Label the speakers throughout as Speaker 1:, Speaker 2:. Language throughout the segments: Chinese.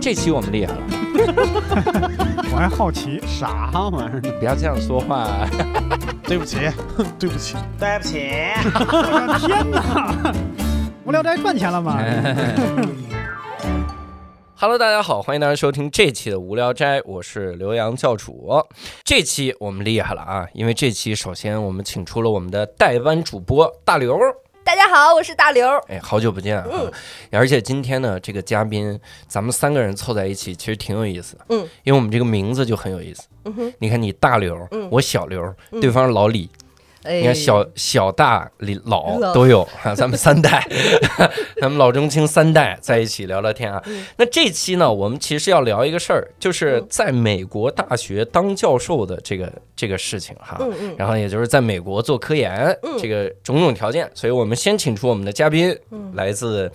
Speaker 1: 这期我们厉害了，
Speaker 2: 我还好奇，
Speaker 3: 啥玩意儿？
Speaker 1: 不要这样说话。
Speaker 4: 对不起，对不起，
Speaker 5: 对不起，
Speaker 2: 我的天哪！无聊斋赚钱了吗？
Speaker 1: Hello，大家好，欢迎大家收听这期的无聊斋，我是刘洋教主。这期我们厉害了啊，因为这期首先我们请出了我们的代班主播大刘，
Speaker 6: 大家好，我是大刘。
Speaker 1: 哎，好久不见啊！
Speaker 6: 嗯
Speaker 1: 而且今天呢，这个嘉宾咱们三个人凑在一起，其实挺有意思的。
Speaker 6: 嗯，
Speaker 1: 因为我们这个名字就很有意思。
Speaker 6: 嗯哼，
Speaker 1: 你看，你大刘，
Speaker 6: 嗯
Speaker 1: 我小刘，对方老李，
Speaker 6: 哎
Speaker 1: 你看小小大李老
Speaker 6: 老
Speaker 1: 都有 哈，咱们三代，咱们老中青三代在一起聊聊天啊。
Speaker 6: 嗯
Speaker 1: 那这期呢，我们其实要聊一个事儿，就是
Speaker 6: 嗯
Speaker 1: 在美国大学当教授的这个这个事情哈。
Speaker 6: 嗯嗯
Speaker 1: 然后也就是在美国做科研，
Speaker 6: 嗯
Speaker 1: 这个种种条件，所以我们先请出我们的嘉宾，
Speaker 6: 嗯
Speaker 1: 来自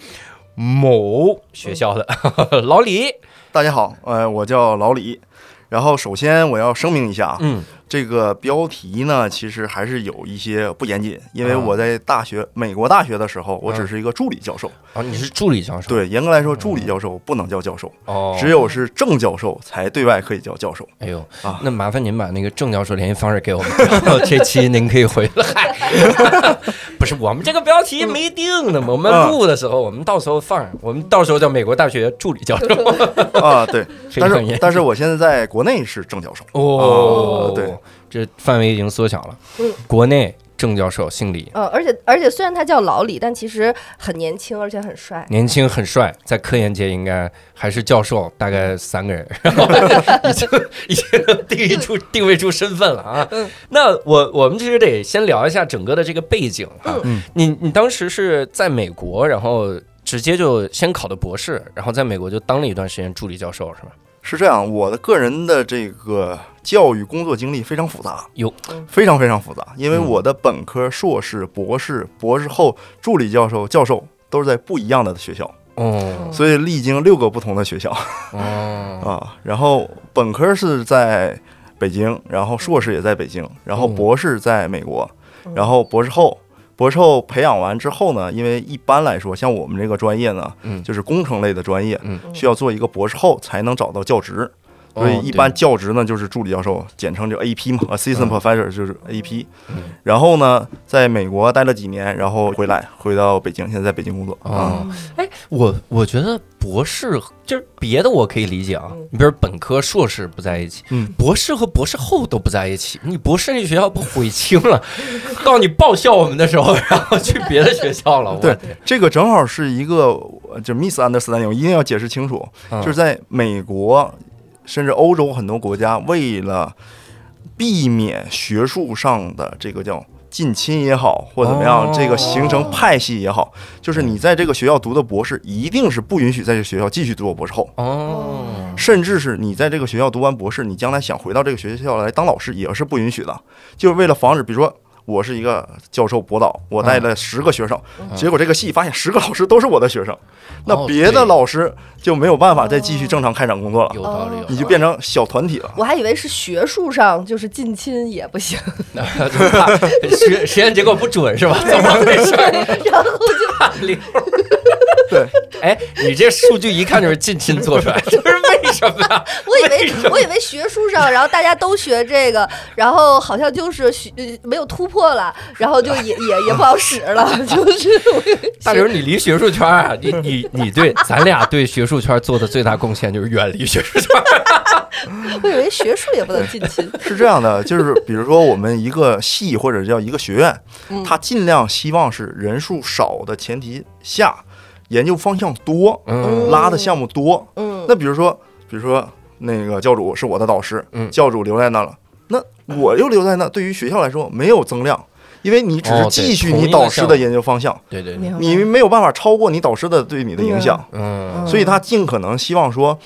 Speaker 1: 某学校的、 老李，
Speaker 7: 大家好，呃，我叫老李。然后首先我要声明一下啊，
Speaker 1: 嗯
Speaker 7: 这个标题呢其实还是有一些不严谨，因为
Speaker 1: 啊
Speaker 7: 我在大学美国大学的时候，我
Speaker 1: 嗯
Speaker 7: 只是一个助理教授。
Speaker 1: 啊，你是助理教授，，
Speaker 7: 对，严格来说，助理教授不能叫教授，
Speaker 1: 哦，
Speaker 7: 只有是正教授才对外可以叫教授。
Speaker 1: 哎呦
Speaker 7: 啊，
Speaker 1: 那麻烦您把那个郑教授联系方式给我们， 然后这期您可以回来。 不是，我们这个标题没定呢嘛，我们
Speaker 7: 嗯
Speaker 1: 录的时候，我们到时候放，我们到时候叫美国大学助理教授，
Speaker 7: 啊， 对，
Speaker 1: 非
Speaker 7: 但
Speaker 1: 常严
Speaker 7: 是但是我现在在国内是正教授。
Speaker 1: 哦
Speaker 7: 哦，对，
Speaker 1: 这范围已经缩小了
Speaker 6: 嗯。
Speaker 1: 国内郑教授姓李，
Speaker 6: 呃，而且而且虽然他叫老李，但其实很年轻，而且很帅。
Speaker 1: 年轻很帅，在科研界应该还是教授，大概三个人， 然后已经已经能定义出定位出身份了啊
Speaker 6: 嗯。
Speaker 1: 那我我们其实得先聊一下整个的这个背景啊。
Speaker 7: 嗯
Speaker 1: 你你当时是在美国，然后直接就先考的博士，然后在美国就当了一段时间助理教授，是吧？
Speaker 7: 是这样，我的个人的这个教育工作经历非常复杂，
Speaker 1: 哟
Speaker 7: 非常非常复杂，因为
Speaker 1: 嗯
Speaker 7: 我的本科、硕士、博士、博士后、助理教授、教授都是在不一样的学校，
Speaker 1: 哦
Speaker 7: 所以历经六个不同的学校
Speaker 1: 哦，
Speaker 7: 啊。然后本科是在北京，然后硕士也在北京，然后
Speaker 1: 嗯
Speaker 7: 博士在美国
Speaker 6: 嗯，
Speaker 7: 然后博士后。博士后培养完之后呢，因为一般来说，像我们这个专业呢，
Speaker 1: 嗯
Speaker 7: 就是工程类的专业，
Speaker 1: 嗯
Speaker 7: 需要做一个博士后才能找到教职。
Speaker 1: 哦
Speaker 7: 所以一般
Speaker 1: 对
Speaker 7: 教职呢就是助理教授，简称就 AP 嘛，assistant
Speaker 1: 嗯
Speaker 7: professor 就是 AP
Speaker 1: 嗯。
Speaker 7: 然后呢，在美国待了几年，然后回来回到北京，现在在北京工作啊。
Speaker 1: 哦，哎，我我觉得博士就是别的我可以理解啊
Speaker 6: 嗯，
Speaker 1: 你比如本科、硕士不在一起，
Speaker 7: 嗯
Speaker 1: 博士和博士后都不在一起，你博士那学校不悔青了？ 到你报效我们的时候， 然后去别的学校了，我
Speaker 7: 对，这个正好是一个呃就 misunderstanding，我一定要解释清楚，
Speaker 1: 嗯
Speaker 7: 就是在美国甚至欧洲很多国家，为了避免学术上的这个叫。近亲也好，或怎么
Speaker 1: 哦
Speaker 7: 样，
Speaker 1: 嗯
Speaker 7: 这个形成派系也好，就是你在这个学校读的博士，一定是不允许在这学校继续做博士后。
Speaker 1: 哦，
Speaker 7: 甚至是你在这个学校读完博士，你将来想回到这个学校来当老师也是不允许的，就是为了防止，比如说。我是一个教授博导，我带
Speaker 1: 嗯
Speaker 7: 了十个学生，结果这个系发现十个老师都是我的学生，
Speaker 1: 哦
Speaker 7: 那别的老师就没有办法再继续正常开展
Speaker 6: 哦
Speaker 7: 工作了，
Speaker 1: 有道理，有道理
Speaker 7: 你就变成小 团体了。
Speaker 6: 我还以为是学术上就是近亲也不行，
Speaker 1: 就怕实实验结果不准是吧？怎么回事儿？
Speaker 6: 然后
Speaker 1: 大刘，
Speaker 7: 对，
Speaker 1: 哎，你这数据一看就是近亲做出来， 这是为什么呀？
Speaker 6: 我以为我以为学术上，然后大家都学这个，然后好像就是学呃没有突破了，然后就也也也不好使 了，就是我以为
Speaker 1: 大刘，你离学术圈儿啊，你你你 对咱俩对学术圈做的最大贡献就是远离学术圈儿。
Speaker 6: 我以为学术也不能近 亲，
Speaker 7: 是这样的，就是比如说我们一个系或者叫一个学院，
Speaker 6: 嗯
Speaker 7: 它尽量希望是人数少的前提下，研究方向多，
Speaker 1: 嗯
Speaker 7: 拉的项目多，
Speaker 6: 嗯
Speaker 7: 那比如说，比如说那个教主是我的导师，
Speaker 1: 嗯
Speaker 7: 教主留在那了，那我又留在那，对于学校来说没有增量，因为你只
Speaker 1: 哦
Speaker 7: 是
Speaker 1: 对
Speaker 7: 继续
Speaker 1: 同一
Speaker 7: 你
Speaker 1: 个
Speaker 7: 导师
Speaker 1: 项目
Speaker 7: 的研究方向，
Speaker 1: 对对对，
Speaker 6: 明白
Speaker 7: 你没有办法超过你导师的对你的影响，
Speaker 1: 嗯
Speaker 7: 所以他尽可能希望说，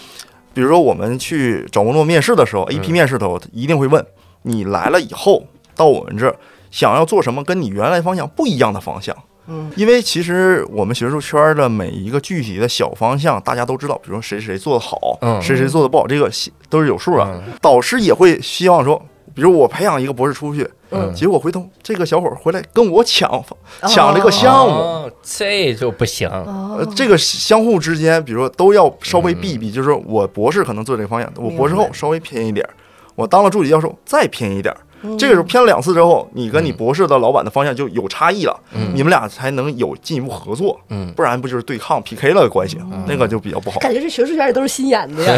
Speaker 7: 比如说我们去找工作面试的时候
Speaker 1: 嗯
Speaker 7: ，AP 面试的时候一定会问你来了以后到我们这儿想要做什么，跟你原来方向不一样的方向。
Speaker 6: 嗯
Speaker 7: 因为其实我们学术圈儿的每一个具体的小方向，大家都知道，比如说谁谁做的好，
Speaker 1: 嗯
Speaker 7: 谁谁做的不好，这个心都是有数的。啊
Speaker 1: 嗯
Speaker 7: 导师也会希望说，比如我培养一个博士出去，
Speaker 6: 嗯
Speaker 7: 结果回头这个小伙儿回来跟我抢抢这个项目。
Speaker 1: 哦，这就不行。
Speaker 7: 呃
Speaker 6: 哦，，
Speaker 7: 这个相互之间，比如说都要稍微
Speaker 1: 嗯
Speaker 7: 避一避，就是我博士可能做这个方向，我博士后
Speaker 1: 明白
Speaker 7: 稍微偏一点儿，我当了助理教授再偏一点儿。
Speaker 6: 嗯
Speaker 7: 这个时候偏了两次之后，你跟你博士的老板的方向就有差异了，
Speaker 1: 嗯
Speaker 7: 你们俩才能有进一步合作，
Speaker 1: 嗯，
Speaker 7: 不然不就是对抗 PK 了关系，那个就比较不好。
Speaker 6: 感觉这学术圈里都是心 眼子呀，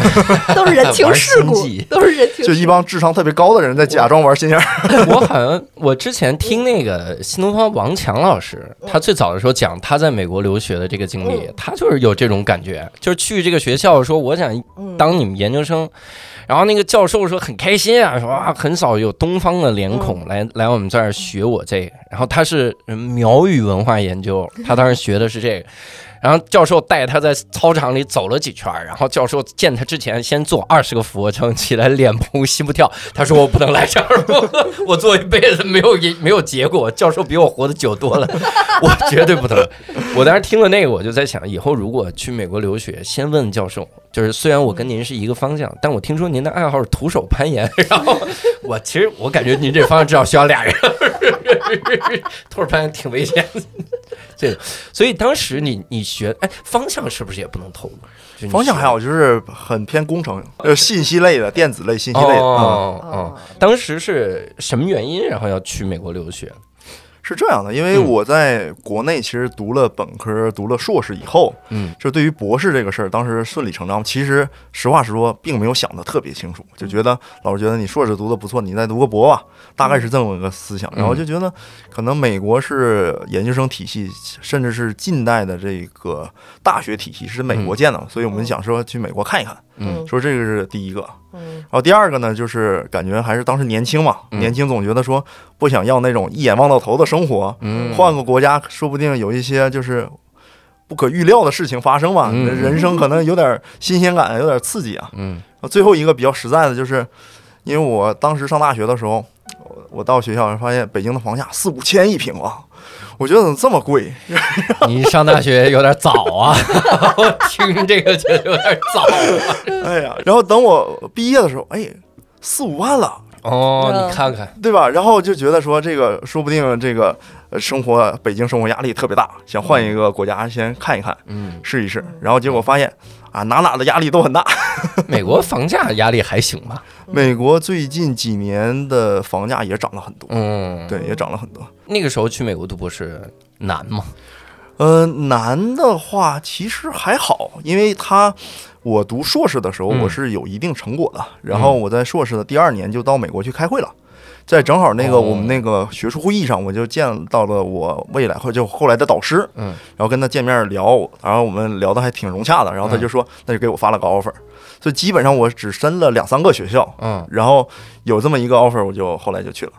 Speaker 6: 都是人情世
Speaker 1: 玩
Speaker 6: 故
Speaker 1: 心计，
Speaker 6: 都是人情
Speaker 7: 就
Speaker 6: 世
Speaker 7: 一帮智商特别高的人在假装玩心眼儿，
Speaker 1: 哎我好像我之前听那个新东方王强老师，他最早的时候讲他在美国留学的这个经历
Speaker 6: 嗯，
Speaker 1: 他就是有这种感觉，就是去这个学校说我想
Speaker 6: 故。嗯
Speaker 1: 当你们研究生，然后那个教授说很开心啊，说啊很少有东方的脸孔来来我们这儿学我这个，然后他是嗯苗语文化研究，他当时学的是这个。然后教授带他在操场里走了几圈儿，然后教授见他之前先做二十个俯卧撑，起来脸红心不跳。他说：“我不能来这儿，我我做一辈子没有一没有结果。教授比我活得久多了，我绝对不能。”我当时听了那个，我就在想，以后如果去美国留学，先问教授，就是虽然我跟您是一个方向，但我听说您的爱好是徒手攀岩， 然后我其实我感觉您这方向至少需要俩人， 徒手攀岩挺危险的。这个，所以当时你你学，哎，方向是不是也不能透露？就你
Speaker 7: 方向
Speaker 1: 学
Speaker 7: 还好，就是很偏工程，呃，信息类的、电子类、信息类的，嗯，
Speaker 1: 哦哦，当时是什么原因，然后要去美国留学？
Speaker 7: 是这样的，因为
Speaker 1: 嗯
Speaker 7: 我在国内其实读了本科、读了硕士以后，
Speaker 1: 嗯，
Speaker 7: 就对于博士这个事儿，当时顺理成章。其实实话实说，并没有想的特别清
Speaker 1: 嗯
Speaker 7: 楚，就觉得老师觉得你硕士读的不错，你再读个博吧，大概是这么个思想。
Speaker 1: 嗯
Speaker 7: 然后就觉得可能美国是研究生体系，甚至是近代的这个大学体系是美国建的，所以我们想说去美国看一看，
Speaker 1: 嗯
Speaker 7: 说这个是第一个。
Speaker 6: 嗯
Speaker 7: 然后第二个呢，就是感觉还是当时年轻嘛，
Speaker 1: 嗯
Speaker 7: 年轻总觉得说不想要那种一眼望到头的生活，
Speaker 1: 嗯
Speaker 7: 换个国家，说不定有一些就是不可预料的事情发生吧。
Speaker 1: 嗯
Speaker 7: 人生可能有点新鲜感，有点刺激啊。
Speaker 1: 嗯
Speaker 7: 最后一个比较实在的就是，因为我当时上大学的时候，我我到学校发现北京的房价四五千一平啊，我觉得怎么这么贵？
Speaker 1: 你上大学有点早啊， 我听这个觉得有点早。啊
Speaker 7: 哎呀，然后等我毕业的时候，哎，四五万了。
Speaker 1: 哦，
Speaker 6: 嗯
Speaker 1: 你看看，
Speaker 7: 对吧？然后就觉得说这个说不定这个呃生活北京生活压力特别大，想换一个国家先看一看
Speaker 1: 嗯，
Speaker 7: 试一试，然后结果发现啊哪哪的压力都很大。
Speaker 1: 美国房价压力还行吧？
Speaker 7: 美国最近几年的房价也涨了很多，
Speaker 1: 嗯，
Speaker 7: 对，也涨了很多。
Speaker 1: 那个时候去美国读博士难吗？
Speaker 7: 呃，难的话其实还好，因为他我读硕士的时候
Speaker 1: 嗯
Speaker 7: 我是有一定成果的，然后我在硕士的第二年就到美国去开会了。在正好那个
Speaker 1: 哦
Speaker 7: 我们那个学术会议上，我就见到了我未来或就后来的导师，
Speaker 1: 嗯，
Speaker 7: 然后跟他见面聊，然后我们聊的还挺融洽的，然后他就说，那就给我发了个 offer，所以基本上我只申了两三个学校，
Speaker 1: 嗯，
Speaker 7: 然后有这么一个 offer，我就后来就去了。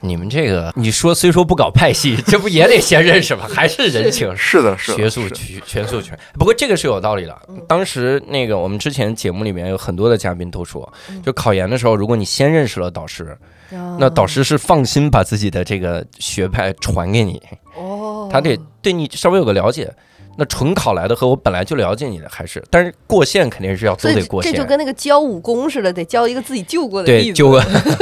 Speaker 1: 你们这个，你说虽说不搞派系， 这不也得先认识吗？还是人情
Speaker 7: 是的，是的，
Speaker 1: 学术
Speaker 7: 是的
Speaker 1: 权学术权。不过这个是有道理的。当时那个我们之前节目里面有很多的嘉宾都说，就考研的时候，如果你先认识了导师，
Speaker 6: 啊嗯
Speaker 1: 那导师是放心把自己的这个学派传给你，
Speaker 6: 哦，
Speaker 1: 他得对你稍微有个了解。那纯考来的和我本来就了解你的还是，但是过线肯定是要都
Speaker 6: 所以
Speaker 1: 得过
Speaker 6: 这
Speaker 1: 线，
Speaker 6: 就跟那个教武功似的，得教一个自己救过的
Speaker 1: 对
Speaker 6: 例子。啊
Speaker 1: 救过，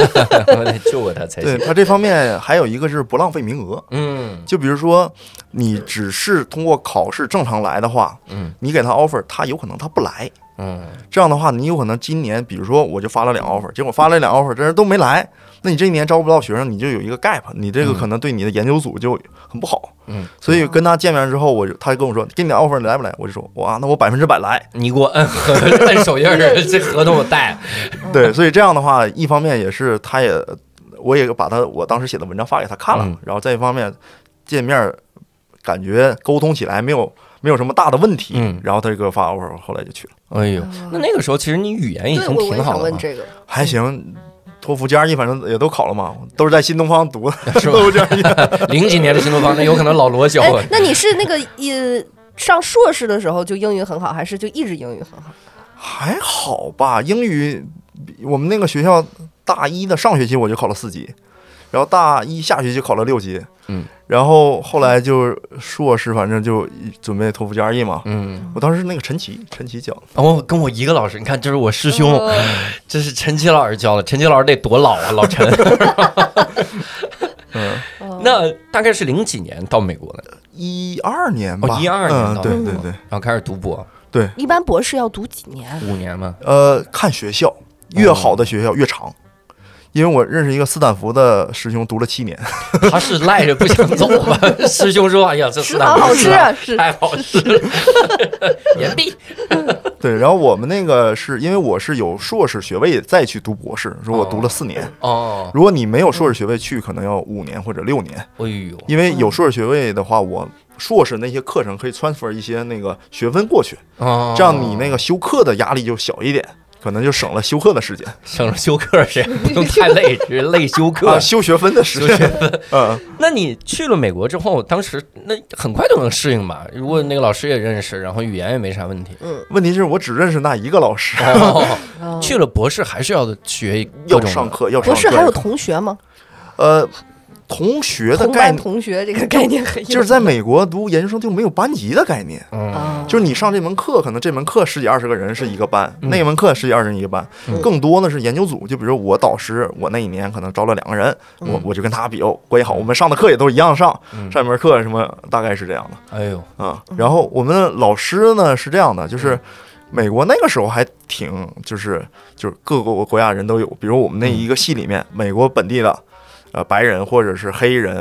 Speaker 1: 我得救过他才
Speaker 7: 对
Speaker 1: 行。
Speaker 7: 他这方面还有一个就是不浪费名额，
Speaker 1: 嗯
Speaker 7: 就比如说，你只是通过考试正常来的话，
Speaker 1: 嗯，
Speaker 7: 你给他 offer，他有可能他不来。
Speaker 1: 嗯，
Speaker 7: 这样的话，你有可能今年，比如说我就发了两 offer，结果发了两 offer，这人都没来，那你这一年招不到学生，你就有一个 gap，你这个可能对你的研究组就很不好。
Speaker 1: 嗯，
Speaker 7: 所以跟他见面之后，我就他就跟我说，给你的 offer 你来不来？我就说哇，那我百分之百来。
Speaker 1: 你给我摁 合摁手印儿，这合同我带。
Speaker 7: 对，所以这样的话，一方面也是他也，我也把他我当时写的文章发给他看了，
Speaker 1: 嗯
Speaker 7: 然后再一方面见面儿感觉沟通起来没有没有什么大的问题，
Speaker 1: 嗯
Speaker 7: 然后他就给我发 offer，后来就去了，
Speaker 1: 哎呦，那那个时候其实你语言已
Speaker 6: 嗯对，
Speaker 1: 经
Speaker 6: 我我也
Speaker 1: 挺好
Speaker 6: 想
Speaker 1: 了
Speaker 6: 问
Speaker 1: 嘛，
Speaker 6: 这 个，
Speaker 7: 还行。托福 GRE 反正也都考了嘛，都是在新东方读的，
Speaker 1: 是吧
Speaker 7: 托福 GRE
Speaker 1: 零几年的新东方，那有可能老罗教我
Speaker 6: 哎，。那你是那个呃上硕士的时候就英语很好，还是就一直英语很好？
Speaker 7: 还好吧。英语我们那个学校大一的上学期我就考了四级，然后大一下学期考了六级，
Speaker 1: 嗯，
Speaker 7: 然后后来就硕士反正就准备托福 GRE 嘛，
Speaker 1: 嗯，
Speaker 7: 我当时那个陈琦，陈琦讲，
Speaker 1: 哦，跟我一个老师，你看，这是我师兄，
Speaker 6: 哦
Speaker 1: 这是陈奇老师教的。陈奇老师得多老啊，老陈。
Speaker 6: 哦
Speaker 1: 那大概是零几年到美国的，
Speaker 7: 一二年吧，
Speaker 1: 哦12年
Speaker 7: 嗯
Speaker 1: 到
Speaker 7: 对
Speaker 6: 美
Speaker 7: 对
Speaker 1: 国
Speaker 7: 对，
Speaker 1: 然后开始读博，
Speaker 6: 一般博士要读几年？
Speaker 1: 五年 嘛，
Speaker 7: 呃，看学校，越好的学
Speaker 1: 哦
Speaker 7: 校越长。因为我认识一个斯坦福的师兄，读了七年，
Speaker 1: 他是赖着不想走 吧？师兄说：“哎呀，这
Speaker 6: 食
Speaker 1: 食
Speaker 6: 堂
Speaker 1: 堂
Speaker 6: 好
Speaker 1: 吃
Speaker 6: 吃
Speaker 1: 啊，，
Speaker 6: 是啊
Speaker 1: 太好吃了。”岩壁，
Speaker 7: 对。然后我们那个是因为我是有硕士学位再去读博士，说我读了四年。
Speaker 1: 哦，
Speaker 7: 如果你没有硕士学位去，可能要五年或者六年。
Speaker 1: 哎呦，
Speaker 7: 因为有硕士学位的话，我硕士那些课程可以 transfer 一些那个学分过去，
Speaker 1: 哦
Speaker 7: 这样你那个修课的压力就小一点，可能就省了修课的时间
Speaker 1: 省了休克时间，不用太累，只是累休克
Speaker 7: 啊，。修学分的时
Speaker 1: 休
Speaker 7: 间。
Speaker 1: 学分。
Speaker 7: 嗯，
Speaker 1: 那你去了美国之后，当时那很快就能适应吧？如果那个老师也认识，然后语言也没啥问 题。
Speaker 7: 问题是我只认识那一个老师，
Speaker 1: 哦，
Speaker 6: 嗯
Speaker 1: 去了博士还是要学各
Speaker 7: 要
Speaker 1: 种
Speaker 7: 上课要上
Speaker 6: 博士
Speaker 7: 课
Speaker 6: 还有同学吗？
Speaker 7: 呃同学的
Speaker 6: 同
Speaker 7: 概
Speaker 6: 班
Speaker 7: 念，
Speaker 6: 同学这个概 念很有
Speaker 7: 就是在美国读研究生就没有班级的概念。
Speaker 1: 嗯
Speaker 6: 啊，
Speaker 7: 就是你上这门课，可能这门课十几二十个人是一个班，
Speaker 1: 嗯
Speaker 7: 那门课十几二十人一个班，
Speaker 1: 嗯
Speaker 7: 更多的是研究组。就比如我导师，我那一年可能招了两个人，我我就跟他比，哦，关系好，我们上的课也都一样上，
Speaker 1: 嗯，
Speaker 7: 上一门课什么大概是这样的
Speaker 1: 哎呦，
Speaker 7: 啊、然后我们的老师呢是这样的，
Speaker 1: 嗯
Speaker 7: 就是美国那个时候还挺就是就是各个国家人都有，比如我们那一个系
Speaker 1: 嗯
Speaker 7: 里面，美国本地的呃白人或者是黑人，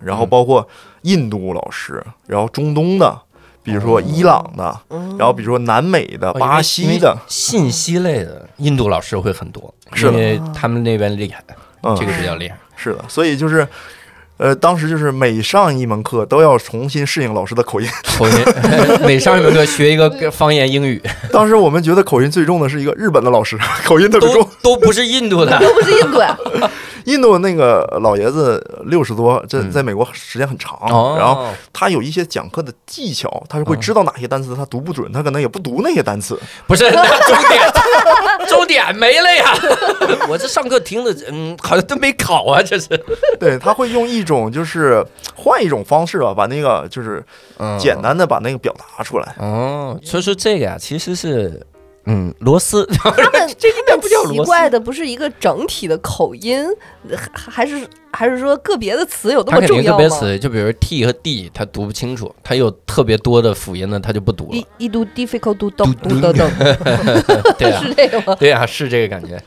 Speaker 7: 然后
Speaker 1: 嗯
Speaker 7: 包括印度老师，然后中东的。比如说伊朗的，
Speaker 6: 嗯
Speaker 7: 然后比如说南美的、
Speaker 1: 哦
Speaker 7: 巴西的，
Speaker 1: 信息类的印度老师会很多，
Speaker 7: 是的
Speaker 1: 因为他们那边厉害，
Speaker 7: 嗯，
Speaker 1: 这个比较厉害。
Speaker 7: 是的，所以就是，呃，当时就是每上一门课都要重新适应老师的口音。
Speaker 1: 口音， 每上一门课学一个方言英 语，
Speaker 7: 当时我们觉得口音最重的是一个日本的老师， 口音特别
Speaker 1: 都
Speaker 7: 重。
Speaker 1: 都不是印 度的，
Speaker 6: 又不是印 度呀，
Speaker 7: 印度那个老爷子六十多，这
Speaker 1: 嗯
Speaker 7: 在美国时间很长，
Speaker 1: 哦，
Speaker 7: 然后他有一些讲课的技巧，他是会知道哪些单词他读不准，他可能也不读那些 单词。
Speaker 1: 不 是那终点，终点没了呀！ 我这上课听的，嗯，好像都没考啊，这是。
Speaker 7: 对他会用一种就是换一种方式吧，把那个就是
Speaker 1: 嗯
Speaker 7: 简单的把那个表达出来。
Speaker 1: 哦，所以说这个呀，其实是嗯螺丝，
Speaker 6: 他们
Speaker 1: 这应该不叫
Speaker 6: 奇
Speaker 1: 螺丝。
Speaker 6: 怪的不是一个整体的口音，还还是还是说个别的词有那
Speaker 1: 它
Speaker 6: 么
Speaker 1: 肯
Speaker 6: 重
Speaker 1: 定特
Speaker 6: 要
Speaker 1: 别
Speaker 6: 吗？
Speaker 1: 词，就比如 t 和 d，它读不清楚，它有特别多的辅音呢，它就不读了
Speaker 6: 一。一读 difficult 读咚
Speaker 1: 嘟
Speaker 6: 读咚咚，
Speaker 1: 对啊，
Speaker 6: 是这个吗？
Speaker 1: 对啊，是这个感觉。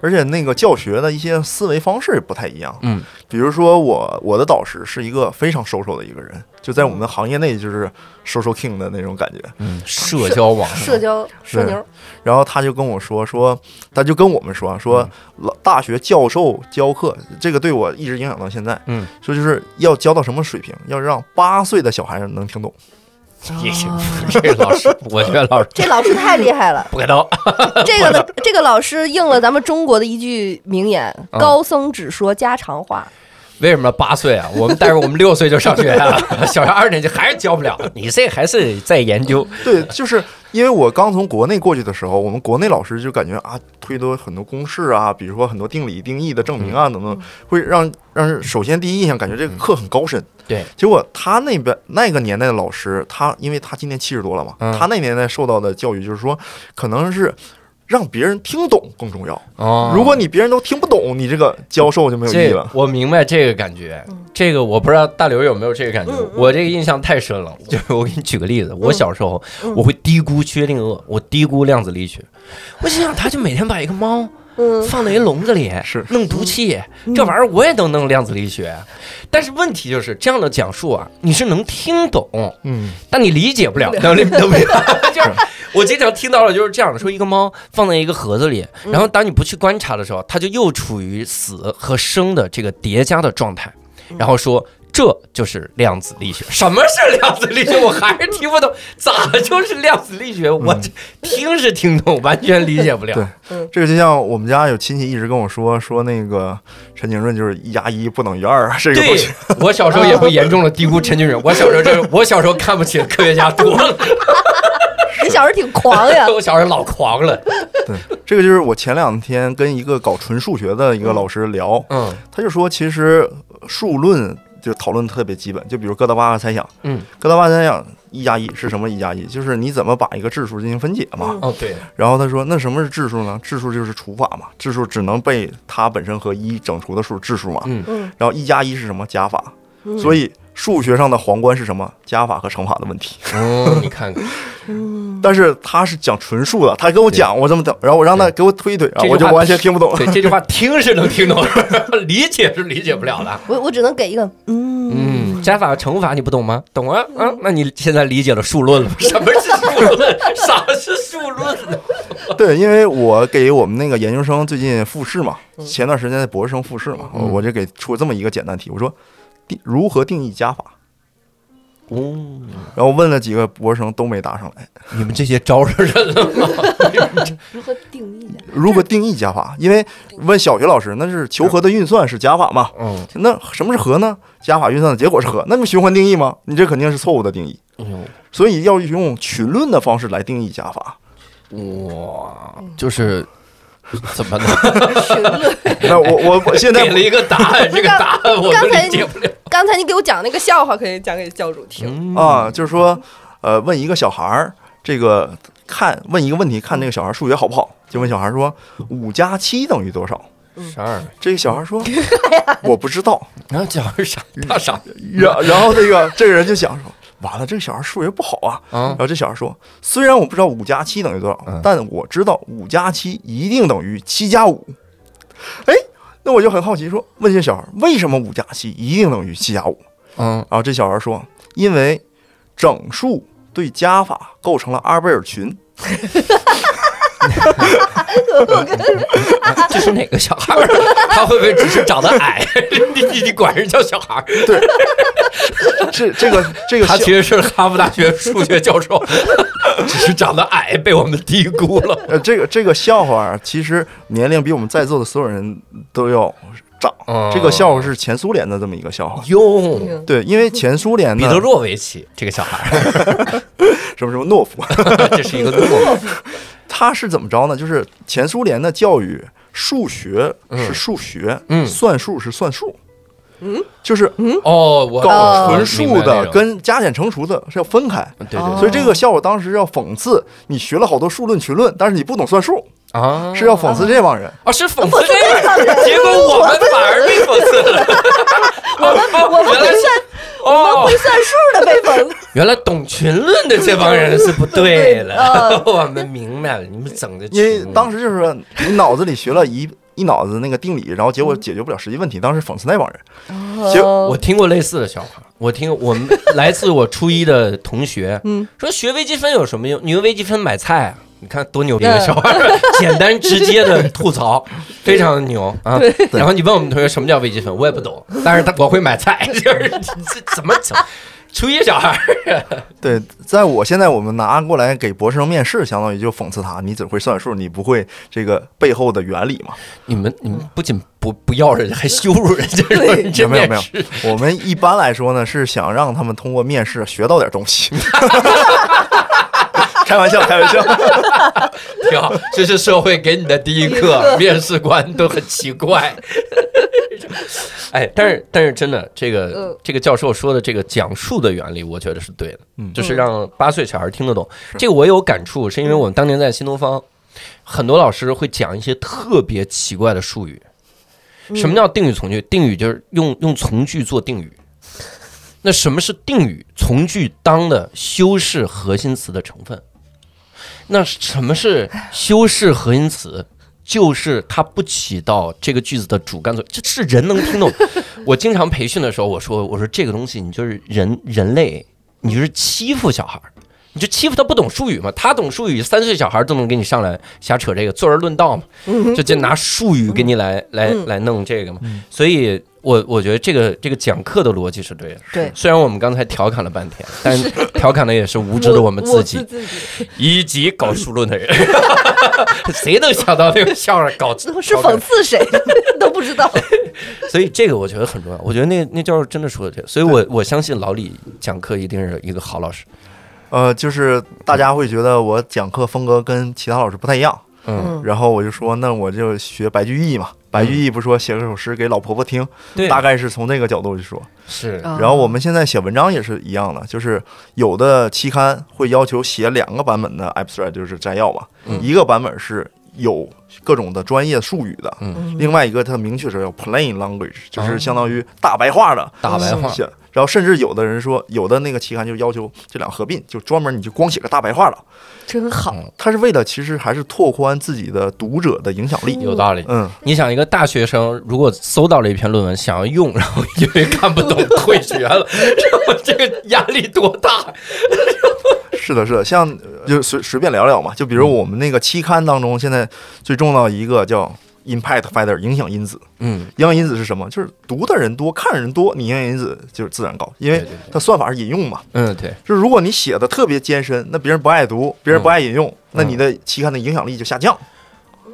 Speaker 7: 而且那个教学的一些思维方式也不太一样。
Speaker 1: 嗯，
Speaker 7: 比如说我我的导师是一个非常 social 的一个人，就在我们的行业内就是 social king 的那种感觉。
Speaker 1: 嗯，社交网
Speaker 6: 社交社牛，
Speaker 7: 然后他就跟我说说，他就跟我们说说老大学教授教课，这个对我一直影响到现在。
Speaker 1: 嗯，
Speaker 7: 说就是要教到什么水平，要让八岁的小孩能听懂。
Speaker 1: 也行， 这个老师，我觉得老师。
Speaker 6: 这老师太厉害了
Speaker 1: 不给刀。
Speaker 6: 这个呢，这个老师应了咱们中国的一句名言：“
Speaker 1: 嗯
Speaker 6: 高僧只说家常话。
Speaker 1: 为什么八岁啊？我们但是我们六岁就上学 啊，小学二年级还是教不了。你这还是在研究，
Speaker 7: 对，就是因为我刚从国内过去的时候，我们国内老师就感觉啊，推多很多公式啊，比如说很多定理、定义的证明
Speaker 1: 嗯
Speaker 7: 啊等等，会让让人首先第一印象感觉这个课很高深。
Speaker 1: 对，
Speaker 7: 结果他那边那个年代的老师，他因为他今年七十多了嘛，
Speaker 1: 嗯
Speaker 7: 他那年代受到的教育就是说，可能是。让别人听懂更重要。
Speaker 1: 哦
Speaker 7: 如果你别人都听不懂，你这个教授就没有意义
Speaker 1: 这
Speaker 7: 了。
Speaker 1: 我明白这个感觉，这个我不知道大刘有没有这个感觉，
Speaker 6: 嗯嗯
Speaker 1: 我这个印象太深了。就是我给你举个例子，我小时候、
Speaker 6: 嗯
Speaker 1: 我会低估薛定谔，我低估量子力学，嗯我心想他就每天把一个猫”
Speaker 6: 嗯，
Speaker 1: 放在一笼子里，
Speaker 7: 是
Speaker 1: 弄毒气，这玩意儿我也能弄量子力学。但是问题就是这样的讲述啊，你是能听懂，
Speaker 7: 嗯，
Speaker 1: 但你理解不了，能理能明白？就是我经常听到的就是这样的，说一个猫放在一个盒子里，然后当你不去观察的时候，它就又处于死和生的这个叠加的状态，然后说。这就是量子力学。什么是量子力学？我还是听不懂，咋就是量子力学？我这听是听懂，完全理解不了
Speaker 7: 对。这个就像我们家有亲戚一直跟我说，说那个陈景润就是一加一不等于二啊，这个东
Speaker 1: 对
Speaker 7: 西。
Speaker 1: 我小时候也会严重的低估陈俊仁。我小时候这，我小时候看不起科学家多了，
Speaker 6: 你小时候挺
Speaker 1: ，
Speaker 6: 狂呀
Speaker 1: 我小时候老狂了。
Speaker 7: 这个就是我前两天跟一个搞纯数学的一个老师聊，
Speaker 1: 嗯
Speaker 7: 他就说，其实数论就讨论得特别基本，就比如哥德巴赫猜想，
Speaker 1: 嗯，
Speaker 7: 哥德巴赫猜想一加一是什么？一加一就是你怎么把一个质数进行分解嘛。
Speaker 6: 嗯
Speaker 1: 哦，对，
Speaker 7: 然后他说，那什么是质数呢？质数就是除法嘛，质数只能被它本身和一整除的数质数嘛。
Speaker 1: 嗯
Speaker 6: 嗯，
Speaker 7: 然后一加一是什么？加法。
Speaker 6: 嗯
Speaker 7: 所以数学上的皇冠是什么？加法和乘法的问题。
Speaker 1: 哦，你看看，
Speaker 6: 嗯，
Speaker 7: 但是他是讲纯数的，他跟我讲我这么讲，然后我让他给我推一推，然后我
Speaker 1: 这句
Speaker 7: 就
Speaker 1: 话
Speaker 7: 完全听不懂。
Speaker 1: 对这句话听是能听懂， 理解是理解不了的。
Speaker 6: 我我只能给一个嗯
Speaker 1: 嗯，加法乘法你不懂吗？懂啊啊！那你现在理解了数论了吗？ 什么是数论？啥是数论呢？
Speaker 7: 对，因为我给我们那个研究生最近复试嘛，前段时间的博士生复试嘛，
Speaker 1: 嗯
Speaker 7: 我就给出这么一个简单题，我说定如何定义加法，
Speaker 1: 哦，
Speaker 7: 然后问了几个博士生都没答上来，哎
Speaker 1: 你们这些招人了吗？
Speaker 6: 如何定义的？
Speaker 7: 如何定义加法？因为问小学老师那是求和的运算是加法嘛，
Speaker 1: 嗯，
Speaker 7: 那什么是和呢？加法运算的结果是和，那你循环定义吗？你这肯定是错误的定义，
Speaker 1: 嗯哎
Speaker 7: 所以要用群论的方式来定义加法。
Speaker 1: 嗯哇，就是怎 么呢？
Speaker 6: 群论。
Speaker 7: 那我我我现在
Speaker 1: 给了一个答案，这个答案我
Speaker 6: 刚
Speaker 1: 们
Speaker 6: 才
Speaker 1: 理解不了。
Speaker 6: 刚才你给我讲那个笑话，可以讲给教主
Speaker 1: 嗯
Speaker 6: 听。
Speaker 7: 啊，就是说，呃，问一个小孩儿，这个看问一个问题，看这个小孩儿数学好不好，就问小孩儿说五加七等于多少？
Speaker 1: 十二，
Speaker 7: 这个小孩儿说我不知道，
Speaker 1: 然后讲是啥？大傻
Speaker 7: 然然后这个这个人就想说。完了，这个小孩儿数学不好啊。
Speaker 1: 啊
Speaker 7: 然！后这小孩儿说：“虽然我不知道五加七等于多
Speaker 1: 嗯
Speaker 7: 少，但我知道五加七一定等于七加五。”哎，那我就很好奇说，问这小孩儿为什么五加七一定等于七加五？
Speaker 1: 嗯，
Speaker 7: 然后啊这小孩说，因为整数对加法构成了阿贝尔群，
Speaker 1: 这是哪个小孩儿？ 他会不会只是长得矮？ 你你你管人叫小孩儿？
Speaker 7: 这这个这个
Speaker 1: 他
Speaker 7: 笑
Speaker 1: 其实是哈佛大学数学教授， 只是长得矮被我们低估了。
Speaker 7: 呃这个这个笑话啊，其实年龄比我们在座的所有人都要长。
Speaker 1: 嗯
Speaker 7: 这个笑话是前苏联的这么一个笑话。
Speaker 1: 哟，
Speaker 7: 对，因为前苏联
Speaker 1: 彼
Speaker 7: 呢，
Speaker 1: 得洛维奇这个小孩儿，
Speaker 7: 什么什么懦夫，
Speaker 1: 这是一个 懦夫。
Speaker 7: 他是怎么着呢？就是前苏联的教育，数学是数学，
Speaker 1: 嗯
Speaker 7: 算术是算术，嗯，就是
Speaker 1: 哦，我
Speaker 7: 搞
Speaker 6: 哦
Speaker 7: 纯数
Speaker 1: 明白那
Speaker 7: 的
Speaker 1: 种嗯
Speaker 7: 跟加减乘除的是要分开。
Speaker 1: 对对
Speaker 6: 哦
Speaker 1: 对
Speaker 7: 所以这个笑话当时要讽刺你学了好多数论群论，但是你不懂算数，
Speaker 1: 啊
Speaker 7: 是要讽刺这帮人。
Speaker 1: 啊是讽刺这个，结果我们反而被讽刺了。我们我们原来是哦
Speaker 6: 会算 数的被蒙，
Speaker 1: 原来懂群论的这帮人是不对了
Speaker 6: 嗯，
Speaker 1: 我们明白了，你们整的群
Speaker 7: 因为当时就是说你脑子里学了一一脑子那个定理，然后结果解决不了实际问题，当时讽刺那帮人。行
Speaker 1: 我听过类似的笑话，我听我们来自我初一的同学，
Speaker 6: 嗯，
Speaker 1: 说学微积分有什么用？你用微积分买菜啊？你看多牛逼的笑话，简单直接的吐槽，非常牛啊！然后你问我们同学什么叫微积分，我也不懂，但是他我会买菜， 就是这怎么整？初一小孩儿
Speaker 7: 对，在我现在我们拿过来给博士生面试，相当于就讽刺他，你只会算数，你不会这个背后的原理嘛？
Speaker 1: 你们你们不仅不不要人家，还羞辱人家，说你这
Speaker 7: 没有没
Speaker 1: 面
Speaker 7: 有
Speaker 1: 试，
Speaker 7: 我们一般来说呢是想让他们通过面试学到点东西。 开玩笑，开玩 笑。
Speaker 1: 挺好， 这是社会给你的第一
Speaker 6: 第一
Speaker 1: 课
Speaker 6: 课，
Speaker 1: 面试官都很奇怪。 哎，但是但是真的，这个、
Speaker 6: 嗯
Speaker 1: 这个教授说的这个讲述的原理，我觉得是对的，
Speaker 7: 嗯
Speaker 1: 就是让八岁小孩听得懂。这个我有感触，是因
Speaker 6: 嗯
Speaker 1: 为我们当年在新东方，很多老师会讲一些特别奇怪的术语。
Speaker 6: 嗯
Speaker 1: 什么叫定语从句？定语就是用用从句做定语。那什么是定语？从句当的修饰核心词的成分。那什么是修饰核心词？就是它不起到这个句子的主干作用，这是人能听 懂。我经常培训的时候，我说我说这个东西你就是人人类，你就是欺负小孩儿，你就欺负他不懂术语嘛，他懂术语，三岁小孩儿都能给你上来瞎扯这个，坐而论道嘛，
Speaker 6: 嗯
Speaker 1: 就就拿术语给你来来来弄这个嘛。所以我我觉得这个这个讲课的逻辑是对的。
Speaker 6: 对
Speaker 1: 虽然我们刚才调侃了半天，但调侃的也是无知的我们自己。
Speaker 6: 我自己
Speaker 1: 以及搞数论的人， 谁能想到那个笑话搞
Speaker 6: 是讽？刺谁 都不知道。
Speaker 1: 所以这个我觉得很重要。我觉得那那教授真的说的对，所以我我相信老李讲课一定是一个好老师。
Speaker 7: 呃，就是大家会觉得我讲课风格跟其他老师不太一样，
Speaker 1: 嗯，
Speaker 7: 然后我就说，那我就学白居易嘛，白居易不说写了首诗给老婆婆听，
Speaker 1: 对，
Speaker 7: 大概是从那个角度去说。
Speaker 1: 是
Speaker 6: 啊
Speaker 7: 然后我们现在写文章也是一样的，就是有的期刊会要求写两个版本的 abstract，就是摘要嘛，
Speaker 1: 嗯
Speaker 7: 一个版本是有各种的专业术语的，
Speaker 1: 嗯
Speaker 7: 另外一个它明确是要 plain language，就
Speaker 1: 哦
Speaker 7: 是相当于大白话的
Speaker 1: 大白话，
Speaker 7: 写。然后甚至有的人说，有的那个期刊就要求这两合并，就专门你就光写个大白话了。
Speaker 6: 真好，
Speaker 7: 它是为了其实还是拓宽自己的读者的影响力。
Speaker 1: 有道理。
Speaker 7: 嗯，
Speaker 1: 你想，一个大学生如果搜到了一篇论文，想要用，然后因为看不懂 退学了，然后这个压力多大？
Speaker 7: 是的，是的，像呃就随随便聊聊嘛，就比如
Speaker 1: 嗯
Speaker 7: 我们那个期刊当中，现在最重要的一个叫 impact factor 影响因子。
Speaker 1: 嗯，
Speaker 7: 影响因子是什么？就是读的人多，看人多，你影响因子就是自然高，因
Speaker 1: 对
Speaker 7: 为
Speaker 1: 对对，
Speaker 7: 它算法是引用嘛。
Speaker 1: 嗯对，
Speaker 7: 就是如果你写的特别艰深，那别人不爱读，别人不爱引用，那你的期刊的影响力就下降。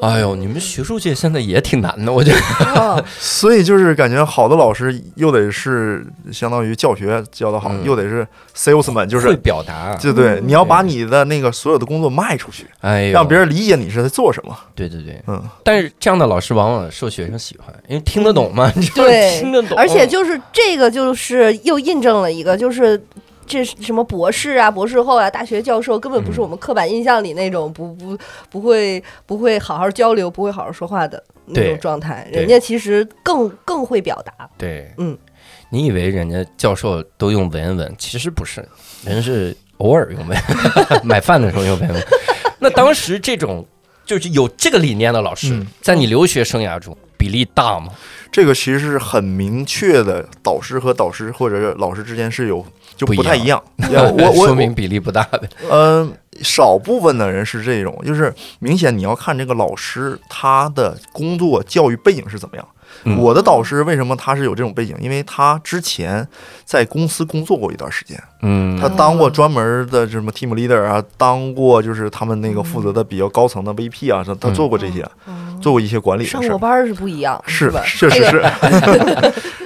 Speaker 1: 哎呦，你们学术界现在也挺难的，我觉得。
Speaker 6: 哦
Speaker 7: 所以就是感觉好的老师又得是相当于教学教得好，
Speaker 1: 嗯
Speaker 7: 又得是 salesman，就
Speaker 1: 会
Speaker 7: 是
Speaker 1: 表达，啊
Speaker 7: 就对，
Speaker 6: 嗯
Speaker 7: 你要把你的那个所有的工作卖出去，
Speaker 1: 哎呦，
Speaker 7: 让别人理解你是在做什么。
Speaker 1: 对对对，
Speaker 7: 嗯，
Speaker 1: 但是这样的老师往往受学生喜欢，因为听得懂 嘛，你知道吗
Speaker 6: 对
Speaker 1: 听得懂，
Speaker 6: 而且就是这个，就是又印证了一个，就是这是什么博士啊、博士后啊、大学教授，根本不是
Speaker 1: 嗯
Speaker 6: 我们刻板印象里那种不不不会不会好好交流、不会好好说话的那
Speaker 1: 对
Speaker 6: 种状态。
Speaker 1: 对
Speaker 6: 人家其实更更会表达，
Speaker 1: 对，
Speaker 6: 嗯，
Speaker 1: 你以为人家教授都用文言文，其实不是，人是偶尔用文， 买饭的时候用文言文。那当时这种就是有这个理念的老师，
Speaker 4: 嗯
Speaker 1: 在你留学生涯中比例大吗？
Speaker 7: 这个其实是很明确的，导师和导师或者是老师之间是有就
Speaker 1: 不一
Speaker 7: 不太
Speaker 1: 样
Speaker 7: 一样。 要我我
Speaker 1: 说明比例不大的，
Speaker 7: 嗯，少部分的人是这种，就是明显你要看这个老师他的工作教育背景是怎么样。
Speaker 1: 嗯
Speaker 7: 我的导师为什么他是有这种背景？因为他之前在公司工作过一段时间，
Speaker 1: 嗯
Speaker 7: 他当过专门的什么 team leader 啊，当过就是他们那个负责的比较高层的 VP 啊，他
Speaker 1: 嗯
Speaker 7: 做过这些，做过一些管理
Speaker 6: 上
Speaker 7: 的事
Speaker 6: 过
Speaker 7: 儿。
Speaker 6: 班儿是不一样，
Speaker 7: 是
Speaker 6: 吧？，
Speaker 7: 确实是，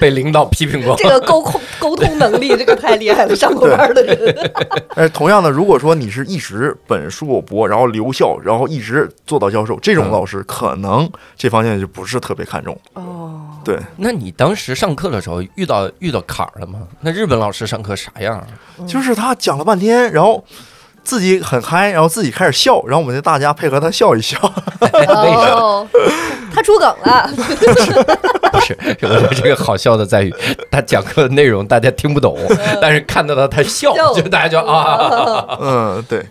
Speaker 1: 被领导批 评过，
Speaker 6: 这个沟通沟通能力，这个太厉害了，上过班儿的人。
Speaker 7: 但是哎同样的，如果说你是一直本硕博，然后留校，然后一直做到教授，这种
Speaker 1: 嗯
Speaker 7: 老师可能这方面就不是特别看重。
Speaker 6: 哦，
Speaker 7: 对，
Speaker 1: 那你当时上课的时候遇到遇到坎儿了吗？那日本老师上课啥样啊？
Speaker 7: 就是他讲了半天，然后自己很嗨，然后自己开始笑，然后我们就大家配合他笑一笑。
Speaker 1: 为啥？
Speaker 6: 哦， 他出梗了，
Speaker 1: 不是，我说这 个好笑的在于，他讲课内容大家听不懂，但是看得到他笑，
Speaker 6: 嗯笑
Speaker 1: 就 大家就啊，
Speaker 7: 嗯，对，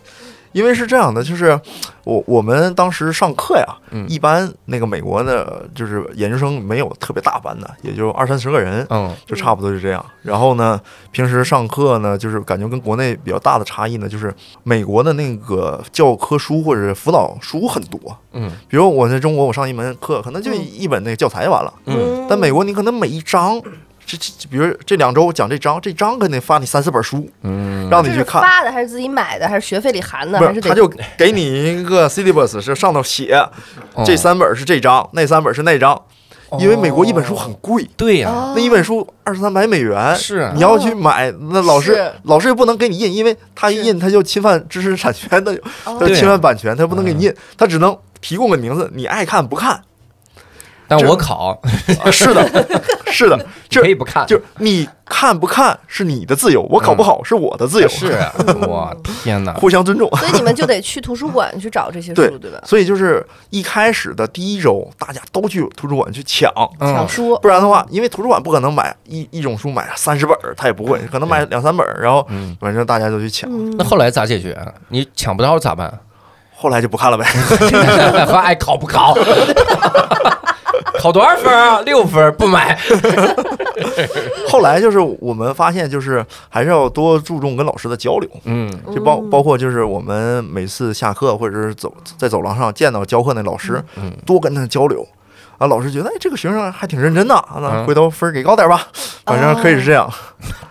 Speaker 7: 因为是这样的，就是我我们当时上课呀，
Speaker 1: 嗯
Speaker 7: 一般那个美国的，就是研究生没有特别大班的，也就二三十个人。
Speaker 1: 嗯
Speaker 7: 就差不多就这样。然后呢，平时上课呢，就是感觉跟国内比较大的差异呢，就是美国的那个教科书或者是辅导书很多。
Speaker 1: 嗯
Speaker 7: 比如我在中国，我上一门课可能就
Speaker 6: 嗯
Speaker 7: 一本那个教材完了，
Speaker 1: 嗯，
Speaker 7: 但美国你可能每一章，这这比如这两周我讲这章，这章可能发你三四本书，
Speaker 1: 嗯，
Speaker 7: 让
Speaker 6: 这
Speaker 7: 你去
Speaker 6: 是
Speaker 7: 看。
Speaker 6: 发的还是自己买的，还是学费里含的，
Speaker 7: 不
Speaker 6: 还
Speaker 7: 是，
Speaker 6: 得
Speaker 7: 他就给你一个 syllabus，是上头写
Speaker 1: 哦
Speaker 7: 这三本是这章，那三本是那章，因为美国一本书很贵，
Speaker 1: 对呀，
Speaker 6: 哦
Speaker 7: 啊那一本书二三百美元，
Speaker 1: 是啊
Speaker 7: 你要去买，那老师
Speaker 6: 是
Speaker 7: 老师又不能给你印，因为他一
Speaker 6: 是
Speaker 7: 印他就侵犯知识产权的，
Speaker 6: 哦
Speaker 7: 他就
Speaker 1: 对嗯
Speaker 7: 侵犯版权，他不能给你印，他只能提供个名字，你爱看 不看，
Speaker 1: 但我考
Speaker 7: 啊是的，是的，这
Speaker 1: 可以不看，
Speaker 7: 就是你看不看是你的自由，我考不好是我的自由，
Speaker 1: 是啊，我天哪，
Speaker 7: 互相尊重。
Speaker 6: 所以你们就得去图书馆去找这些书，
Speaker 7: 对
Speaker 6: 对吧？
Speaker 7: 所以就是一开始的第一周，大家都去图书馆去抢，
Speaker 6: 抢
Speaker 1: 嗯，
Speaker 6: 书，
Speaker 7: 不然的话，因为图书馆不可能买一一种书买三十本儿，他也不会，可能买两三本儿，然后
Speaker 1: 嗯
Speaker 7: 反正大家都去抢，
Speaker 6: 嗯
Speaker 1: 那后来咋解决啊？你抢不到咋办？
Speaker 7: 后来就不看了呗。
Speaker 1: 还爱考不考？ 考多少分啊？六分不买。
Speaker 7: 后来就是我们发现，就是还是要多注重跟老师的交流，
Speaker 1: 嗯
Speaker 7: 就包
Speaker 6: 嗯
Speaker 7: 包括就是我们每次下课或者是走在走廊上见到教课那老师，
Speaker 1: 嗯
Speaker 7: 多跟他交流。啊，老师觉得哎，这个学生还挺认真的，啊
Speaker 1: 嗯
Speaker 7: 那回头分儿给高点儿吧，
Speaker 1: 哦
Speaker 7: 反正可以是这样。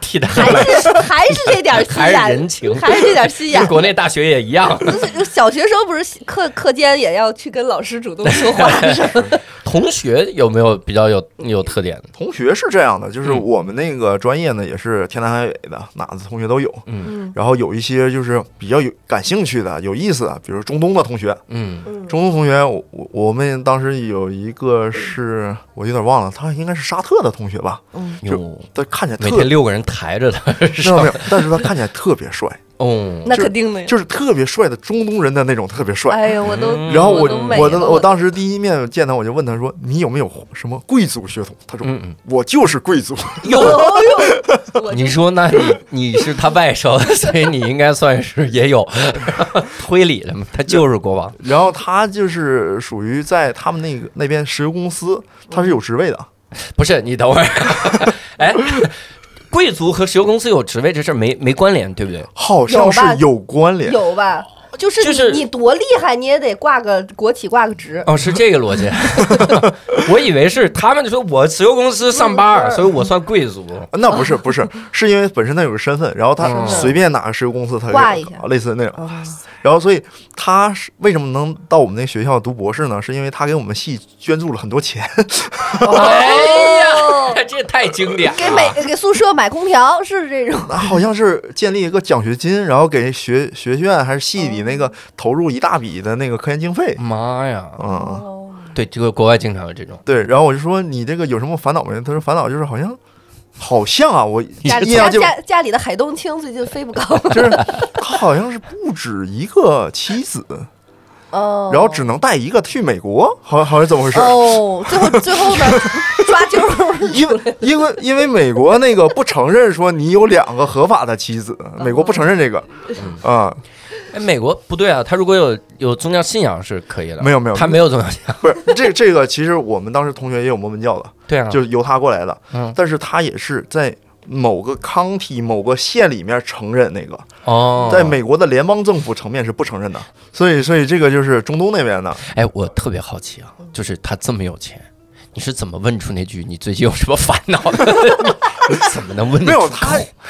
Speaker 1: 替代
Speaker 6: 还是哎还是这点 心
Speaker 1: 还是
Speaker 6: 眼，
Speaker 1: 人情，
Speaker 6: 还是这点心
Speaker 1: 跟
Speaker 6: 眼。
Speaker 1: 国内大学也一样，
Speaker 6: 就是小学生不是课课间也要去跟老师主动说话什么的？嗯
Speaker 1: 同学有没有比较有有特点的？
Speaker 7: 同学是这样的，就是
Speaker 1: 嗯
Speaker 7: 我们那个专业呢，也是天南海北的，哪的同学都有。
Speaker 1: 嗯
Speaker 6: 嗯
Speaker 7: 然后有一些就是比较有感兴趣的、有意思的，比如中东的同学。
Speaker 1: 嗯
Speaker 6: 嗯
Speaker 7: 中东同学，我我我们当时有一个是我有点忘了，他应该是沙特的同学吧？
Speaker 6: 嗯，
Speaker 7: 就
Speaker 1: 哟，
Speaker 7: 他看起来
Speaker 1: 每
Speaker 7: 特
Speaker 1: 天六个人抬 着他，
Speaker 7: 没有没有，但是他看起来特别帅，
Speaker 1: 哦，
Speaker 6: 那
Speaker 7: 就
Speaker 6: 肯定的呀。
Speaker 7: 就是特别帅的中东人的那种特别帅。
Speaker 6: 哎呀，我都
Speaker 1: 嗯
Speaker 7: 然后
Speaker 6: 我
Speaker 7: 我
Speaker 6: 都美
Speaker 7: 我
Speaker 6: 了
Speaker 7: 的我当时第一面见他，我就问他说：“你有没有什么贵族血统？”他说
Speaker 1: 嗯嗯：“
Speaker 7: 我就是贵族。
Speaker 1: 哟，
Speaker 6: 我我
Speaker 1: 你
Speaker 6: 就
Speaker 1: 说那你你是他外甥， 所以你应该算是也 有推理的嘛，他就是国王”，
Speaker 7: 然后他就是属于在他们那个那边石油公司，他是有职位的。
Speaker 1: 不是你等会儿， 哎。贵族和石油公司有职位这事儿没没关联，对不对？
Speaker 7: 好像是有关联。
Speaker 6: 有吧？就是你、
Speaker 1: 就是
Speaker 6: 你多厉害，你也得挂个国企，挂个职。
Speaker 1: 哦，是这个 逻辑。我以为是他们就说我石油公司上班儿，所以我算贵族。
Speaker 7: 啊那不
Speaker 6: 哦
Speaker 7: 是不是，是因为本身他有个身份，然后他
Speaker 1: 嗯
Speaker 7: 随便哪个石油公司，他
Speaker 6: 挂一下
Speaker 7: 类似那种。
Speaker 6: 啊，
Speaker 7: 然后所以他是为什么能到我们那学校读博士呢？是因为他给我们系捐助了很多钱。
Speaker 1: 哎呀， 这太经典
Speaker 6: 哦给每
Speaker 1: 了。
Speaker 6: 给宿舍买空调是这种。
Speaker 7: 那 好像是建立一个奖学金，然后给学学院还是系里那
Speaker 6: 哦
Speaker 7: 个投入一大笔的那个科研经费。
Speaker 1: 妈呀！
Speaker 7: 嗯，
Speaker 6: 哦
Speaker 1: 对，这个国外经常有这种。
Speaker 7: 对。然后我就说你这个有什么烦恼没？他说烦恼就是好像好像啊，我
Speaker 6: 家
Speaker 7: 印
Speaker 6: 家
Speaker 7: 象就
Speaker 6: 家家里的海东青最近飞不高，
Speaker 7: 就是他好像是不止一个妻子。
Speaker 6: 哦，
Speaker 7: 然后只能带一个去美国，好像好像怎么回事？
Speaker 6: 哦，最后最后呢，抓阄
Speaker 7: 因为因为因为美国那个不承认说你有两个合法的妻子，美国不承认这个啊，
Speaker 1: 哎，美国不对啊，他如果有有宗教信仰是可以的。
Speaker 7: 没有没有
Speaker 1: 他没有宗教信仰。
Speaker 7: 不是这这个其实我们当时同学也有摩门教的，
Speaker 1: 对啊，
Speaker 7: 就是由他过来的
Speaker 1: 嗯，
Speaker 7: 但是他也是在。某个 county 某个县里面承认那个，
Speaker 1: 哦，
Speaker 7: 在。美国的联邦政府层面是不承认的，所以所以这个就是中东那边的，
Speaker 1: 哎，我特别好奇啊，就是他这么有钱，你是怎么问出那句“你最近有什么烦恼”的？ 你 你怎么能问得
Speaker 7: 没有
Speaker 1: 出口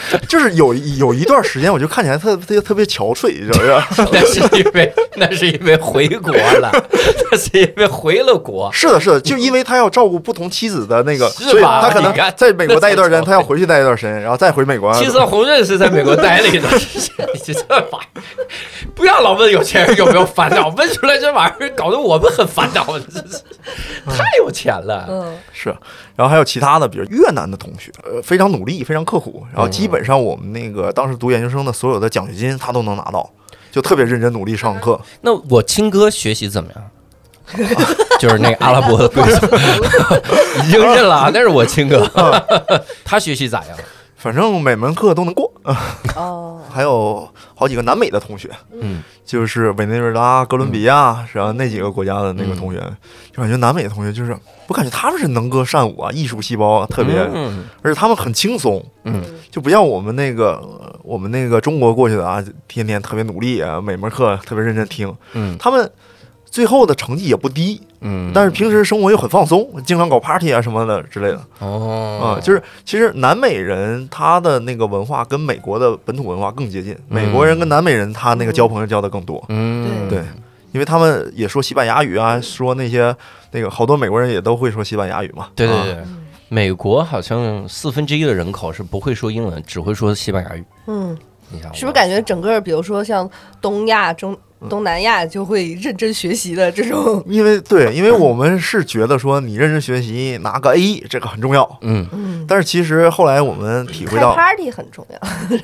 Speaker 7: 他，就是有有一段时间我就看起来特特特别憔悴，你知道吧？
Speaker 1: 那是因为那是因为回国了，那是因为回了国。
Speaker 7: 是的，是的，就因为他要照顾不同妻子的 那个，
Speaker 1: 是吧
Speaker 7: 所以他可能
Speaker 1: 你看
Speaker 7: 在美国待一 段时
Speaker 1: 那才
Speaker 7: 间，
Speaker 1: 巧
Speaker 7: 他要回去待一段时间，然后再回美国。
Speaker 1: 七色红润是在美国待了一段时间，你这玩意儿，不要老问有钱人有没有烦恼，问出来这玩意儿搞得我们很烦恼，真是太有钱了。
Speaker 6: 嗯，
Speaker 7: 是，然后还有其他的，比如越南的同学，呃，非常努力，非常刻苦，
Speaker 1: 嗯
Speaker 7: 然后基本上我们那个当时读研究生的所有的奖学金他都能拿到，就特别认真努力上课。
Speaker 1: 那我亲哥学习怎么样？ 就是那个阿拉伯的贵 族，已经认了啊，那是我亲哥。
Speaker 7: 啊
Speaker 1: 他学习咋样？
Speaker 7: 反正每门课都能过，呃
Speaker 6: 哦，
Speaker 7: 还有好几个南美的同学，
Speaker 1: 嗯，
Speaker 7: 就是委内瑞拉、哥伦比亚，然后那几个国家的那个同学，就感觉南美的同学就是，我感觉他们是能歌善舞啊，艺术细胞啊特别，
Speaker 1: 嗯
Speaker 7: 而且他们很轻松，
Speaker 1: 嗯，
Speaker 7: 就不像我们那个呃我们那个中国过去的啊，天天特别努力啊，每门课特别认真听，
Speaker 1: 嗯
Speaker 7: 他们最后的成绩也不低，
Speaker 1: 嗯，
Speaker 7: 但是平时生活又很放松，经常搞 party 啊什么的之类的啊、
Speaker 1: 哦，
Speaker 7: 就是其实南美人他的那个文化跟美国的本土文化更接近，美国人跟南美人他那个交朋友交的更多，
Speaker 1: 嗯
Speaker 7: 对。因为他们也说西班牙语啊，说那些那个好多美国人也都会说西班牙语嘛。
Speaker 1: 对对
Speaker 7: 啊
Speaker 1: 对，美国好像四分之一的人口是不会说英文，只会说西班牙语。
Speaker 6: 嗯，
Speaker 1: 你想
Speaker 6: 是不是感觉整个，比如说像东亚、中
Speaker 7: 嗯
Speaker 6: 东南亚，就会认真学习的这种？
Speaker 7: 因为对，因为我们是觉得说你认真学习拿个 A 这个很重要，
Speaker 1: 嗯，
Speaker 6: 嗯，
Speaker 7: 但是其实后来我们体会
Speaker 6: 开
Speaker 7: 到
Speaker 6: party 很重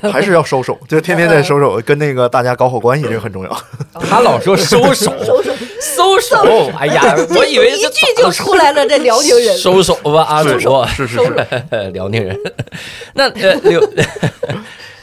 Speaker 6: 要。
Speaker 7: 还是要收手，就天天在收手，跟那个大家搞好关系这个很重要。
Speaker 1: 他老说收手， 收手，哎呀，我以为
Speaker 6: 一
Speaker 1: 这
Speaker 6: 句就出来了，这辽宁人。
Speaker 1: 收手吧，阿
Speaker 7: 是
Speaker 1: 主，
Speaker 7: 是是
Speaker 6: 收手
Speaker 7: 是，
Speaker 1: 辽宁人。那呃，柳，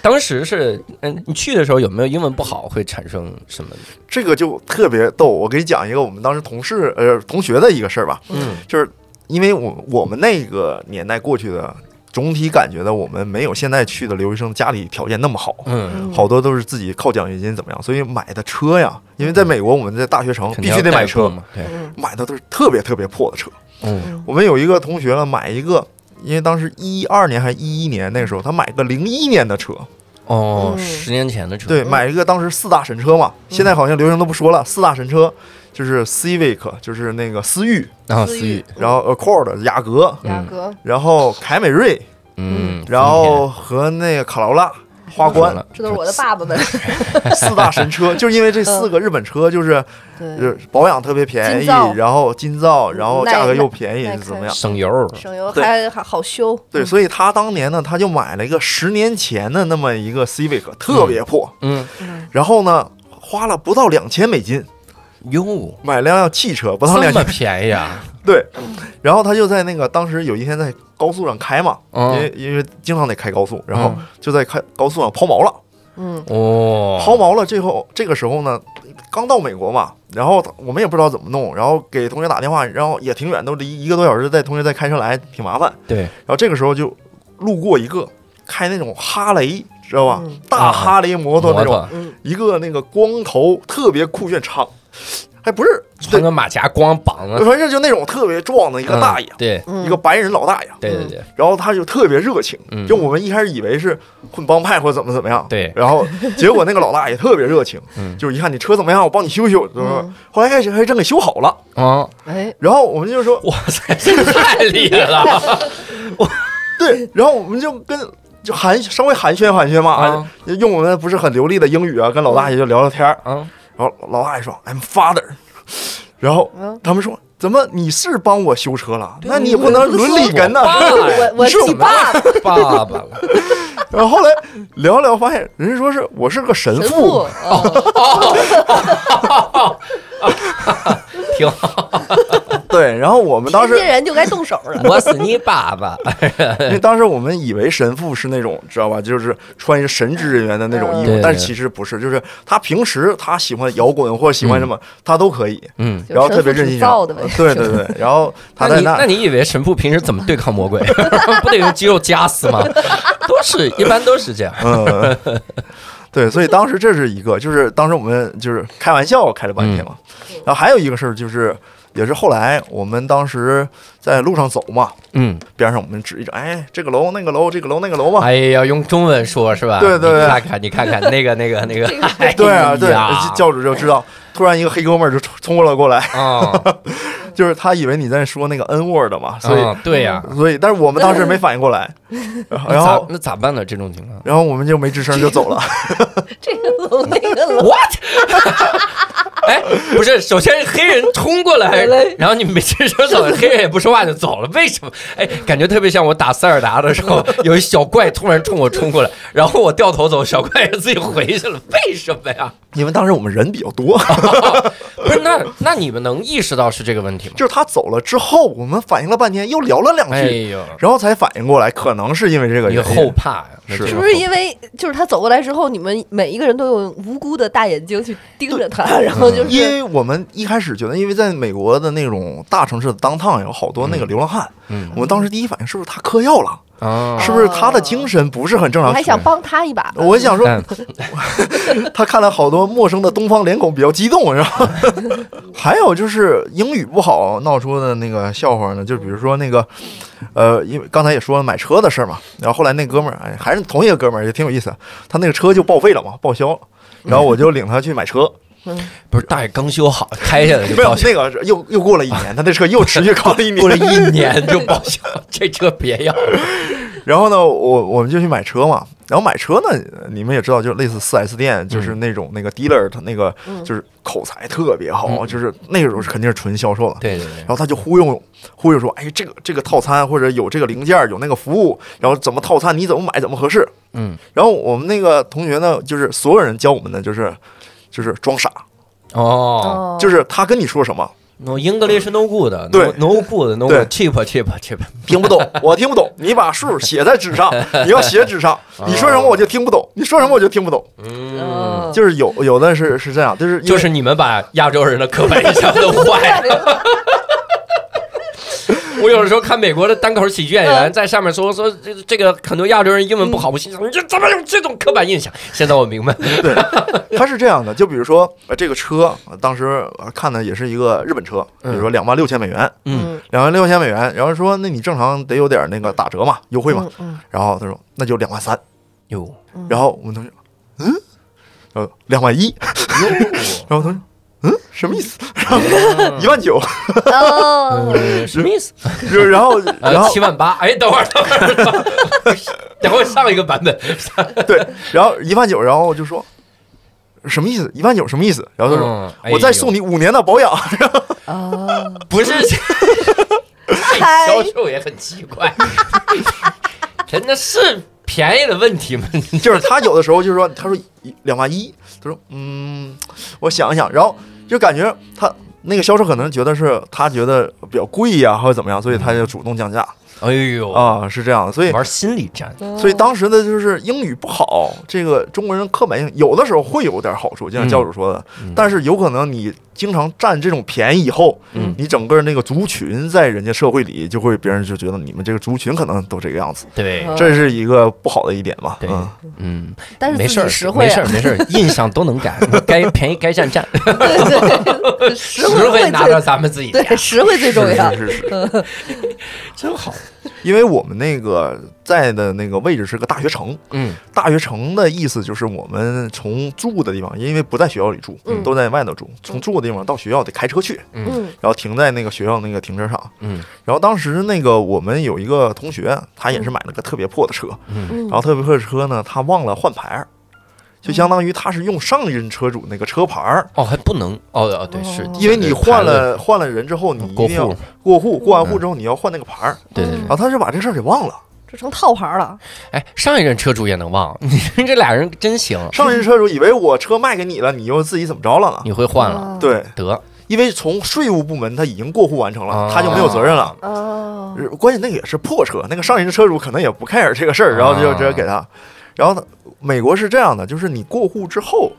Speaker 1: 当时是嗯，你去的时候有没有英文不好会产生什么？
Speaker 7: 这个就特别逗。我给你讲一个我们当时同事呃同学的一个事儿吧，
Speaker 1: 嗯
Speaker 7: 就是因为我我们那个年代过去的，总体感觉到我们没有现在去的留学生家里条件那么好。
Speaker 1: 嗯，
Speaker 7: 好多都是自己靠奖学金怎么样，所以买的车呀，因为在美国我们在大学城
Speaker 1: 嗯肯
Speaker 7: 必
Speaker 1: 定要
Speaker 7: 须得买
Speaker 1: 代购
Speaker 7: 车，
Speaker 1: 嘛，对，
Speaker 6: 嗯
Speaker 7: 买的都是特别特别破的车。
Speaker 1: 嗯
Speaker 7: 我们有一个同学了，买一个，因为当时一二年还一一年那个时候，他买个零一年的车，
Speaker 1: 哦，
Speaker 6: 嗯
Speaker 1: 十年前的车，
Speaker 7: 对，
Speaker 6: 嗯
Speaker 7: 买一个当时四大神车嘛，现在好像流行都不说了，四大神车就是 Civic，就是那个思域，
Speaker 1: 然后
Speaker 6: 思
Speaker 1: 啊思域
Speaker 6: 域，
Speaker 7: 然后 Accord 雅阁，
Speaker 6: 雅
Speaker 1: 嗯
Speaker 6: 阁，
Speaker 7: 然后凯美瑞，
Speaker 1: 嗯，
Speaker 7: 然后和那个卡罗拉、花
Speaker 1: 丰田
Speaker 7: 冠
Speaker 1: 了
Speaker 6: 这都是我的爸爸们。
Speaker 7: 四大神车，就是因为这四个日本车就是就
Speaker 6: 对，
Speaker 7: 是保养特别便
Speaker 6: 嗯
Speaker 7: 宜
Speaker 6: 金造，
Speaker 7: 然后金造，然后价格又便宜，
Speaker 6: 耐耐嗯
Speaker 7: 怎么样？
Speaker 1: 省油，
Speaker 6: 省油
Speaker 7: 对
Speaker 6: 还还好修。
Speaker 7: 对，所以他当年呢，他就买了一个十年前的那么一个 Civic，特别破，
Speaker 1: 嗯，
Speaker 7: 然后呢，花了不到两千美金
Speaker 1: 哟，
Speaker 7: 买辆汽车，不到两
Speaker 1: 这么
Speaker 7: 千，
Speaker 1: 便宜啊？
Speaker 7: 对，然后他就在那个当时有一天在高速上开嘛， 因
Speaker 1: 嗯
Speaker 7: 为因为经常得开高速，然后
Speaker 1: 嗯
Speaker 7: 就在开高速上抛锚了。
Speaker 6: 嗯，
Speaker 1: 哦，
Speaker 7: 抛锚了之后，这个时候呢，刚到美国嘛，然后我们也不知道怎么弄，然后给同学打电话，然后也挺远，都离一个多小时，在同学再开车来挺麻烦。
Speaker 1: 对，
Speaker 7: 然后这个时候就路过一个开那种哈雷，知道吧？
Speaker 6: 嗯
Speaker 7: 大哈雷摩托那
Speaker 1: 啊摩
Speaker 7: 种，
Speaker 1: 托
Speaker 6: 嗯，
Speaker 7: 一个那个光头特别酷炫长，还不是
Speaker 1: 穿个马甲光膀子，
Speaker 7: 反正就那种特别壮的一个大爷，
Speaker 1: 嗯对
Speaker 6: 嗯
Speaker 7: 一个白人老大爷。
Speaker 1: 对对对，
Speaker 7: 然后他就特别热情，
Speaker 1: 嗯
Speaker 7: 就我们一开始以为是混帮派或者怎么怎么样，
Speaker 1: 对
Speaker 7: 然后结果那个老大爷特别热情，
Speaker 1: 嗯
Speaker 7: 就是一看你车怎么样，我帮你修修，就是说
Speaker 6: 嗯
Speaker 7: 后来开始还真给修好了。
Speaker 1: 啊，
Speaker 6: 哎，
Speaker 7: 然后我们就说
Speaker 1: 哇塞，这个太厉害 了，
Speaker 7: 对，然后我们就跟就寒稍微寒暄寒暄嘛，
Speaker 1: 啊
Speaker 7: 用我们不是很流利的英语啊，跟老大爷就聊聊天儿。
Speaker 1: 啊，
Speaker 7: 然后老大爷说：“I'm father。”然后
Speaker 6: 嗯
Speaker 7: 他们说：“怎么你是帮我修车了？那你也不能伦理根呐。
Speaker 1: 我爸呀
Speaker 6: 我我
Speaker 7: 哎你是我
Speaker 6: 你
Speaker 7: 们
Speaker 6: 爸爸
Speaker 1: 爸爸了，
Speaker 7: 然后后来聊聊，发现人家说是我是个神
Speaker 6: 神
Speaker 7: 父
Speaker 6: 父，，哦
Speaker 1: 挺好，
Speaker 7: 对，然后我们当时
Speaker 6: 天津人就该动手了。
Speaker 1: 我是你爸爸，
Speaker 7: 因为当时我们以为神父是那种，知道吧？就是穿一个神职人员的那种衣
Speaker 1: 嗯
Speaker 7: 服
Speaker 1: 对，
Speaker 7: 但
Speaker 1: 对
Speaker 7: 其实不是，就是他平时他喜欢摇滚或者喜欢什么，他都可以。
Speaker 1: 嗯。
Speaker 6: 就
Speaker 7: 然后特
Speaker 6: 神
Speaker 7: 别
Speaker 6: 父
Speaker 7: 认
Speaker 6: 挺
Speaker 7: 真，
Speaker 6: 造的呗，
Speaker 7: 对对对。然后他
Speaker 1: 那
Speaker 7: 在
Speaker 1: 你那你以为神父平时怎么对抗魔鬼？ 不得用肌肉夹死吗？ 都是一般都是这样。
Speaker 7: 嗯， 对，所以当时这是一个，就是当时我们就是开玩笑开了半天嘛。
Speaker 1: 嗯
Speaker 7: 然后还有一个事儿就是，也是后来我们当时在路上走嘛，
Speaker 1: 嗯，
Speaker 7: 边上我们指一指，哎，这个楼那个楼，这个楼那个楼嘛。
Speaker 1: 哎呀，用中文说是吧？
Speaker 7: 对对对
Speaker 1: 你看看，你看看那个那个 那个
Speaker 6: 这个，
Speaker 1: 哎
Speaker 7: 对啊，对，
Speaker 1: 呀
Speaker 7: 教主就知道，突然一个黑哥们儿就冲冲过来过来，
Speaker 1: 啊，
Speaker 7: 就是他以为你在说那个 N word 嘛，所以、
Speaker 1: 啊对呀，
Speaker 7: 所以，但是我们当时没反应过 来，
Speaker 1: 那
Speaker 7: 然
Speaker 1: 咋
Speaker 7: 后
Speaker 1: 那咋办呢？这种情况
Speaker 7: 然后我们就没吱声就走了。
Speaker 6: 这个楼那个楼，
Speaker 1: ，what？哎，不是，首先黑人冲过来
Speaker 6: 对嘞，
Speaker 1: 然后你没吱声走了，黑人也不说话就走了，为什么？哎，感觉特别像我打塞尔达的时候，有一小怪突然冲我冲过来，然后我掉头走，小怪自己回去了，为什么呀？
Speaker 7: 因为当时我们人比较多，
Speaker 1: 不是，那那你们能意识到是这个问题吗？
Speaker 7: 就是他走了之后，我们反应了半天，又聊了两句，
Speaker 1: 哎呦，
Speaker 7: 然后才反应过来，可能是因为这个
Speaker 1: 你
Speaker 7: 原因
Speaker 1: 后怕呀，那
Speaker 7: 是
Speaker 1: 这
Speaker 6: 是
Speaker 1: 个
Speaker 6: 不是
Speaker 1: 后
Speaker 6: 因为就是他走过来之后，你们每一个人都用无辜的大眼睛去盯着他，然后就
Speaker 7: 因
Speaker 6: 是
Speaker 7: 为我们一开始觉得，因为在美国的那种大城市的当趟有好多那个流浪汉，
Speaker 1: 嗯
Speaker 7: 我们当时第一反应是不是他嗑药了？
Speaker 1: 啊
Speaker 7: 是不是他的精神不是很正
Speaker 6: 我
Speaker 7: 常
Speaker 6: 还？想帮他一把呢，
Speaker 7: 我想说，
Speaker 1: 但
Speaker 7: 他看了好多陌生的东方脸孔，比较激动，然后 还有就是英语不好闹出的那个笑话呢，就比如说那个，呃，因为刚才也说了买车的事儿嘛，然后后来那哥们儿，哎，还是同一个哥们儿，也挺有意思，他那个车就报废了嘛，报销了。然后我就领他去买 车，
Speaker 1: 不是大爷刚修好，开下来就
Speaker 7: 没有
Speaker 1: 报销，
Speaker 7: 那个又又过了一年，他那车又持续搞 了一
Speaker 1: 过了
Speaker 7: 年。
Speaker 1: 一年就报销，这车别要了。
Speaker 7: 然后呢，我我们就去买车嘛。然后买车呢，你们也知道，就类似四 S
Speaker 1: 嗯
Speaker 7: 店，就是那种那个 dealer，他那个就是口才特别好，
Speaker 1: 嗯
Speaker 7: 就是那种是肯定是纯销售了。
Speaker 1: 对对对
Speaker 7: 然，后他就忽悠忽悠说，哎，这个这个套餐或者有这个零件儿有那个服务，然后怎么套餐你怎么买怎么合适。
Speaker 1: 嗯，
Speaker 7: 然后我们那个同学呢，就是所有人教我们的就是就是装傻，
Speaker 1: 哦，
Speaker 6: 哦
Speaker 7: 就是他跟你说什么
Speaker 1: ，no English no good，
Speaker 7: 对
Speaker 1: no good no
Speaker 7: 对
Speaker 1: good cheap cheap cheap，
Speaker 7: 听不懂，我听不懂，你把数写在纸上，你要写纸上，你说什
Speaker 1: 哦
Speaker 7: 么我就听不懂，你说什么我就听不懂，
Speaker 1: 嗯，
Speaker 6: 哦
Speaker 7: 就是有有的是是这样，就是因为
Speaker 1: 就是你们把亚洲人的刻板印象都
Speaker 6: 嗯
Speaker 1: 坏 了。我有的时候看美国的单口喜剧演员在上面说说这这个很多亚洲人英文不好，我心想你这怎么有这种刻板印象？现在我明白，
Speaker 7: 它是这样的，就比如说呃，这个车呃当时呃看的也是一个日本车，比如说两万六千美元，
Speaker 1: 嗯，
Speaker 7: 两万六千美元，然后说那你正常得有点那个打折嘛，优惠嘛，
Speaker 6: 嗯嗯
Speaker 7: 然后他说那就两万三，
Speaker 1: 哟，
Speaker 7: 然后我们同学，嗯，呃，两万一，然后他说，嗯，什么意思？
Speaker 1: 嗯
Speaker 7: 然后一万九，
Speaker 6: 哦，
Speaker 1: 呃什么意思？
Speaker 7: 就是然后然
Speaker 1: 呃，
Speaker 7: 后
Speaker 1: 七万八。哎，等会儿，等会儿，等会儿上一个版本。
Speaker 7: 对，然后一万九，然后我就说什么意思？一万九什么意思？然后他说。
Speaker 1: 嗯
Speaker 7: 我再送，你五年的保养，
Speaker 6: 哦，
Speaker 1: 哎呦不是，哎
Speaker 6: 嗨
Speaker 1: 销售也很奇怪， 真的是便宜的问题吗？
Speaker 7: 就是他有的时候就是说，他说一两万一，他说嗯，我想一想，然后就感觉他那个销售可能觉得是他觉得比较贵呀、或者怎么样，所以他就主动降价
Speaker 1: 哎呦，
Speaker 7: 啊，是这样的，所以
Speaker 1: 玩心理战，
Speaker 6: 哦
Speaker 7: 所以当时呢，就是英语不好，这个中国人刻板印象有的时候会有点好处，就像教主说的，
Speaker 1: 嗯
Speaker 7: 但是有可能你经常占这种便宜以后，
Speaker 1: 嗯
Speaker 7: 你整个那个族群在人家社会里就会别人就觉得你们这个族群可能都这个样子，
Speaker 1: 对，
Speaker 6: 嗯
Speaker 7: 这是一个不好的一点嘛。
Speaker 1: 对
Speaker 7: 嗯，
Speaker 1: 嗯，
Speaker 6: 但是
Speaker 1: 没事
Speaker 6: 自己
Speaker 1: 儿，
Speaker 6: 实惠
Speaker 1: 没事
Speaker 6: 啊
Speaker 1: 儿，，没事 儿，印象都能改， 该便宜该占占，
Speaker 6: 对对，实
Speaker 1: 实惠
Speaker 6: 惠
Speaker 1: 拿到咱们自己
Speaker 6: 最，对，实惠最重要。
Speaker 7: 是是是是，
Speaker 1: 真好，
Speaker 7: 因为我们那个在的那个位置是个大学城，
Speaker 1: 嗯
Speaker 7: 大学城的意思就是我们从住的地方，因为不在学校里住，
Speaker 6: 嗯
Speaker 7: 都在外头住，从住的地方到学校得开车去，
Speaker 6: 嗯
Speaker 7: 然后停在那个学校那个停车场。
Speaker 1: 嗯
Speaker 7: 然后当时那个我们有一个同学，他也是买了个特别破的车，
Speaker 1: 嗯，
Speaker 6: 嗯
Speaker 7: 然后特别破的车呢，他忘了换牌儿，就相当于他是用上一任车主那个车牌儿，
Speaker 1: 哦，还不能，哦哦，对，是
Speaker 6: 哦，
Speaker 7: 因为你换
Speaker 1: 对，
Speaker 7: 了换了人之后，你
Speaker 1: 嗯过
Speaker 7: 一定要
Speaker 1: 户，嗯
Speaker 7: 过户，过完户之后你要换那个牌儿，
Speaker 1: 对对
Speaker 6: 嗯
Speaker 1: 对
Speaker 7: 然，后他就把这事儿给忘了。
Speaker 6: 这成套牌了，
Speaker 1: 哎，上一任车主也能忘， 你这俩人真行，
Speaker 7: 上一任车主以为我车卖给你了，你又自己怎么着了呢？
Speaker 1: 你会换了，
Speaker 6: 哦，
Speaker 7: 对，
Speaker 1: 得，
Speaker 7: 因为从税务部门他已经过户完成了，
Speaker 1: 啊嗯
Speaker 7: 他就没有责任了。
Speaker 6: 哦，
Speaker 7: 呃关键那个也是破车，那个上一任车主可能也不 care 这个事儿，然后就
Speaker 1: 啊
Speaker 7: 直接给他。然后呢，美国是这样的，就是你过户之后，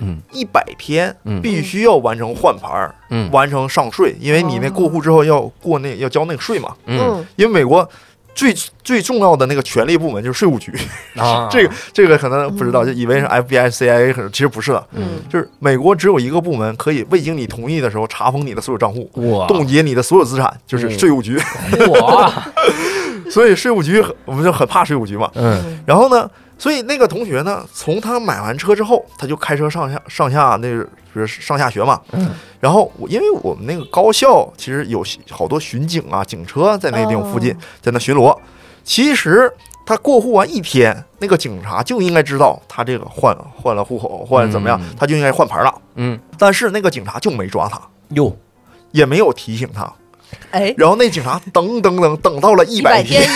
Speaker 1: 嗯，
Speaker 7: 一百天
Speaker 1: 嗯
Speaker 7: 必须要完成换牌儿，
Speaker 1: 嗯
Speaker 7: 完成上税，因为你那过户之后要过那要交那个税嘛。
Speaker 1: 嗯
Speaker 7: 因为美国最最重要的那个权力部门就是税务局，
Speaker 1: 啊，
Speaker 7: 这个这个可能不知道，就以为是 FBI、CIA，可是其实不是的，
Speaker 6: 嗯
Speaker 7: 就是美国只有一个部门可以未经你同意的时候查封你的所有账户。
Speaker 1: 我
Speaker 7: 冻结你的所有资产，就是
Speaker 1: 嗯
Speaker 7: 税务局。
Speaker 1: 我，
Speaker 7: 所以税务局很我们就很怕税务局嘛。
Speaker 1: 嗯
Speaker 7: 然后呢，所以那个同学呢，从他买完车之后，他就开车上下上下那个就是上下学嘛。
Speaker 1: 嗯
Speaker 7: 然后我因为我们那个高校其实有好多巡警啊、警车在那个地方附近
Speaker 6: 哦
Speaker 7: 在那巡逻，其实。他过户完一天，那个警察就应该知道他这个换换了户口，换怎么样，
Speaker 1: 嗯
Speaker 7: 他就应该换牌了。
Speaker 1: 嗯，
Speaker 7: 但是那个警察就没抓他，
Speaker 1: 哟，
Speaker 7: 也没有提醒他。
Speaker 6: 哎，
Speaker 7: 然后那警察等等等等到了一
Speaker 6: 一
Speaker 7: 百
Speaker 6: 百天，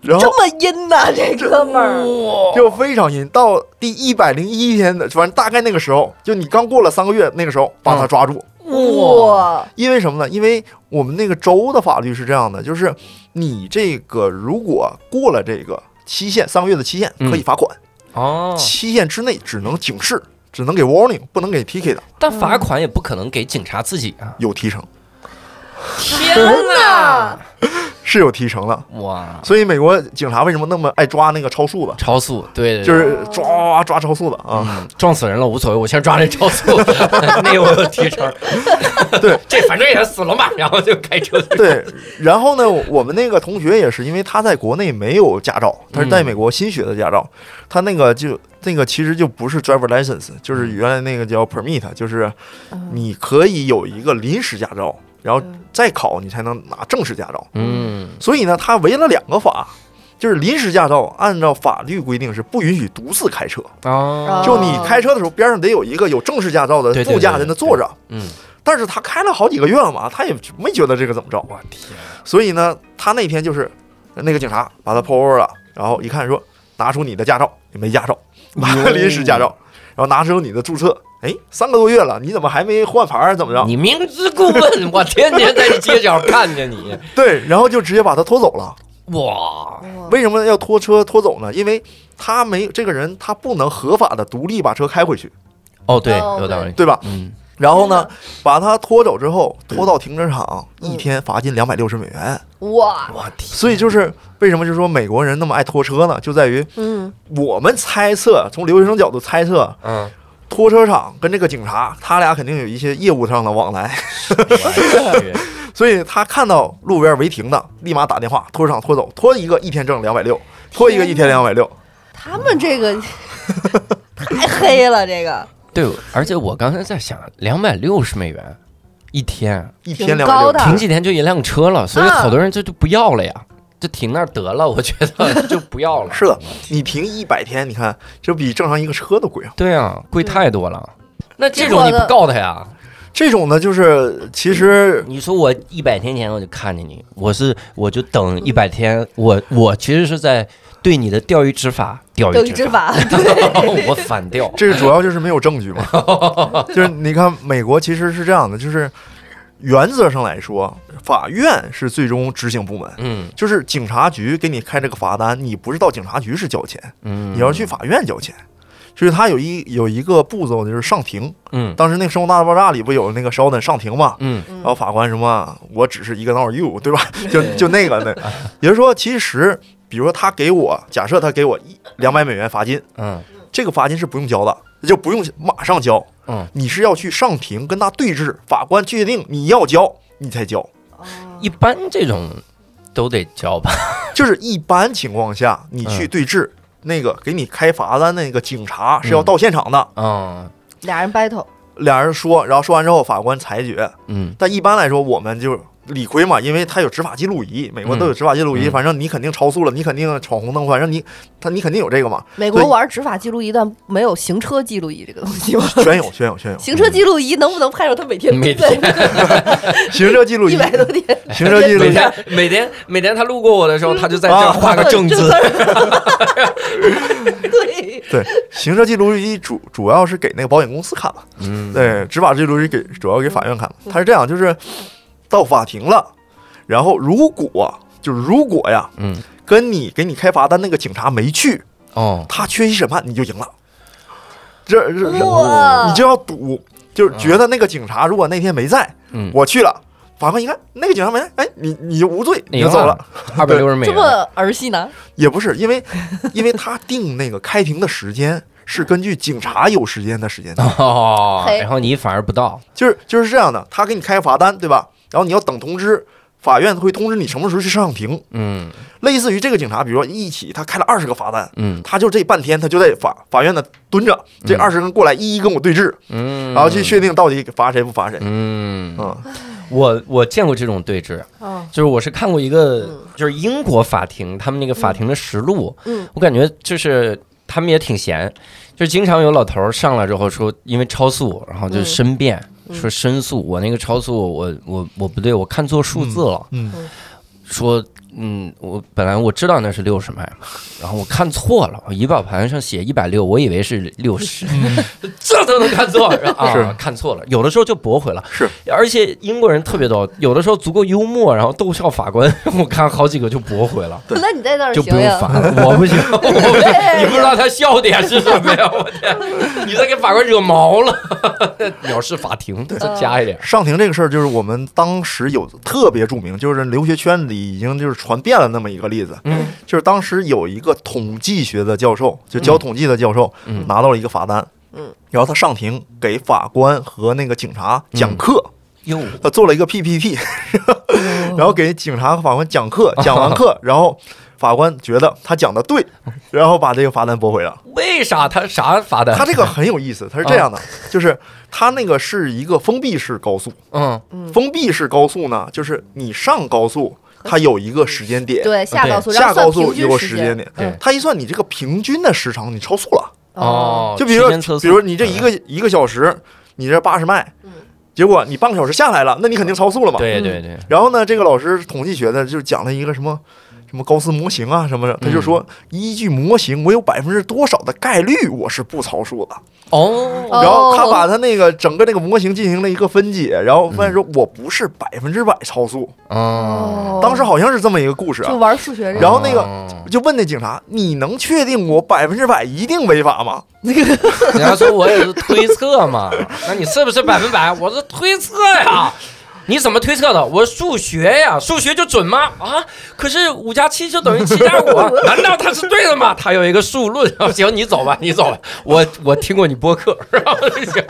Speaker 7: 然后
Speaker 6: 这么阴呐，这哥们儿，
Speaker 1: 哇，
Speaker 7: 就非常阴。到第一百零一天的，反正大概那个时候，就你刚过了三个月，那个时候把他抓住。
Speaker 1: 哇，
Speaker 6: 哇，
Speaker 7: 因为什么呢？因为我们那个州的法律是这样的，就是你这个如果过了这个期限，三个月的期限
Speaker 1: 嗯
Speaker 7: 可以罚款，
Speaker 1: 哦，
Speaker 7: 期限之内只能警示，只能给 warning，不能给 ticket 的，
Speaker 1: 但罚款也不可能给警察自己啊，
Speaker 7: 有提成
Speaker 1: 天
Speaker 6: 呐，
Speaker 7: 是有提成的。
Speaker 1: 哇，
Speaker 7: 所以美国警察为什么那么爱抓那个超速的？
Speaker 1: 超速，对，对对
Speaker 7: 就是抓抓超速的啊！
Speaker 1: 嗯，撞死人了无所谓，我先抓这超速， 那个我有提成。
Speaker 7: 对，
Speaker 1: 这反正也死了嘛，然后就开车 去。
Speaker 7: 对，然后呢，我我们那个同学也是，因为他在国内没有驾照，他是在美国新学的驾照，他那个就那个其实就不是 driver license，就是原来那个
Speaker 1: 嗯
Speaker 7: 叫 permit，就是你可以有一个临时驾照，然后再考你才能拿正式驾照。
Speaker 1: 嗯，
Speaker 7: 所以呢，他违了两个法，就是临时驾照按照法律规定是不允许独自开车，
Speaker 1: 哦
Speaker 7: 就你开车的时候边上得有一个有正式驾照的
Speaker 1: 对对
Speaker 7: 副驾
Speaker 1: 对
Speaker 7: 在
Speaker 1: 对
Speaker 7: 那坐着。
Speaker 1: 嗯，
Speaker 7: 但是他开了好几个月了嘛，他也没觉得这个怎么着。
Speaker 1: 我天，
Speaker 7: 所以呢，他那天就是那个警察把他 pull over 了，然后一看说拿出你的驾照，你没驾照，拿了临时驾照，然后拿出你的注册，哎，三个多月了，你怎么还没换牌儿？怎么着？
Speaker 1: 你明知故问，我天天在街角看着你，
Speaker 7: 对，然后就直接把他拖走了。
Speaker 1: 哇，
Speaker 7: 为什么要拖车拖走呢？因为他没这个人，他不能合法的独立把车开回去，
Speaker 1: 哦，对，
Speaker 6: 哦
Speaker 1: 有道理，
Speaker 7: 对吧？
Speaker 1: 嗯，
Speaker 7: 然后
Speaker 6: 是
Speaker 7: 呢
Speaker 6: 的，
Speaker 7: 把他拖走之后，拖到停车场，
Speaker 6: 嗯
Speaker 7: 一天罚金两百六十美元。
Speaker 6: 哇，
Speaker 1: 我天，
Speaker 7: 所以就是为什么就说美国人那么爱拖车呢？就在于
Speaker 6: 嗯，
Speaker 7: 我们猜测，从留学生角度猜测，
Speaker 1: 嗯，
Speaker 7: 拖车厂跟这个警察，他俩肯定有一些业务上的往来，
Speaker 1: 我去，
Speaker 7: 所以他看到路边违停的，立马打电话，拖车厂拖走，拖一个一天挣两百六，拖一个一天两百六，
Speaker 6: 他们这个太黑了，这个
Speaker 1: 对，而且我刚才在想，两百六十美元一天，
Speaker 7: 一
Speaker 6: 挺
Speaker 7: 天两
Speaker 6: 高
Speaker 7: 百
Speaker 6: 的
Speaker 7: 六，
Speaker 1: 停几天就一辆车了，所以
Speaker 6: 啊
Speaker 1: 好多人就就不要了呀，就停那儿得了，我觉得就不要了。
Speaker 7: 是的，你停一百天，你看这比正常一个车都贵啊。
Speaker 1: 对啊，贵太多了。那这
Speaker 6: 嗯结
Speaker 1: 种
Speaker 6: 果
Speaker 1: 你不
Speaker 6: 呢
Speaker 1: 告他呀？
Speaker 7: 这种呢，就是其实
Speaker 1: 你说我一百天前我就看见你，我是我就等一百天，我我其实是在对你的钓鱼执法，钓
Speaker 6: 等
Speaker 1: 鱼
Speaker 6: 于
Speaker 1: 执
Speaker 6: 执
Speaker 1: 法，
Speaker 6: 法
Speaker 1: 我反钓。
Speaker 7: 这个主要就是没有证据嘛，就是你看美国其实是这样的，就是原则上来说，法院是最终执行部门。
Speaker 1: 嗯
Speaker 7: 就是警察局给你开这个罚单，你不是到警察局是交钱，
Speaker 1: 嗯，
Speaker 7: 你要去法院交钱。所以他有一有一个步骤就是上庭，
Speaker 1: 嗯
Speaker 7: 当时那个《生活大爆炸》里不有那个稍等上庭嘛，
Speaker 1: 嗯
Speaker 7: 然后法官什么，我只是一个 not you，对吧？ 就就那个那，也就是说，其实比如说他给我，假设他给我一两百美元罚金，
Speaker 1: 嗯
Speaker 7: 这个罚金是不用交的，就不用马上交，
Speaker 1: 嗯，
Speaker 7: 你是要去上庭跟他对峙，法官确定你要交，你才交。
Speaker 1: 一般这种都得交吧？
Speaker 7: 就是一般情况下，你去对峙，
Speaker 6: 嗯
Speaker 7: 那个给你开罚单那个警察是要到现场的，
Speaker 1: 嗯
Speaker 6: 俩人 battle，
Speaker 7: 俩人说，然后说完之后法官裁决。
Speaker 1: 嗯
Speaker 7: 但一般来说，我们就理亏嘛，因为他有执法记录仪，美国都有执法记录仪，
Speaker 1: 嗯
Speaker 7: 反正你肯定超速了，你肯定闯红灯，反正你他你肯定有这个嘛，
Speaker 6: 美
Speaker 7: 对
Speaker 6: 国玩执法记录仪，但没有行车记录仪这个东西吗？
Speaker 7: 全有全有全有
Speaker 6: 嗯行车记录仪能不能拍着他每天
Speaker 1: 每
Speaker 6: 在
Speaker 7: 行车记录 仪
Speaker 6: 一，百多天？
Speaker 7: 行车记录
Speaker 1: 每
Speaker 7: 仪。
Speaker 1: 天 每天每天他路过我的时候，他就在这儿
Speaker 7: 啊
Speaker 1: 画 个正字。
Speaker 6: 对，
Speaker 7: 对，行车记录仪主主要是给那个保险公司看嘛，
Speaker 1: 嗯，
Speaker 7: 对，执法记录仪给主要给法院看嘛。他是这样，就是到法庭了，然后如果就是如果呀，
Speaker 1: 嗯，
Speaker 7: 跟你给你开罚单那个警察没去，
Speaker 1: 哦，
Speaker 7: 他缺席审判，你就赢了。这这这，
Speaker 6: 哇，
Speaker 7: 你就要赌，就是觉得那个警察如果那天没在，
Speaker 1: 嗯
Speaker 7: 我去了，法官一看那个警察没在，哎，你你就无罪，你就
Speaker 1: 赢
Speaker 7: 走
Speaker 1: 了
Speaker 7: 了。
Speaker 1: 哎二百六十美
Speaker 6: 这
Speaker 1: 元。
Speaker 6: 么儿戏呢？
Speaker 7: 也不是因为，因为他定那个开庭的时间是根据警察有时间的时间定的
Speaker 1: 哦，
Speaker 6: 嘿
Speaker 1: 然后你反而不到，
Speaker 7: 就是就是这样的，他给你开罚单，对吧？然后你要等通知，法院会通知你什么时候去上庭。
Speaker 1: 嗯
Speaker 7: 类似于这个警察，比如说一起他开了二十个罚单，
Speaker 1: 嗯
Speaker 7: 他就这半天他就在法法院那蹲着，这二十人过来一一跟我对峙，
Speaker 1: 嗯，
Speaker 7: 然后去确定到底罚谁不罚谁。
Speaker 1: 嗯，
Speaker 7: 嗯，
Speaker 1: 我我见过这种对峙，
Speaker 6: 啊，
Speaker 1: 就是我是看过一个
Speaker 6: 嗯，
Speaker 1: 就是英国法庭他们那个法庭的实录，
Speaker 6: 嗯，
Speaker 1: 我感觉就是他们也挺闲，就是经常有老头儿上来之后说，因为超速，然后就
Speaker 6: 嗯
Speaker 1: 申辩。
Speaker 6: 嗯
Speaker 1: 说申诉，我那个超速，我我我不对，我看错数字了。
Speaker 4: 嗯
Speaker 6: 嗯
Speaker 1: 说嗯，我本来我知道那是六十迈，然后我看错了，我仪表盘上写一百六，我以为是六十，
Speaker 4: 嗯
Speaker 1: 这都能看错然后啊？
Speaker 7: 是
Speaker 1: 看错了，有的时候就驳回了。
Speaker 7: 是，
Speaker 1: 而且英国人特别逗，有的时候足够幽默，然后逗笑法官， 我看好几个就驳回了。
Speaker 7: 对
Speaker 6: 那你在那儿
Speaker 1: 就
Speaker 6: 行
Speaker 1: 不用
Speaker 6: 呀？
Speaker 1: 罚了，我不 行，我不行，
Speaker 6: 对
Speaker 1: 你不知道他笑点是什么呀？我天， 你在给法官惹毛 了，藐视法庭，再加一点。
Speaker 7: 上庭这个事儿，就是我们当时有特别著名，就是留学圈里已经就是传遍了那么一个例子，
Speaker 1: 嗯
Speaker 7: 就是当时有一个统计学的教授，就教统计的教授，
Speaker 1: 嗯
Speaker 7: 拿到了一个罚单，
Speaker 6: 嗯，
Speaker 7: 然后他上庭给法官和那个警察
Speaker 1: 嗯
Speaker 7: 讲课，
Speaker 1: 哟，
Speaker 7: 他做了一个 PPT，然 后给警察和法官讲课，讲完课，然后法官觉得他讲的对，然后把这个罚单驳回了。
Speaker 1: 为啥他啥罚单？
Speaker 7: 他这个很有意思，他是这样
Speaker 1: 嗯
Speaker 7: 的，就是他那个是一个封闭式高速，
Speaker 1: 嗯
Speaker 7: 封闭式高速呢，就是你上高速它有一个时间点。
Speaker 6: 对，下高速，然
Speaker 7: 下
Speaker 6: 后算
Speaker 7: 高速
Speaker 6: 平
Speaker 7: 有个
Speaker 6: 均
Speaker 7: 时
Speaker 6: 间
Speaker 7: 间点，
Speaker 1: 对
Speaker 7: 他一算你这个平均的时长，你超速了。
Speaker 1: 哦，
Speaker 7: 就比如
Speaker 1: 区间测
Speaker 7: 说，
Speaker 1: 速
Speaker 7: 比如你这一个一个小时，你这八十迈
Speaker 6: 嗯，
Speaker 7: 结果你半个小时下来了，那你肯定超速了嘛。
Speaker 1: 对对对，
Speaker 7: 然后呢，这个老师统计学的就讲了一个什么什么高斯模型啊什么的，
Speaker 1: 嗯
Speaker 7: 他就说依据模型，我有百分之多少的概率我是不超速的。
Speaker 1: 哦，
Speaker 7: 然后他把他那个整个那个模型进行了一个分解，然后
Speaker 1: 嗯
Speaker 7: 发现说我不是百分之百超速。
Speaker 1: 哦，
Speaker 7: 当时好像是这么一个故事
Speaker 6: 就
Speaker 7: 啊。
Speaker 6: 玩数学这
Speaker 7: 然后那个
Speaker 1: 个，
Speaker 7: 就问那警察：“你能确定我百分之百一定违法吗
Speaker 1: 人家说我也是推测 嘛，那你是不是百分百？我是推测呀。你怎么推测的？我数学呀，数学就准吗？啊，可是五加七就等于七加五，啊 难道他是对的吗？他有一个数论， 行， 你走吧，你走吧，我我听过你播客，然后就行，？”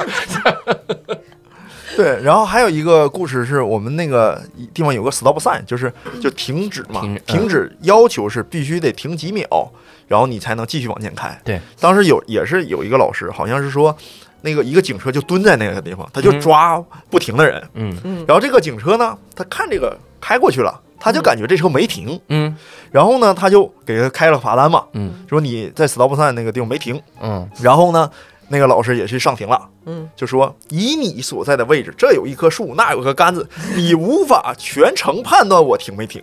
Speaker 7: 对，然后还有一个故事是我们那个地方有个 stop sign，就是就停止嘛，
Speaker 1: 停
Speaker 7: 停
Speaker 1: 止嗯
Speaker 7: 止要求是必须得停几秒，然后你才能继续往前开。
Speaker 1: 对，
Speaker 7: 当时有也是有一个老师，好像是说那个一个警车就蹲在那个地方，他就
Speaker 1: 嗯
Speaker 7: 抓不停的人，
Speaker 1: 嗯
Speaker 6: 嗯
Speaker 7: 然后这个警车呢，他看这个开过去了，他就感觉这车没停，
Speaker 1: 嗯
Speaker 7: 然后呢他就给他开了罚单嘛，
Speaker 1: 嗯
Speaker 7: 说你在 stop sign 那个地方没停，
Speaker 1: 嗯
Speaker 7: 然后呢那个老师也去上庭了。
Speaker 6: 嗯，
Speaker 7: 就说以你所在的位置，这有一棵树，那有棵杆子，你无法全程判断我停没停。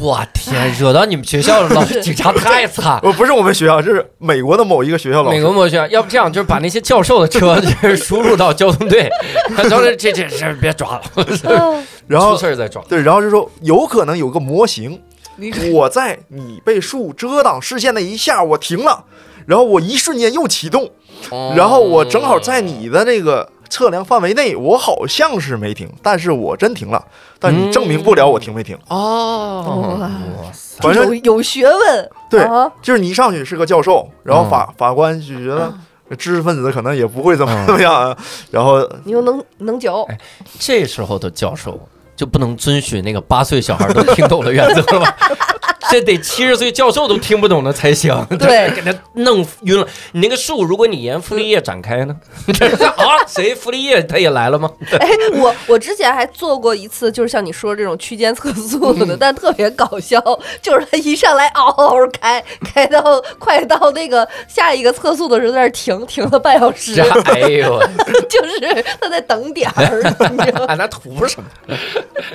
Speaker 1: 我天，惹到你们学校的老警察太惨。
Speaker 7: 我不是我们学校，这是美国的某一个学校
Speaker 1: 啊
Speaker 7: 老
Speaker 1: 美国
Speaker 7: 师。
Speaker 1: 模学，要不这样，就是把那些教授的车就是输入到交通队， 交通这这这别抓了，
Speaker 7: 然
Speaker 1: 出
Speaker 7: 后
Speaker 1: 事儿再抓。
Speaker 7: 对，然后就说有可能有个模型，
Speaker 6: 你
Speaker 7: 我在你被树遮挡视线那一下，我停了，然后我一瞬间又启动，
Speaker 1: 哦
Speaker 7: 然后我正好在你的这个测量范围内，我好像是没停，但是我真停了，但你证明不了我停没
Speaker 1: 嗯
Speaker 7: 停。
Speaker 1: 哦，哇塞，
Speaker 7: 反正
Speaker 6: 嗯有有学问，
Speaker 7: 对
Speaker 6: 啊，
Speaker 7: 就是你一上去是个教授，然后法、法官就觉得呃知识分子可能也不会怎 么怎么样，啊，然后
Speaker 6: 你又能能嚼，
Speaker 1: 这时候的教授就不能遵循那个八岁小孩都听懂的原则 了吗？这得七十岁教授都听不懂的才 行，
Speaker 6: 对
Speaker 1: 给他弄晕了。你那个树，如果你沿傅立叶展开 呢？这是啊，谁傅立叶他也来了吗？
Speaker 6: 哎，我我之前还做过一次，就是像你说这种区间测速的，但特别搞笑，就是他一上来嗷嗷开，开到快到那个下一个测速的时候，在那儿停停了半小时
Speaker 1: 这，哎呦，
Speaker 6: 就是他在等点儿，你知道吗
Speaker 1: 俺那图什么？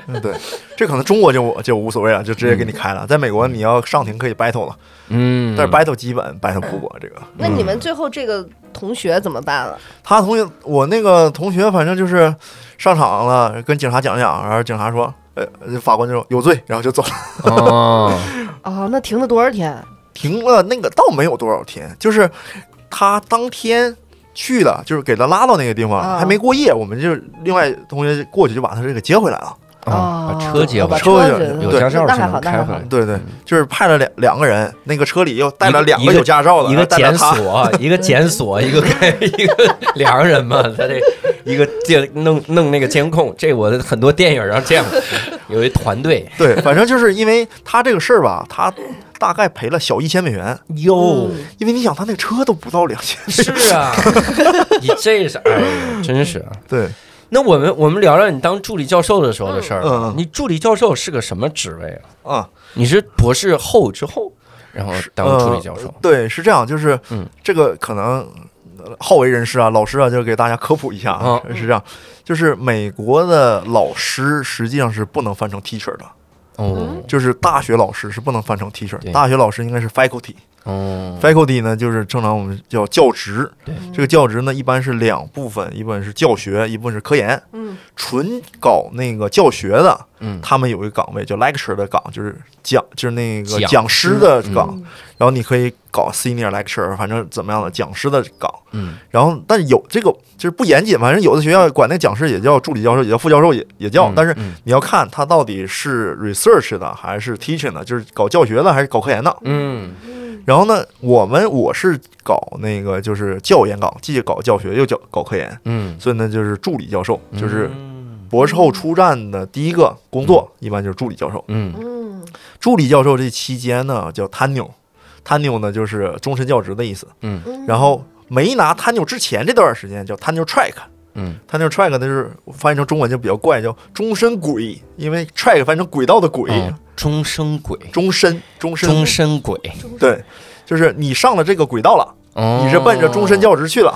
Speaker 7: 嗯对，这可能中国就就无所谓了，就直接给你开了。在美国你要上庭可以 battle 了，
Speaker 1: 嗯
Speaker 7: 但是 battle 基本 battle 不过这个。
Speaker 6: 那你们最后这个同学怎么办了？
Speaker 7: 他同学，我那个同学，反正就是上场了，跟警察讲讲，然后警察说，呃，法官就说有罪，然后就走了。
Speaker 1: 哦，
Speaker 6: 哦，那停了多少天？
Speaker 7: 停了那个倒没有多少天，就是他当天去了，就是给他拉到那个地方，
Speaker 6: 啊
Speaker 7: 还没过夜，我们就另外同学过去就把他这个接回来了。
Speaker 1: 啊
Speaker 6: 哦，
Speaker 1: 把车接回
Speaker 6: 把
Speaker 1: 来，
Speaker 7: 车
Speaker 6: 哦接
Speaker 7: 有
Speaker 6: 回来
Speaker 1: 有驾照
Speaker 6: 那
Speaker 1: 是
Speaker 6: 还好，
Speaker 1: 能开
Speaker 6: 那
Speaker 1: 回
Speaker 6: 还好
Speaker 1: 来。。
Speaker 7: 对对，就是派了两两个人，那个车里又带了
Speaker 1: 一个
Speaker 7: 两
Speaker 1: 一个
Speaker 7: 有驾照的，
Speaker 1: 一个
Speaker 7: 然后带着
Speaker 1: 检
Speaker 7: 他。
Speaker 1: 索，一个检索，一个一个良人嘛，他这一个这弄弄那个监控，这我很多电影上见过，有一团队
Speaker 7: 对，反正就是因为他这个事儿吧，他大概赔了小一千美元，
Speaker 1: 哟，
Speaker 7: 因为你想他那车都不到两千。
Speaker 1: 是啊，你这是哎呀，真是啊。
Speaker 7: 对，
Speaker 1: 那我们我们聊聊你当助理教授的时候的事儿吧。
Speaker 7: 嗯嗯
Speaker 1: 你助理教授是个什么职位啊？
Speaker 7: 啊、
Speaker 1: 你是博士后之后，然后当助理教授
Speaker 7: 呃。对，是这样，就是、
Speaker 1: 嗯
Speaker 7: 这个可能呃好为人师啊，老师啊，就是给大家科普一下啊，
Speaker 1: 嗯
Speaker 7: 是这样，就是美国的老师实际上是不能翻成 teacher 的，
Speaker 1: 哦
Speaker 7: 就是大学老师是不能翻成 teacher，
Speaker 1: 对
Speaker 7: 大学老师应该是 faculty。
Speaker 1: 哦，
Speaker 7: faculty 呢，就是正常我们叫教职。
Speaker 1: 对，
Speaker 7: 这个教职呢，一般是两部分，一部分是教学，一部分是科研。
Speaker 6: 嗯，
Speaker 7: 纯搞那个教学的，
Speaker 1: 嗯
Speaker 7: 他们有一个岗位叫 lecture 的岗，就是讲，就是那个
Speaker 1: 讲
Speaker 7: 讲师的
Speaker 1: 师嗯
Speaker 7: 岗。然后你可以搞 senior lecture，反正怎么样的讲师的岗。
Speaker 1: 嗯
Speaker 7: 然后，但是有这个就是不严谨，反正有的学校管那个讲师也叫助理教授，也叫副教授也，也叫。
Speaker 1: 嗯
Speaker 7: 但是
Speaker 1: 嗯
Speaker 7: 你要看他到底是 research 的还是 teaching 的，就是搞教学的还是搞科研的。
Speaker 1: 嗯
Speaker 7: 然后呢，我们我是搞那个就是教研岗，既搞教学又搞搞科研，
Speaker 1: 嗯，
Speaker 7: 所以呢就是助理教授，就是
Speaker 1: 嗯
Speaker 7: 博士后出站的第一个工作，一般就是助理教授。
Speaker 1: 嗯
Speaker 6: 嗯，
Speaker 7: 助理教授这期间呢叫 tenure，tenure 呢就是终身教职的意思。
Speaker 6: 嗯
Speaker 7: 然后没拿 tenure 之前这段时间叫 tenure track。
Speaker 1: 嗯
Speaker 7: tenure track 呢就是翻译成中文就比较怪，叫终身轨，因为 track 翻译成轨道的轨，
Speaker 1: 哦终生鬼，
Speaker 7: 终身，终身，
Speaker 1: 终身鬼，
Speaker 7: 对，就是你上了这个轨道了，
Speaker 1: 哦
Speaker 7: 你是奔着终身教职去了。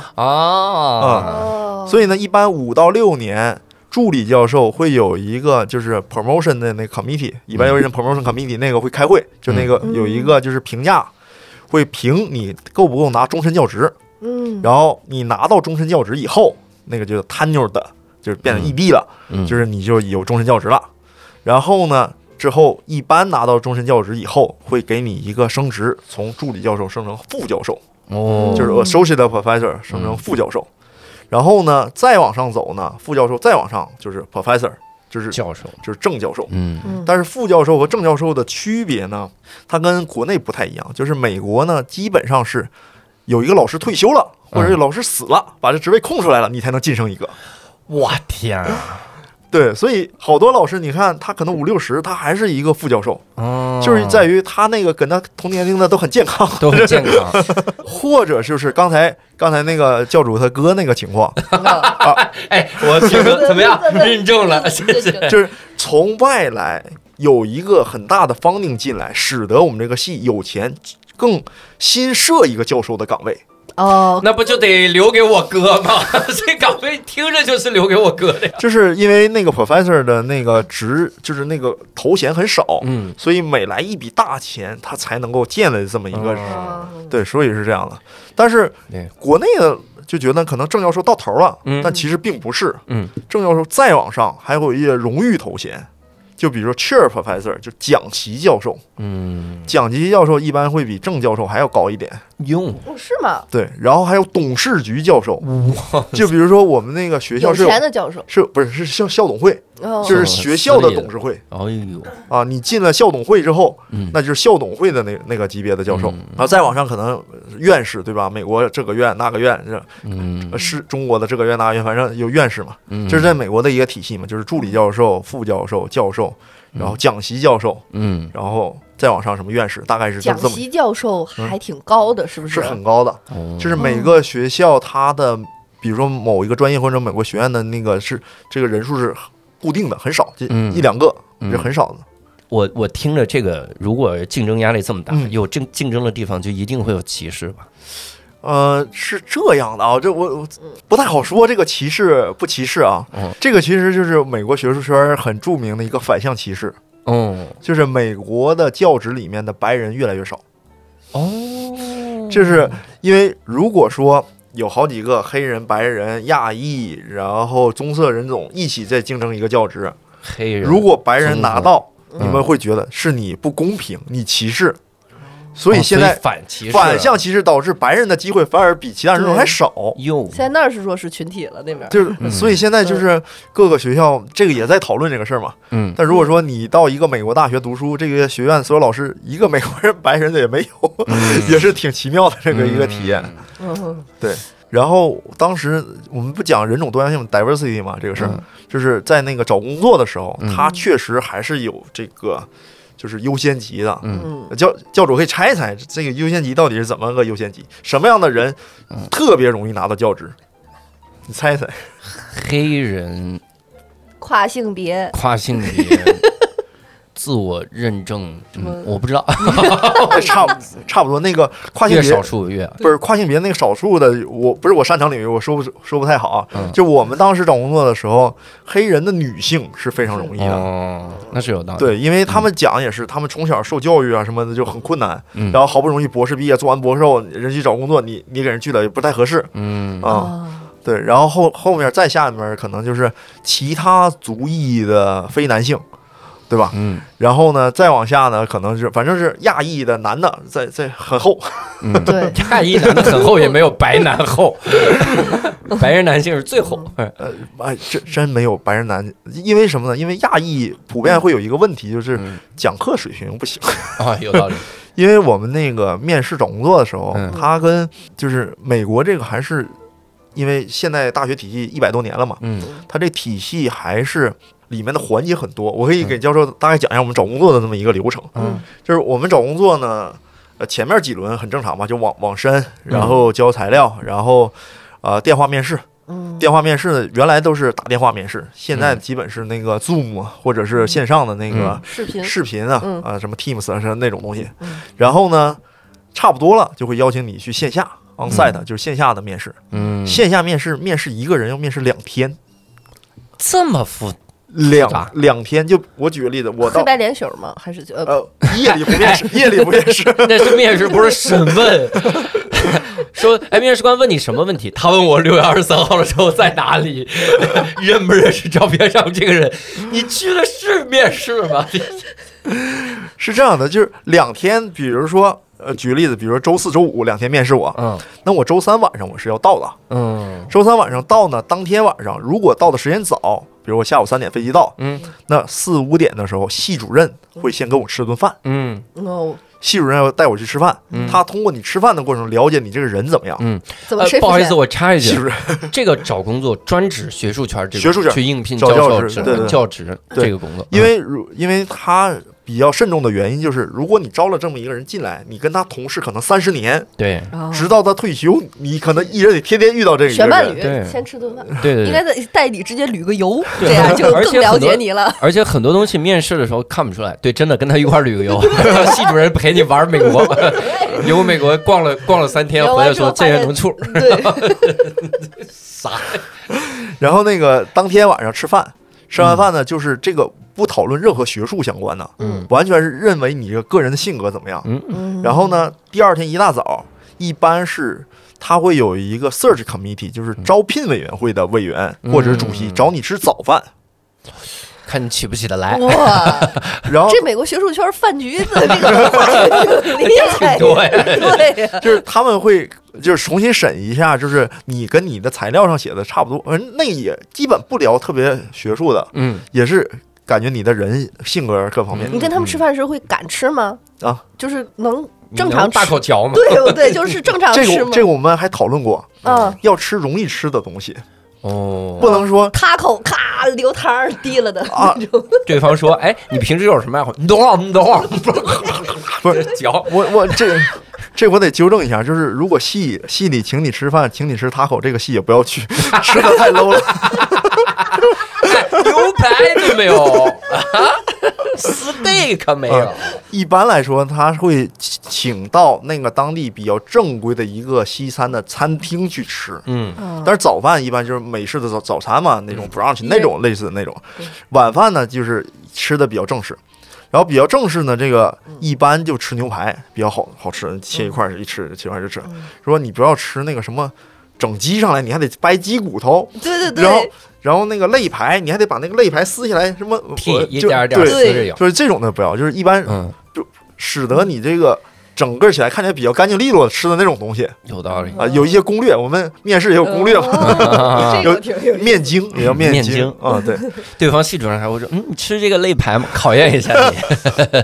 Speaker 1: 啊，
Speaker 6: 哦，
Speaker 7: 所以呢，一般五到六年，助理教授会有一个就是 promotion 的那个 committee，一般有人 promotion committee 那个会开会，就那个
Speaker 6: 嗯
Speaker 7: 有一个就是评价，会评你够不够拿终身教职。
Speaker 6: 嗯，
Speaker 7: 然后你拿到终身教职以后，那个就是 tenure 的，就是变成
Speaker 1: 嗯
Speaker 7: ED 了，
Speaker 1: 嗯
Speaker 7: 就是你就有终身教职了。然后呢，之后一般拿到终身教职以后，会给你一个升职，从助理教授升成副教授。
Speaker 1: 哦，嗯
Speaker 7: 就是 associate professor 升成副教授，然后呢再往上走呢，副教授再往上就是 professor，就是
Speaker 1: 教授，
Speaker 7: 就是正教授。
Speaker 1: 嗯
Speaker 6: 嗯
Speaker 7: 但是副教授和正教授的区别呢，它跟国内不太一样，就是美国呢基本上是有一个老师退休了，或者
Speaker 1: 嗯
Speaker 7: 有老师死了，把这职位空出来了，你才能晋升一个。
Speaker 1: 我天啊！
Speaker 7: 对，所以好多老师，你看他可能五六十，他还是一个副教授，
Speaker 1: 哦
Speaker 7: 就是在于他那个跟他同年龄的都很健康，
Speaker 1: 都很健康，
Speaker 7: 或者就是刚才刚才那个教主他哥那个情况，
Speaker 1: 哎，我听 说怎么样？认证了，谢
Speaker 6: 对对
Speaker 1: 谢
Speaker 6: 对。
Speaker 7: 就是从外来有一个很大的方定进来，使得我们这个系有钱更新设一个教授的岗位。
Speaker 6: 哦，
Speaker 1: 那不就得留给我哥吗？ 这岗位听着就是留给我哥的哎呀。
Speaker 7: 就是因为那个 professor 的那个职，就是那个头衔很少，
Speaker 1: 嗯，
Speaker 7: 所以每来一笔大钱，他才能够建了这么一个。
Speaker 1: 哦
Speaker 7: 对，所以是这样的。但是
Speaker 1: 对
Speaker 7: 国内的就觉得可能郑教授到头了，
Speaker 1: 嗯
Speaker 7: 但其实并不是。
Speaker 1: 嗯，
Speaker 7: 郑教授再往上还有一些荣誉头衔，就比如说 chair professor，就讲席教授。
Speaker 1: 嗯，
Speaker 7: 讲席教授一般会比正教授还要高一点，
Speaker 1: 用
Speaker 6: 哦是吗？
Speaker 7: 对。然后还有董事局教授，就比如说我们那个学校
Speaker 6: 有
Speaker 7: 是有
Speaker 6: 钱的教授，
Speaker 7: 是不是是校校董会，
Speaker 6: 哦
Speaker 7: 就是学校的
Speaker 1: 私立的
Speaker 7: 董事会
Speaker 1: 哎呦，
Speaker 7: 啊。你进了校董会之后，
Speaker 1: 嗯
Speaker 7: 那就是校董会的那那个级别的教授
Speaker 1: 嗯，
Speaker 7: 然后再往上可能呃院士对吧？美国这个院那个院这
Speaker 1: 嗯
Speaker 7: 呃是中国的这个院那个院，反正有院士嘛，
Speaker 1: 嗯，
Speaker 7: 这是在美国的一个体系嘛，就是助理教授、副教授、教授，然后讲席教授，
Speaker 1: 嗯
Speaker 7: 然后再往上什么院士，大概是这
Speaker 6: 讲
Speaker 7: 么这么
Speaker 6: 席教授还挺高的，是不
Speaker 7: 是很高的。
Speaker 1: 哦
Speaker 7: 就是每个学校它的，比如说某一个专业或者某个学院的那个是这个人数是固定的，很少，就
Speaker 1: 嗯
Speaker 7: 一两个，
Speaker 1: 嗯
Speaker 7: 这很少的。
Speaker 1: 我我听着这个，如果竞争压力这么大，
Speaker 7: 嗯
Speaker 1: 有竞竞争的地方就一定会有歧视吧？
Speaker 7: 呃，是这样的啊，这我我不太好说这个歧视不歧视啊
Speaker 1: 嗯，
Speaker 7: 这个其实就是美国学术圈很著名的一个反向歧视，
Speaker 1: 嗯
Speaker 7: 就是美国的教职里面的白人越来越少，
Speaker 1: 哦，
Speaker 7: 就是因为如果说。有好几个黑人、白人、亚裔，然后棕色人种一起在竞争一个教职。
Speaker 1: 黑人
Speaker 7: 如果白人拿到，
Speaker 6: 嗯
Speaker 7: 你们会觉得是你不公平，你歧视。所以现
Speaker 1: 哦
Speaker 7: 在
Speaker 1: 所反歧视
Speaker 7: 反向歧视导致白人的机会反而比其他人种还少。
Speaker 1: 又
Speaker 6: 现在那儿是说是群体了，那边
Speaker 7: 就是
Speaker 1: 嗯，
Speaker 7: 所以现在就是各个学校这个也在讨论这个事儿嘛。
Speaker 1: 嗯
Speaker 7: 但如果说你到一个美国大学读书，这个学院所有老师一个美国人、白人的也没有，
Speaker 1: 嗯
Speaker 7: 也是挺奇妙的这个一个体验。
Speaker 6: 嗯
Speaker 7: 然后当时我们不讲人种多样性 （diversity） 嘛，这个事儿、
Speaker 1: 嗯
Speaker 7: 就是在那个找工作的时候，
Speaker 1: 嗯
Speaker 7: 他确实还是有这个就是优先级的。
Speaker 1: 嗯
Speaker 6: 嗯
Speaker 7: 教教主可以拆一拆这个优先级到底是怎么个优先级？什么样的人
Speaker 1: 嗯
Speaker 7: 特别容易拿到教职？你 猜一猜，
Speaker 1: 黑人
Speaker 6: 跨性别
Speaker 1: 跨性别自我认证，
Speaker 6: 什么
Speaker 1: 嗯我 不知道，
Speaker 7: 差不差不多那个跨性
Speaker 1: 越
Speaker 7: 别
Speaker 1: 少数越
Speaker 7: 不是跨性别那个少数的，我不是我擅长领域，我说不说不太好啊。
Speaker 1: 嗯
Speaker 7: 就我们当时找工作的时候，黑人的女性是非常容易的。
Speaker 1: 哦，那是有道理。，
Speaker 7: 对，因为他们讲也是，他们从小受教育啊什么的就很困难，
Speaker 1: 嗯
Speaker 7: 然后好不容易博士毕业，做完博士后，人去找工作，你你给人拒了也不太合适
Speaker 1: 嗯
Speaker 7: 啊。
Speaker 6: 啊，
Speaker 7: 对，然后后后面再下面可能就是其他族裔的非男性，对吧？
Speaker 1: 嗯
Speaker 7: 然后呢，再往下呢，可能是反正是亚裔的男的，在在很厚，
Speaker 1: 嗯，
Speaker 6: 对
Speaker 1: 亚裔男的很厚，也没有白男厚， 白人男性是最厚。
Speaker 7: 呃，哎，真真没有白人男，因为什么呢？因为亚裔普遍会有一个问题，就是
Speaker 1: 嗯
Speaker 7: 讲课水平不行。
Speaker 1: 啊，有道理。
Speaker 7: 因为我们那个面试找工作的时候，
Speaker 1: 嗯
Speaker 7: 他跟就是美国这个还是，因为现在大学体系一百多年了嘛，
Speaker 1: 嗯
Speaker 7: 它这体系还是里面的环节很多。我可以给教授大概讲一下我们找工作的这么一个流程，
Speaker 1: 嗯
Speaker 7: 就是我们找工作呢，呃，前面几轮很正常嘛，就网网申，然后交材料，然后呃电话面试，
Speaker 6: 嗯
Speaker 7: 电话面试呢，原来都是打电话面试，现在基本是那个 Zoom 啊或者是线上的那个
Speaker 6: 视频
Speaker 7: 视频啊，
Speaker 6: 嗯
Speaker 7: 啊什么 Teams 啊，是那种东西
Speaker 6: 嗯。
Speaker 7: 然后呢，差不多了就会邀请你去线下 onsite，就是线下的面试。
Speaker 1: 嗯，
Speaker 7: 线下面试，面试一个人要面试两天，
Speaker 1: 这么复
Speaker 7: 两
Speaker 1: 吧
Speaker 7: 两天。就我举个例子，我
Speaker 6: 黑
Speaker 7: 到
Speaker 6: 白脸宿吗？还是就呃
Speaker 7: 呃夜里不 面试，夜里不面试，
Speaker 1: 那是面试，不是审问。 说，哎，面试官问你什么问题？他问我六月二十三号的时候在哪里， 认不认识照片上这个人？你去的是面试 吗？
Speaker 7: 是这样的，就是两天，比如说。呃，举个例子，比如说周四周五两天面试我，
Speaker 1: 嗯
Speaker 7: 那我周三晚上我是要到的，
Speaker 1: 嗯
Speaker 7: 周三晚上到呢，当天晚上如果到的时间早，比如我下午三点飞机到，
Speaker 1: 嗯
Speaker 7: 那四五点的时候，系主任会先跟我吃顿饭。
Speaker 1: 嗯
Speaker 6: 哦
Speaker 7: 系主任要带我去吃饭，
Speaker 1: 嗯
Speaker 7: 他通过你吃饭的过程了解你这个人怎么样。
Speaker 1: 嗯，
Speaker 6: 怎么
Speaker 1: 呃
Speaker 6: 说？，
Speaker 1: 不好意思，我插一
Speaker 7: 系
Speaker 1: 句啊
Speaker 7: 主，任
Speaker 1: 这个找工作专指学术圈这个，
Speaker 7: 学术圈
Speaker 1: 去应聘
Speaker 7: 找
Speaker 1: 授
Speaker 7: 教职
Speaker 1: 职
Speaker 7: 对对
Speaker 1: 教职
Speaker 7: 对
Speaker 1: 这个工作，嗯
Speaker 7: 因为如因为他比较慎重的原因就是，如果你招了这么一个人进来，你跟他同事可能三十年
Speaker 1: 嗯，对
Speaker 6: 哦
Speaker 7: 直到他退休，你可能依然得天天遇到这个一个
Speaker 6: 选伴
Speaker 7: 人。
Speaker 6: 侣
Speaker 1: 对
Speaker 6: 先吃顿饭，
Speaker 1: 对对
Speaker 6: 应
Speaker 1: 对
Speaker 6: 该。在带你直接旅个游，
Speaker 1: 对
Speaker 6: 这样就
Speaker 1: 而且
Speaker 6: 更了
Speaker 1: 很多
Speaker 6: 解你了。
Speaker 1: 而且很多东西面试的时候看不出来，对，真的跟他一块儿旅个游，系主任陪你玩美国，游美国逛了逛了三天，
Speaker 6: 游
Speaker 1: 回
Speaker 6: 完
Speaker 1: 来
Speaker 6: 之后
Speaker 1: 说这
Speaker 6: 发
Speaker 1: 人
Speaker 6: 现
Speaker 1: 能处
Speaker 6: 对，
Speaker 1: 啥？
Speaker 7: 然后那个当天晚上吃饭，吃完饭呢，就是这个不讨论任何学术相关的，
Speaker 1: 嗯
Speaker 7: 完全是认为你这个人的性格怎么样。
Speaker 1: 嗯
Speaker 6: 嗯
Speaker 7: 然后呢，第二天一大早，一般是他会有一个 search committee，就是招聘委员会的委员
Speaker 1: 嗯
Speaker 7: 或者主席找你吃早饭，
Speaker 1: 看你起不起得来，
Speaker 6: 哇，
Speaker 7: 然后
Speaker 6: 这美国学术圈饭局 的这个文化 挺厉害，
Speaker 1: 挺多呀
Speaker 6: 对啊呀，
Speaker 7: 就是他们会就是重新审一下，就是你跟你的材料上写的差不多，而那也基本不聊特别学术的，
Speaker 1: 嗯，
Speaker 7: 也是感觉你的人性格各方面
Speaker 6: 你跟他们吃饭的时候会敢吃吗？
Speaker 7: 啊。
Speaker 6: 就是能
Speaker 1: 你
Speaker 6: 正
Speaker 1: 能
Speaker 6: 常
Speaker 1: 大
Speaker 6: 吃
Speaker 1: 口嚼嘛，
Speaker 6: 对不对？啊就是正常
Speaker 7: 这
Speaker 6: 吃
Speaker 7: 个
Speaker 6: 吗？
Speaker 7: 这个我们还讨论过，
Speaker 6: 嗯，
Speaker 7: 要吃容易吃的东西，
Speaker 1: 哦，
Speaker 7: 不能说
Speaker 6: 卡口咔流汤儿滴了的
Speaker 7: 啊
Speaker 6: 那种，
Speaker 1: 对方说，哎，你平时有什么爱好？你等会儿，你等会儿，
Speaker 7: 不是
Speaker 1: 嚼，
Speaker 7: 我我这这我得纠正一下，就是如果戏戏里请你吃饭，请你吃塔口，这个戏也不要去， 吃的太 low 了。
Speaker 1: 牛排都没有啊，steak 没有
Speaker 7: 啊，一般来说，他会请请到那个当地比较正规的一个西餐的餐厅去吃。
Speaker 1: 嗯。
Speaker 7: 但是早饭一般就是美式的早早餐嘛，那种 brunch 那种类似的那种，晚饭呢就是吃的比较正式，然后比较正式呢，这个一般就吃牛排比较好好吃，切一块儿一吃，切一块儿就吃。说你不要吃那个什么整鸡上来，你还得掰鸡骨头，
Speaker 6: 对对
Speaker 7: 然后
Speaker 6: 对，
Speaker 7: 然后那个肋排你还得把那个肋排撕下来，什么
Speaker 1: 屁
Speaker 7: 我
Speaker 1: 一
Speaker 7: 就
Speaker 1: 点儿点儿
Speaker 7: 对
Speaker 1: 撕着咬，
Speaker 7: 就是这种的不要，就是一般
Speaker 1: 嗯，
Speaker 7: 使得你这个整个起来看起来比较干净利落吃的那种东西
Speaker 1: 有道理。
Speaker 7: 啊，有一些攻略，我们面试也有攻略嘛。
Speaker 6: 哦这
Speaker 7: 有
Speaker 6: 个挺有意
Speaker 7: 面筋也要面
Speaker 1: 面
Speaker 7: 筋
Speaker 1: 筋
Speaker 7: 啊，对。
Speaker 1: 对方系主任还会说：“嗯，你吃这个肋排吗？考验一下你。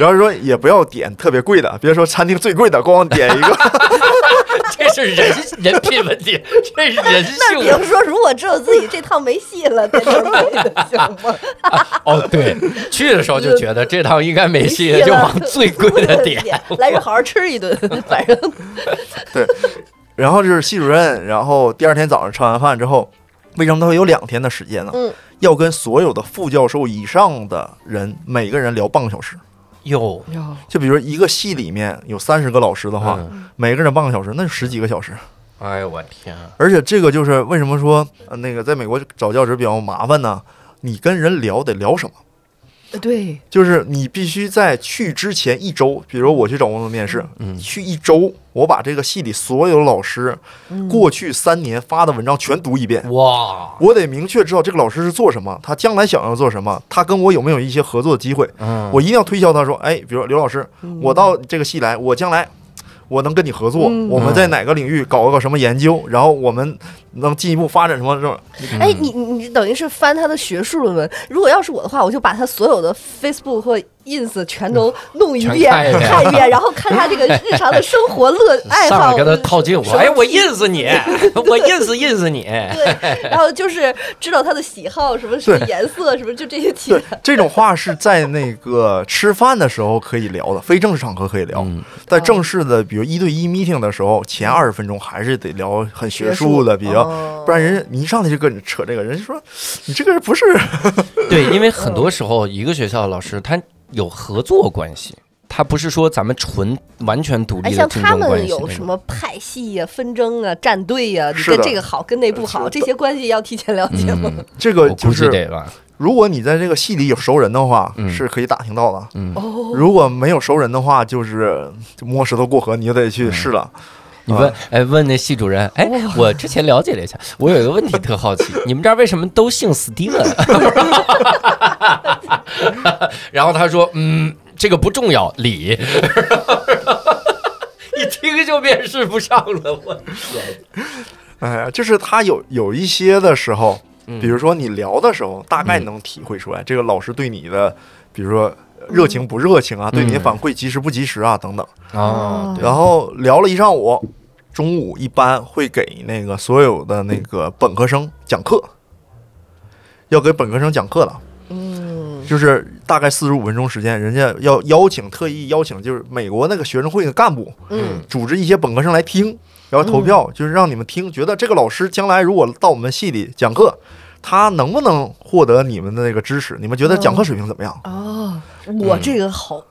Speaker 7: 然后说也不要点特别贵的，别说餐厅最贵的，光点一个
Speaker 1: 这是人人品问题，这是人
Speaker 6: 那比
Speaker 1: 性
Speaker 6: 如说，如果只有自己这趟没戏 了，在这儿没的行吗？
Speaker 1: 哦。对，去的时候就觉得这趟应该没戏
Speaker 6: 没，戏
Speaker 1: 就
Speaker 6: 了
Speaker 1: 往最贵的 点。
Speaker 6: 来这好好吃一顿，反正
Speaker 7: 对。然后就是系主任，然后第二天早上吃完饭之后，为什么他会有两天的时间呢？
Speaker 6: 嗯
Speaker 7: 要跟所有的副教授以上的人每个人聊半个小时。
Speaker 1: 哟，
Speaker 7: 就比如一个系里面有三十个老师的话，
Speaker 1: 嗯
Speaker 7: 每个人半个小时，那就十几个小时。
Speaker 1: 哎呦我天啊！
Speaker 7: 而且这个就是为什么说呃那个在美国找教职比较麻烦呢？你跟人聊得聊什么？
Speaker 6: 对，
Speaker 7: 就是你必须在去之前一周，比如我去找工作面试，
Speaker 1: 嗯
Speaker 7: 去一周，我把这个系里所有老师过去三年发的文章全读一遍。
Speaker 1: 哇，
Speaker 7: 我得明确知道这个老师是做什么，他将来想要做什么，他跟我有没有一些合作的机会，
Speaker 1: 嗯，
Speaker 7: 我一定要推销他说，哎，比如刘老师，我到这个系来，我将来我能跟你合作，
Speaker 1: 嗯
Speaker 7: 我们在哪个领域搞个什么研究，然后我们能进一步发展什么这种，
Speaker 6: 哎，
Speaker 1: 嗯
Speaker 6: 你你你等于是翻他的学术论文。如果要是我的话，我就把他所有的 Facebook 和 Ins 全都弄一
Speaker 1: 嗯全
Speaker 6: 遍，
Speaker 1: 看一遍
Speaker 6: 看一遍，然后看他这个日常的生 活乐爱
Speaker 1: 嗯上来
Speaker 6: 好。
Speaker 1: 跟
Speaker 6: 嗯
Speaker 1: 他套近乎，
Speaker 6: 什么
Speaker 1: 哎，我 ins 你， 我 ins ins 你，
Speaker 6: 对，然后就是知道他的喜好，什么什么
Speaker 7: 对
Speaker 6: 颜色，什么就这些题
Speaker 7: 对。，这种话是在那个吃饭的时候可以聊的，非正式场合可以聊。
Speaker 1: 嗯
Speaker 7: 在正式的，比如一对一 meeting 的时候，前二十分钟还是得聊很学术的，比较，
Speaker 6: 哦
Speaker 7: 不然人家你一上来就跟你扯这个，人家说你这个人不是，
Speaker 1: 对，因为很多时候一个学校的老师他有合作关系，他不是说咱们纯完全独
Speaker 6: 哎，
Speaker 1: 立的
Speaker 6: 像
Speaker 1: 竞
Speaker 6: 他
Speaker 1: 争关
Speaker 6: 们
Speaker 1: 系那
Speaker 6: 有
Speaker 1: 种。
Speaker 6: 什么派系呀、纷争啊、战队呀、你
Speaker 7: 是的
Speaker 6: 跟这个好，跟那不好，
Speaker 7: 是的
Speaker 6: 这些关系要提前了 解吗？
Speaker 1: 嗯，
Speaker 7: 这
Speaker 1: 我
Speaker 7: 个
Speaker 1: 估
Speaker 7: 就
Speaker 1: 计
Speaker 7: 是，
Speaker 1: 得吧，
Speaker 7: 如果你在这个系里有熟人的话，
Speaker 1: 嗯
Speaker 7: 是可以打听到的。
Speaker 1: 嗯，
Speaker 6: 哦，
Speaker 7: 如果没有熟人的话，就是摸石头过河，你就得去试了。
Speaker 1: 嗯
Speaker 7: 啊
Speaker 1: 你问，哎，问那系主任，哎，我之前了解了一下，我有一个问题特好奇，你们这儿为什么都姓 Steven？然后他说，嗯，这个不重要，理。 一听就面试不上了，我天！
Speaker 7: 哎呀，就是他有有一些的时候，
Speaker 1: 嗯
Speaker 7: 比如说你聊的时候，大概能体会出来这个老师对你的，比如说热情不热情啊，对你的
Speaker 1: 嗯
Speaker 7: 反馈及时不及时啊等等。
Speaker 6: 哦
Speaker 1: 啊，对
Speaker 7: 然后聊了一上午，中午一般会给那个所有的那个本科生讲课，要给本科生讲课了。
Speaker 6: 嗯，
Speaker 7: 就是大概四十五分钟时间，人家要邀请，特意邀请就是美国那个学生会的干部，
Speaker 6: 嗯，
Speaker 7: 组织一些本科生来听，然后投票，就是让你们听，觉得这个老师将来如果到我们系里讲课，他能不能获得你们的那个支持？你们觉得讲课水平怎么样？
Speaker 1: 嗯
Speaker 6: 哦，我这个好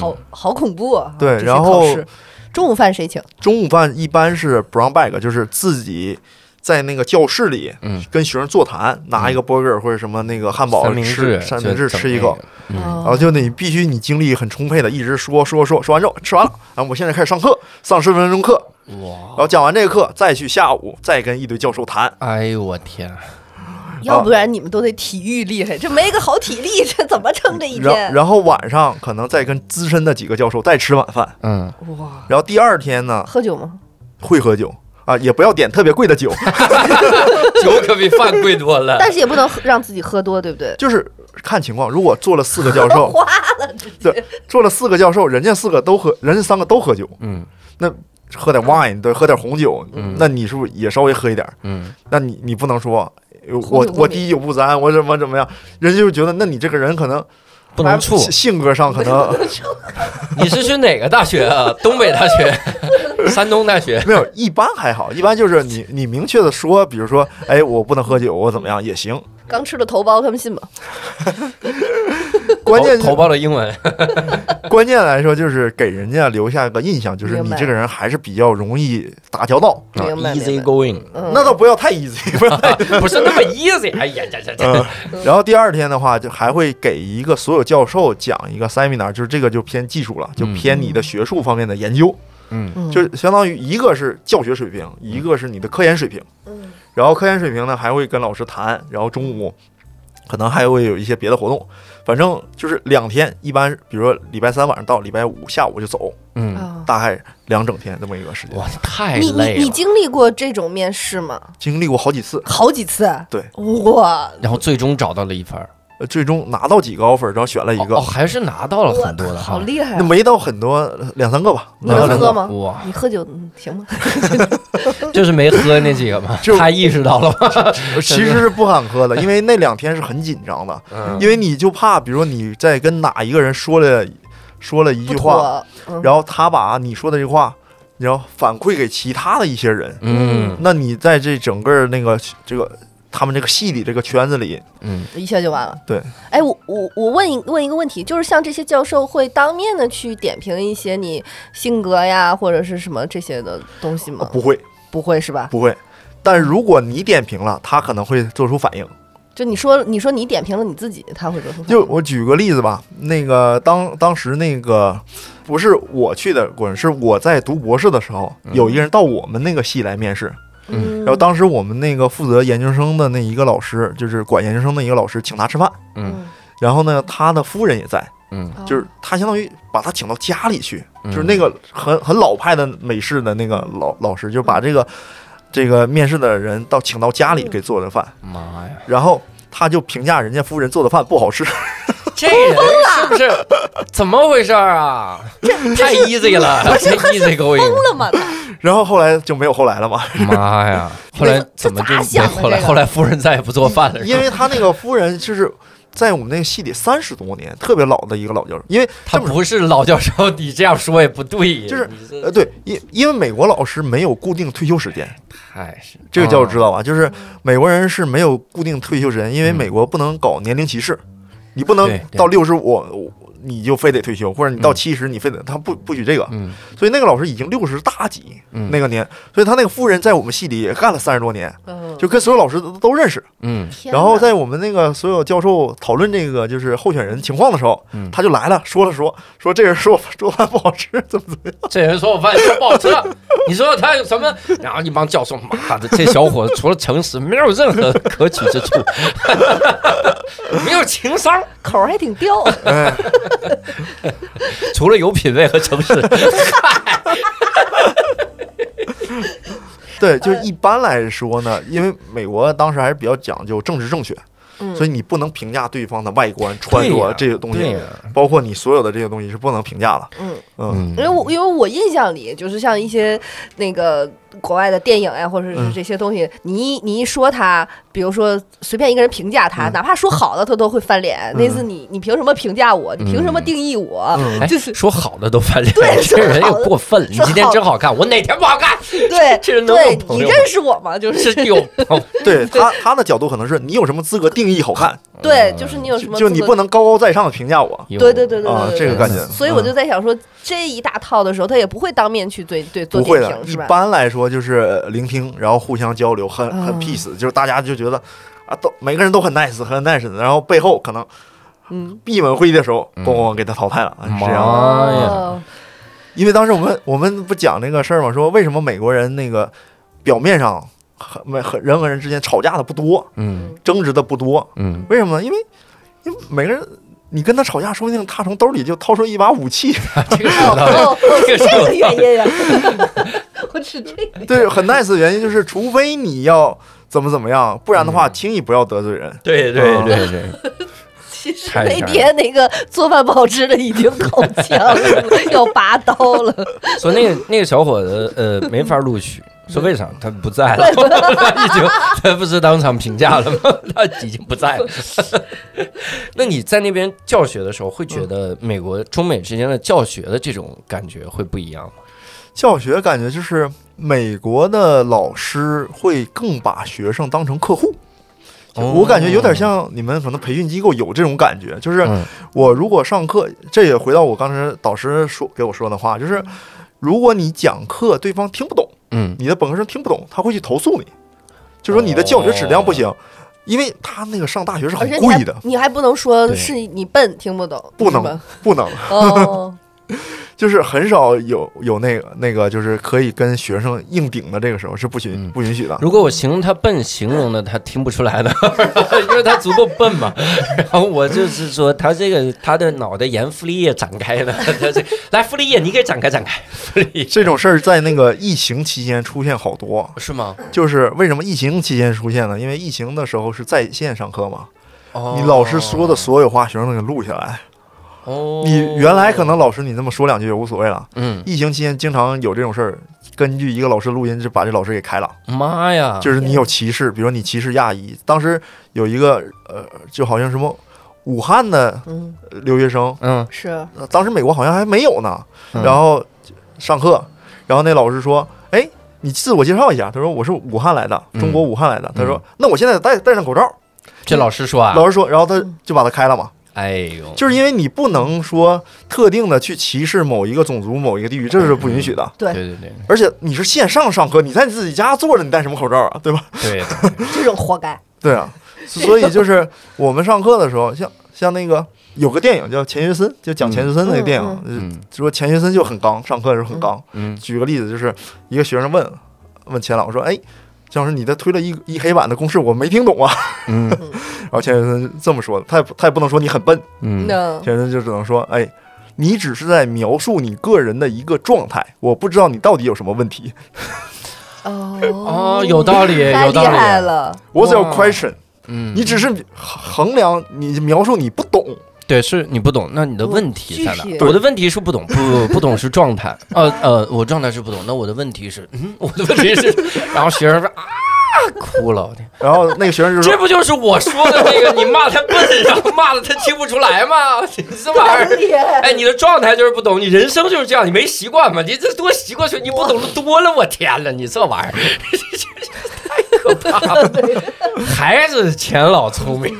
Speaker 6: 好好恐怖啊！
Speaker 7: 对
Speaker 6: 这些
Speaker 7: 然后
Speaker 6: 考试中午饭谁请？
Speaker 7: 中午饭一般是 brown bag，就是自己。在那个教室里
Speaker 1: 嗯，
Speaker 7: 跟学生座谈，拿一个 burger 或者什么那个汉堡
Speaker 1: 三明
Speaker 7: 吃，
Speaker 1: 治，
Speaker 7: 三明治
Speaker 1: 就整
Speaker 7: 吃一
Speaker 1: 那
Speaker 7: 口，
Speaker 1: 个，嗯，
Speaker 6: 哦
Speaker 7: 然后就你必须你精力很充沛的一直说说说，说完之后吃完了，然后我现在开始上课，上十分钟课，然
Speaker 1: 嗯
Speaker 6: 哦
Speaker 1: 哇，
Speaker 7: 后讲完这个课再去下午再跟一堆教授谈，
Speaker 1: 哎呦我天，
Speaker 7: 哦
Speaker 6: 要不然你们都得体育厉害，这没个好体力，这怎么撑这一
Speaker 7: 然
Speaker 6: 天？
Speaker 7: 然后晚上可能再跟资深的几个教授再吃晚饭，
Speaker 1: 嗯，
Speaker 6: 哇，
Speaker 7: 然后第二天呢
Speaker 6: 喝酒吗？
Speaker 7: 会喝酒啊，也不要点特别贵的酒，
Speaker 1: 酒可比饭贵多了，
Speaker 6: 但是也不能喝让自己喝多，对不对？
Speaker 7: 就是看情况。如果做了四个教 授，
Speaker 6: 花了直接
Speaker 7: 对，做了四个教授，人家四个都喝，人家三个都喝酒，
Speaker 1: 嗯
Speaker 7: 那喝点 wine，对，喝点红酒，那你是不是也稍微喝一点？
Speaker 1: 嗯，
Speaker 7: 那你你不能说。呃
Speaker 6: 红
Speaker 7: 我
Speaker 6: 酒过
Speaker 7: 我
Speaker 6: 敏
Speaker 7: 滴酒不沾，我怎么怎么样？人家就觉得，那你这个人可能
Speaker 1: 不能处。
Speaker 7: 性性格上可能
Speaker 1: 你是去哪个大学啊？东北大学、 山东大学？
Speaker 7: 没有，一般还好，一般就是你你明确的说，比如说，哎，我不能喝酒，我怎么样也行。
Speaker 6: 刚吃了头孢，他们信吗？
Speaker 7: 关键
Speaker 1: 投投报了英文，
Speaker 7: 关键来说就是给人家留下个印象，就是
Speaker 6: 明
Speaker 7: 你
Speaker 6: 白嗯
Speaker 7: 这个人还是比较容易打交道。
Speaker 6: 明白
Speaker 1: 啊 easy
Speaker 6: 明白
Speaker 1: going，
Speaker 6: 嗯
Speaker 7: 那倒不要太 easy，不要太。
Speaker 1: 啊不是那么 easy。哎呀，这这这，
Speaker 7: 嗯，然后第二天的话，就还会给一个所有教授讲一个 seminar，就是这个就偏技术了，就偏你的学术方面的研究，
Speaker 1: 嗯
Speaker 6: 嗯
Speaker 7: 就相当于一个是教学水平，一个是你的科研水平。
Speaker 6: 嗯
Speaker 7: 然后科研水平呢还会跟老师谈，然后中午可能还会有一些别的活动，反正就是两天，一般比如说礼拜三晚上到礼拜五下午就走，
Speaker 1: 嗯，
Speaker 6: 啊，
Speaker 7: 大概两整天这么一个时间，
Speaker 1: 哇，太
Speaker 6: 你你
Speaker 1: 累
Speaker 6: 你
Speaker 1: 了。
Speaker 6: 经历过这种面试吗？
Speaker 7: 经历过好几次，
Speaker 6: 好几次？
Speaker 7: 对，
Speaker 6: 哇，
Speaker 1: 然后最终找 到了一份儿，
Speaker 7: 呃最终拿到几个 offer，然后选了一个，
Speaker 1: 哦，还是拿到了很多的
Speaker 6: 我
Speaker 1: 哈，嗯
Speaker 6: 好厉害啊
Speaker 7: 那！没到很多呃两三个吧，
Speaker 6: 你
Speaker 7: 拿到
Speaker 6: 能
Speaker 7: 两
Speaker 6: 喝
Speaker 7: 个。
Speaker 6: 吗？
Speaker 1: 哇，
Speaker 6: 你喝酒嗯行吗？
Speaker 1: 就是没喝那几个嘛，
Speaker 7: 就
Speaker 1: 他意识到了吗？
Speaker 7: 其实是不敢喝的，因为那两天是很紧张的，
Speaker 1: 嗯
Speaker 7: 因为你就怕，比如说你在跟哪一个人说了说了一
Speaker 6: 不
Speaker 7: 句话，
Speaker 6: 妥，嗯
Speaker 7: 然后他把你说的这话，然后反馈给其他的一些人，
Speaker 1: 嗯
Speaker 7: 那你在这整个儿那个这个他们这个系里这个圈子里，
Speaker 1: 嗯
Speaker 6: 一下就完了。
Speaker 7: 对，
Speaker 6: 哎，我我我问一问一个问题，就是像这些教授会当面的去点评一些你性格呀或者是什么这些的东西吗？
Speaker 7: 不会
Speaker 6: 不会是吧？
Speaker 7: 不会。但如果你点评了，他可能会做出反应。
Speaker 6: 就你说你说你点评了你自己，他会做出反应
Speaker 7: 就我举个例子吧，那个当当时那个不是我去的滚，是我在读博士的时候，
Speaker 1: 嗯
Speaker 7: 有一个人到我们那个系来面试，
Speaker 6: 嗯
Speaker 7: 然后当时我们那个负责研究生的那一个老师，就是管研究生的一个老师，请他吃饭。
Speaker 1: 嗯
Speaker 7: 然后呢，他的夫人也在，
Speaker 1: 嗯
Speaker 6: 哦
Speaker 7: 就是他相当于把他请到家里去，
Speaker 1: 嗯
Speaker 7: 就是那个很很老派的美式的那个老老师，就把这个这个面试的人到请到家里给做的饭，
Speaker 1: 妈呀，
Speaker 7: 然后他就评价人家夫人做的饭不好吃，
Speaker 1: 这人是不是怎么回事儿啊？太 easy 了，太 easy
Speaker 6: 疯
Speaker 1: going，
Speaker 6: 了吗？
Speaker 7: 然后后来就没有后来了嘛，
Speaker 1: 妈呀！后来怎么
Speaker 6: 这咋
Speaker 1: 就
Speaker 6: 想
Speaker 1: 没
Speaker 6: 的
Speaker 1: 后来？
Speaker 6: 这个
Speaker 1: 后来夫人再也不做饭了，是
Speaker 7: 因
Speaker 1: 吧
Speaker 7: 为他那个夫人就是。在我们那个系里三十多年，特别老的一个老教授，因为
Speaker 1: 他
Speaker 7: 这么
Speaker 1: 不是老教授，你这样说也不对，
Speaker 7: 就是
Speaker 1: 你
Speaker 7: 呃
Speaker 1: 这
Speaker 7: 对，因因为美国老师没有固定退休时间，
Speaker 1: 太是
Speaker 7: 这个教授
Speaker 1: 啊
Speaker 7: 知道吧？就是美国人是没有固定退休时间，因为
Speaker 1: 嗯
Speaker 7: 美国不能搞年龄歧视，你不能
Speaker 1: 对对
Speaker 7: 到六十五你就非得退休，或者你到
Speaker 1: 嗯
Speaker 7: 七十你非得，他不不许这个。
Speaker 1: 嗯
Speaker 7: 所以那个老师已经六十大几
Speaker 1: 嗯
Speaker 7: 那个年，所以他那个夫人在我们系里也干了三十多年，
Speaker 6: 嗯
Speaker 7: 就跟所有老师都都认识。
Speaker 1: 嗯
Speaker 6: 天哪
Speaker 7: 然后在我们那个所有教授讨论这个就是候选人情况的时候
Speaker 1: 嗯，
Speaker 7: 他就来了，说了说说这人说我做饭不好吃，怎么怎么样。
Speaker 1: 这人说我饭说不好吃， 你说他有什么？然后一帮教授，妈的，这小伙子除了诚实，没有任何可取之处， 没有情商，
Speaker 6: 口儿还挺刁，
Speaker 7: 哎，
Speaker 1: 除了有品位和 诚实。
Speaker 6: 呃
Speaker 7: 对，就是一般来说呢，因为美国当时还是比较讲究政治正确，
Speaker 6: 嗯
Speaker 7: 所以你不能评价对方的外观、穿着这些东
Speaker 1: 对
Speaker 7: 西，
Speaker 1: 呀
Speaker 7: 包括你所有的这些东西是不能评价的。
Speaker 6: 嗯，
Speaker 7: 嗯，
Speaker 6: 因为我因为我印象里，就是像一些那个国外的电影啊呀，或者是
Speaker 7: 嗯
Speaker 6: 这些东西，你一你一说他，比如说随便一个人评价他，
Speaker 7: 嗯
Speaker 6: 哪怕说好了，他都会翻脸。那次你你凭什么评价我？你凭什么
Speaker 1: 嗯
Speaker 6: 定义我？
Speaker 1: 哎
Speaker 6: 就是
Speaker 1: 说好的都翻脸，
Speaker 6: 对
Speaker 1: 这人也过分了。你
Speaker 6: 说好的
Speaker 1: 今天真好看，我哪天不好 看？
Speaker 6: 对
Speaker 1: 这人能有
Speaker 6: 对，
Speaker 1: 朋
Speaker 6: 你
Speaker 1: 友
Speaker 6: 认识我吗？就
Speaker 1: 吗？
Speaker 6: 是
Speaker 1: 是有朋友
Speaker 7: 对他他的角度可能是你有什么资格定义好看，
Speaker 6: 对，就是 你有什么
Speaker 7: 嗯就
Speaker 6: 资
Speaker 7: 你
Speaker 6: 格
Speaker 7: 不能高高在上的评价我
Speaker 1: 有
Speaker 6: 对对对对
Speaker 7: 啊，
Speaker 6: 对对
Speaker 7: 这个
Speaker 6: 对
Speaker 7: 感觉。
Speaker 6: 所以我就
Speaker 7: 嗯
Speaker 6: 在想说，这一大套的时候，他也不会当面去对对做
Speaker 7: 不会
Speaker 6: 点
Speaker 7: 的，
Speaker 6: 评，
Speaker 7: 一
Speaker 6: 是吧？
Speaker 7: 般来说就是聆听，然后互相交流，很很
Speaker 6: 嗯
Speaker 7: peace，就是大家就觉得啊，都每个人都很 nice，很 nice，然后背后可能
Speaker 6: 嗯，
Speaker 7: 闭门会议的时候，
Speaker 1: 嗯
Speaker 7: 咣咣给他淘汰了，是这样的。
Speaker 1: 妈呀！
Speaker 6: 哦，
Speaker 7: 因为当时我们我们不讲那个事儿嘛，说为什么美国人那个表面上很很人和人之间吵架的不多，
Speaker 1: 嗯
Speaker 7: 争执的不多，
Speaker 1: 嗯，
Speaker 7: 为什么呢？因为因为每个人。你跟他吵架，说不定他从兜里就掏出一把武器，
Speaker 1: 这个是有道理
Speaker 6: 哦，哦
Speaker 1: 这个是
Speaker 6: 这
Speaker 1: 有
Speaker 6: 个原因呀，啊 我指这个，
Speaker 7: 对，很 nice 的原因就是，除非你要怎么怎么样，不然的话，轻易不要得罪人。
Speaker 1: 对
Speaker 7: 哦
Speaker 1: 对对对，
Speaker 6: 其实
Speaker 1: 看一下
Speaker 6: 那天那个做饭不好吃的已经够呛 了，要拔刀了，
Speaker 1: 所以那个那个小伙子呃没法录取，说为啥他不在了？ 他已经他不是当场评价了吗？ 他已经不在了。 那你在那边教学的时候，会觉得美国中美之间的教学的这种感觉会不一样吗？
Speaker 7: 教学感觉就是美国的老师会更把学生当成客户，
Speaker 6: 哦
Speaker 7: 我感觉有点像你们可能培训机构有这种感觉，就是
Speaker 1: 嗯
Speaker 7: 我如果上课，这也回到我刚才导师说给我说的话，
Speaker 6: 嗯
Speaker 7: 就是如果你讲课对方听不懂，
Speaker 1: 嗯，
Speaker 7: 你的本科生听不懂，他会去投诉你，就说你的教学质量不行，因为他那个上大学是
Speaker 6: 哦而
Speaker 7: 很
Speaker 6: 且你
Speaker 7: 贵
Speaker 6: 还
Speaker 7: 的，
Speaker 6: 你还不能说
Speaker 1: 对
Speaker 6: 是你笨听不懂，
Speaker 7: 不
Speaker 6: 是
Speaker 7: 能
Speaker 6: 吧
Speaker 7: 不能，
Speaker 6: 哦，
Speaker 7: 就是很少有有那个那个就是可以跟学生硬顶的，这个时候是不
Speaker 1: 嗯
Speaker 7: 允不允许的。
Speaker 1: 如果我形容他笨，形容的他听不出来的， 因为他足够笨嘛。 然后我就是说，他这个他的脑袋沿傅立叶展开的， 他这来傅立叶，你给展开展开，傅立叶
Speaker 7: 这种事儿在那个疫情期间出现好多，
Speaker 1: 是吗？
Speaker 7: 就是为什么疫情期间出现呢？因为疫情的时候是在线上课嘛，
Speaker 1: 哦
Speaker 7: 你老师说的所有话，学生都给录下来。
Speaker 1: 哦，
Speaker 7: 你原来可能老师你那么说两句也无所谓了，
Speaker 1: 嗯，
Speaker 7: 疫情期间经常有这种事儿。根据一个老师录音，就把这老师给开了。
Speaker 1: 妈呀，
Speaker 7: 就是你有歧视，比如说你歧视亚裔，当时有一个呃，就好像什么武汉的
Speaker 6: 嗯，
Speaker 7: 留学生，
Speaker 1: 嗯，
Speaker 6: 是，
Speaker 7: 呃当时美国好像还没有呢。
Speaker 1: 嗯
Speaker 7: 然后上课，然后那老师说：“哎，你自我介绍一下。”他说：“我是武汉来的，中国武汉来的。他说：“那我现在戴戴上口罩。
Speaker 1: 这老师说啊，
Speaker 7: 老师说，然后他就把他开了嘛，
Speaker 1: 哎呦，
Speaker 7: 就是因为你不能说特定的去歧视某一个种族、某一个地域，这是不允许的。
Speaker 1: 对对对
Speaker 7: 而且你是线上上课，你在你自己家坐着，你戴什么口罩啊？对吧？
Speaker 1: 对，
Speaker 6: 这种活该，
Speaker 7: 对啊，所以就是我们上课的时候，像像那个有个电影叫《钱学森》，就讲钱学森那个电影，呃
Speaker 1: 嗯
Speaker 7: 说钱学森就很刚，上课的时候很刚。
Speaker 1: 嗯
Speaker 7: 举个例子，就是一个学生问问钱老师说：“哎，钱老师，你的推了一一黑板的公式，我没听懂啊。
Speaker 1: 嗯”
Speaker 7: 然后钱学森这么说的，他也不他也不能说你很笨，
Speaker 1: 嗯，
Speaker 6: 那
Speaker 7: 钱学森就只能说：“哎。”你只是在描述你个人的一个状态，我不知道你到底有什么问题。
Speaker 6: 哦
Speaker 1: 哦，有道理，
Speaker 6: 太
Speaker 1: 有
Speaker 6: 厉
Speaker 1: 道
Speaker 6: 害
Speaker 1: 理，
Speaker 6: 了，
Speaker 7: What's your
Speaker 1: 哇
Speaker 7: question？
Speaker 1: 嗯，
Speaker 7: 你只是衡量，你描述你不懂，
Speaker 1: 对，是你不懂，那你的
Speaker 6: 我
Speaker 1: 问题在哪
Speaker 6: 具体？
Speaker 1: 我的问题是不懂，不不懂是状 态，呃呃，我状态是不懂，那我的问题是，嗯， 我的问题是，然后学生说啊哭了，我天
Speaker 7: 然后那个学生就说：“
Speaker 1: 这不就是我说的那个，你骂他笨，然后骂的他听不出来吗？ 你这玩意
Speaker 6: 太
Speaker 1: 儿。
Speaker 6: 厉害了
Speaker 1: 哎，你的状态就是不懂，你人生就是这样，你没习惯嘛？你这多习惯去，你不懂的多了，我天了，你这玩意儿，这这这太可怕了，还是钱老聪 明，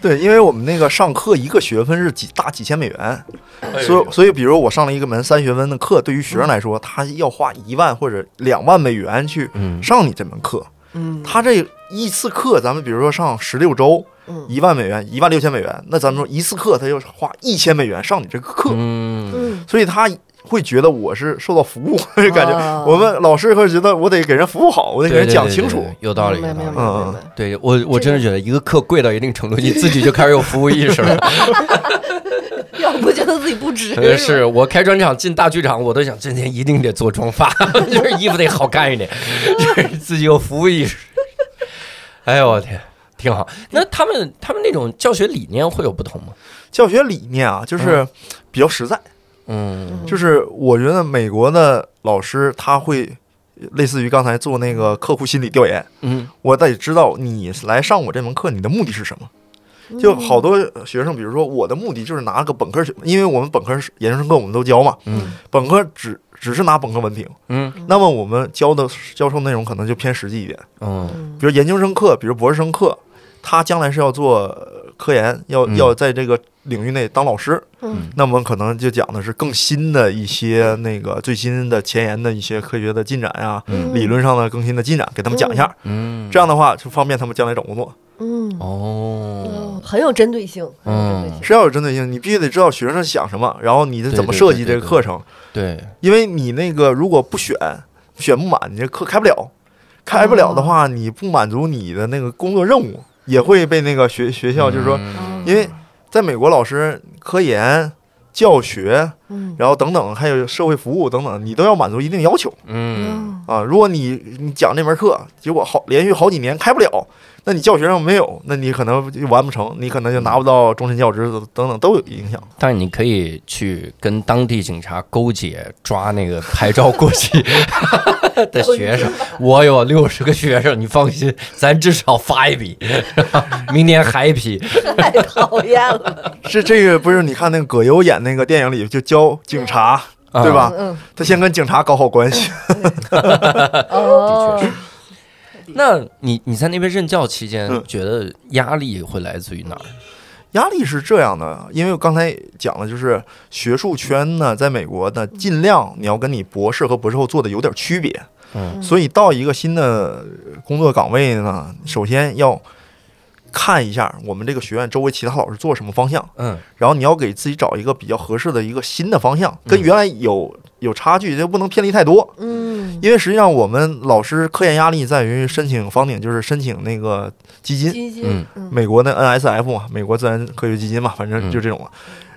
Speaker 7: 对，因为我们那个上课一个学分是几大几千美元，
Speaker 1: 哎
Speaker 7: 所
Speaker 1: 呦
Speaker 7: 以所以比如我上了一个门三学分的课，对于学生来说，他要花一万或者两万美元去
Speaker 1: 嗯
Speaker 7: 上你这门课。
Speaker 6: 嗯
Speaker 7: 他这一次课，咱们比如说上十六周，
Speaker 6: 嗯
Speaker 7: 一万美元，一万六千美元，那咱们说一次课他要花一千美元上你这个课，
Speaker 1: 嗯，
Speaker 6: 嗯，
Speaker 7: 所以他会觉得我是受 到服务， 感
Speaker 1: 啊
Speaker 7: 觉
Speaker 6: 哦
Speaker 7: 我们老师会觉得我得给人服务好，我得给人
Speaker 1: 对
Speaker 7: 讲清，楚
Speaker 1: 对对对。对有道理，
Speaker 6: 明
Speaker 1: 有道理
Speaker 6: 白明
Speaker 7: 嗯
Speaker 6: 白明
Speaker 7: 嗯
Speaker 6: 白。
Speaker 1: 对我，我真的觉得一个课贵到一定程度，你自己就开始有服务意识了。
Speaker 6: 要不觉得自己不 值
Speaker 1: 呃，是我开专场进大剧场，我都想今天一定得做妆发， 就是衣服得好看一点，就是自己有服务意识。哎呦我天，挺好。那他们他们那种教学理念会有不同吗？
Speaker 7: 教学理念啊，就是比较实在，
Speaker 1: 嗯
Speaker 7: 就是我觉得美国的老师他会类似于刚才做那个客户心理调研，
Speaker 1: 嗯
Speaker 7: 我得知道你来上我这门课你的目的是什么。
Speaker 1: 嗯
Speaker 6: 嗯
Speaker 7: 就好多学生，比如说我的目的就是拿个本科学，因为我们本科是研究生课我们都教嘛，
Speaker 1: 嗯
Speaker 7: 本科只只是拿本科文凭，
Speaker 1: 嗯
Speaker 7: 那么我们教的教授内容可能就偏实际一点，
Speaker 1: 嗯
Speaker 7: 比如研究生课，比如博士生课，他将来是要做呃科研，要
Speaker 1: 嗯
Speaker 7: 要在这个领域内当老师，
Speaker 6: 嗯
Speaker 7: 那么可能就讲的是更新的一些那个最新的前沿的一些科学的进展呀、
Speaker 6: 嗯
Speaker 7: 理论上的更新的进展，给他们讲一下，
Speaker 1: 嗯，
Speaker 7: 这样的话就方便他们将来找工作，
Speaker 6: 嗯，
Speaker 1: 哦，
Speaker 6: 很有针对性，很有针对
Speaker 1: 嗯
Speaker 6: 性
Speaker 7: 是要有针对性，你必须得知道学生想什么，然后你是怎么设计这个课程，
Speaker 1: 对，
Speaker 7: 因为你那个如果不选，选不满，你这课开不了，开不了的话，你不满足你的那个工作任务，也会被那个学学校就是说，
Speaker 1: 嗯
Speaker 7: 因为在美国，老师科研、教学，
Speaker 6: 嗯
Speaker 7: 然后等等，还有社会服务等等，你都要满足一定要求
Speaker 1: 嗯
Speaker 6: 嗯
Speaker 7: 啊。如果你你讲这门课，结果好连续好几年开不了，那你教学上没有，那你可能就完不成，你可能就拿不到终身教职等等都有影响。
Speaker 1: 但你可以去跟当地警察勾结，抓那个牌照过 期的学生。我有六十个学生，你放心，咱至少发一笔， 明年还一批。
Speaker 6: 太讨厌了，
Speaker 7: 是这个不是？你看那个葛优演那个电影里就教警察，
Speaker 1: 啊
Speaker 7: 对吧？
Speaker 6: 嗯，
Speaker 7: 他先跟警察搞好关系。
Speaker 6: 嗯哦，
Speaker 1: 那你你在那边任教期间
Speaker 7: 嗯，
Speaker 1: 觉得压力会来自于哪儿？
Speaker 7: 压力是这样的，因为我刚才讲了，就是学术圈呢，在美国呢，尽量你要跟你博士和博士后做的有点区别。
Speaker 1: 嗯
Speaker 7: 所以到一个新的工作岗位呢，首先要看一下我们这个学院周围其他老师做什么方向，
Speaker 1: 嗯
Speaker 7: 然后你要给自己找一个比较合适的一个新的方向，跟原来有有差距，就不能偏离太多。
Speaker 6: 嗯，
Speaker 7: 因为实际上我们老师科研压力在于申请房顶，就是申请那个基金，
Speaker 6: 基金，
Speaker 1: 嗯
Speaker 6: 嗯
Speaker 7: 美国的 NSF 嘛，美国自然科学基金嘛，反正
Speaker 1: 嗯
Speaker 7: 就这种嘛。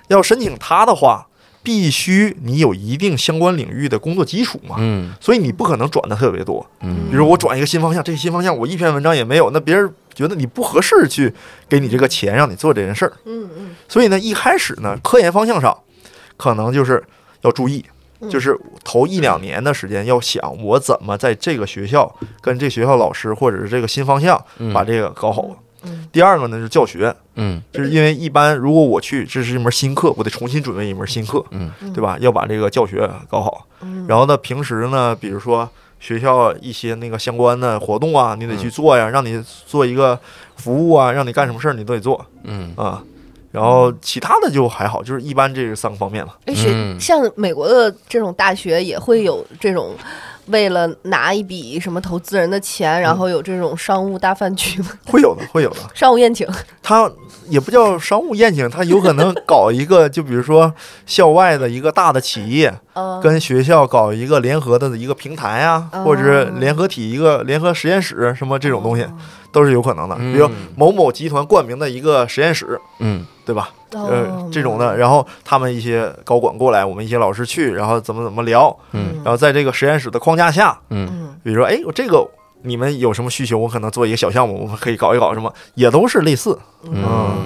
Speaker 7: 要申请它的话，必须你有一定相关领域的工作基础嘛，
Speaker 1: 嗯
Speaker 7: 所以你不可能转的特别多。
Speaker 1: 嗯
Speaker 7: 比如我转一个新方向，这个新方向我一篇文章也没有，那别人觉得你不合适去给你这个钱让你做这件事儿。
Speaker 6: 嗯嗯
Speaker 7: 所以呢，一开始呢，科研方向上可能就是要注意
Speaker 6: 嗯。
Speaker 7: 就是头一两年的时间，要想我怎么在这个学校跟这学校老师或者是这个新方向
Speaker 1: 嗯，
Speaker 7: 把这个搞好。
Speaker 6: 嗯
Speaker 7: 第二个呢就是教学，
Speaker 1: 嗯
Speaker 7: 就是因为一般如果我去，这是一门新课，我得重新准备一门新课，
Speaker 1: 嗯
Speaker 7: 对吧？要把这个教学搞好。
Speaker 6: 嗯，
Speaker 7: 然后呢，平时呢，比如说学校一些那个相关的活动啊，你得去做呀，让你做一个服务啊，让你干什么事儿你都得做
Speaker 1: 嗯
Speaker 7: 啊。然后其他的就还好，就是一般这是三个方面了。
Speaker 6: 而且
Speaker 1: 嗯
Speaker 6: 哎像美国的这种大学也会有这种。为了拿一笔什么投资人的钱，然后有这种商务大饭局、
Speaker 7: 会有的，会有的。
Speaker 6: 商务宴请，
Speaker 7: 他也不叫商务宴请，他有可能搞一个，就比如说校外的一个大的企业，
Speaker 6: 嗯，
Speaker 7: 跟学校搞一个联合的一个平台啊，
Speaker 6: 哦
Speaker 7: 或者是联合体一个联合实验室什么这种东
Speaker 6: 哦
Speaker 7: 西，都是有可能的。
Speaker 1: 嗯
Speaker 7: 比如某某集团冠名的一个实验室，
Speaker 1: 嗯
Speaker 7: 对吧？
Speaker 6: 哦
Speaker 7: 呃，这种的，，然后他们一些高管过来，我们一些老师去，然后怎么怎么聊，
Speaker 1: 嗯
Speaker 7: 然后在这个实验室的框架下，
Speaker 1: 嗯
Speaker 6: 嗯
Speaker 7: 比如说，哎，我这个你们有什么需求，我可能做一个小项目，我们可以搞一搞什么，也都是类似。
Speaker 1: 嗯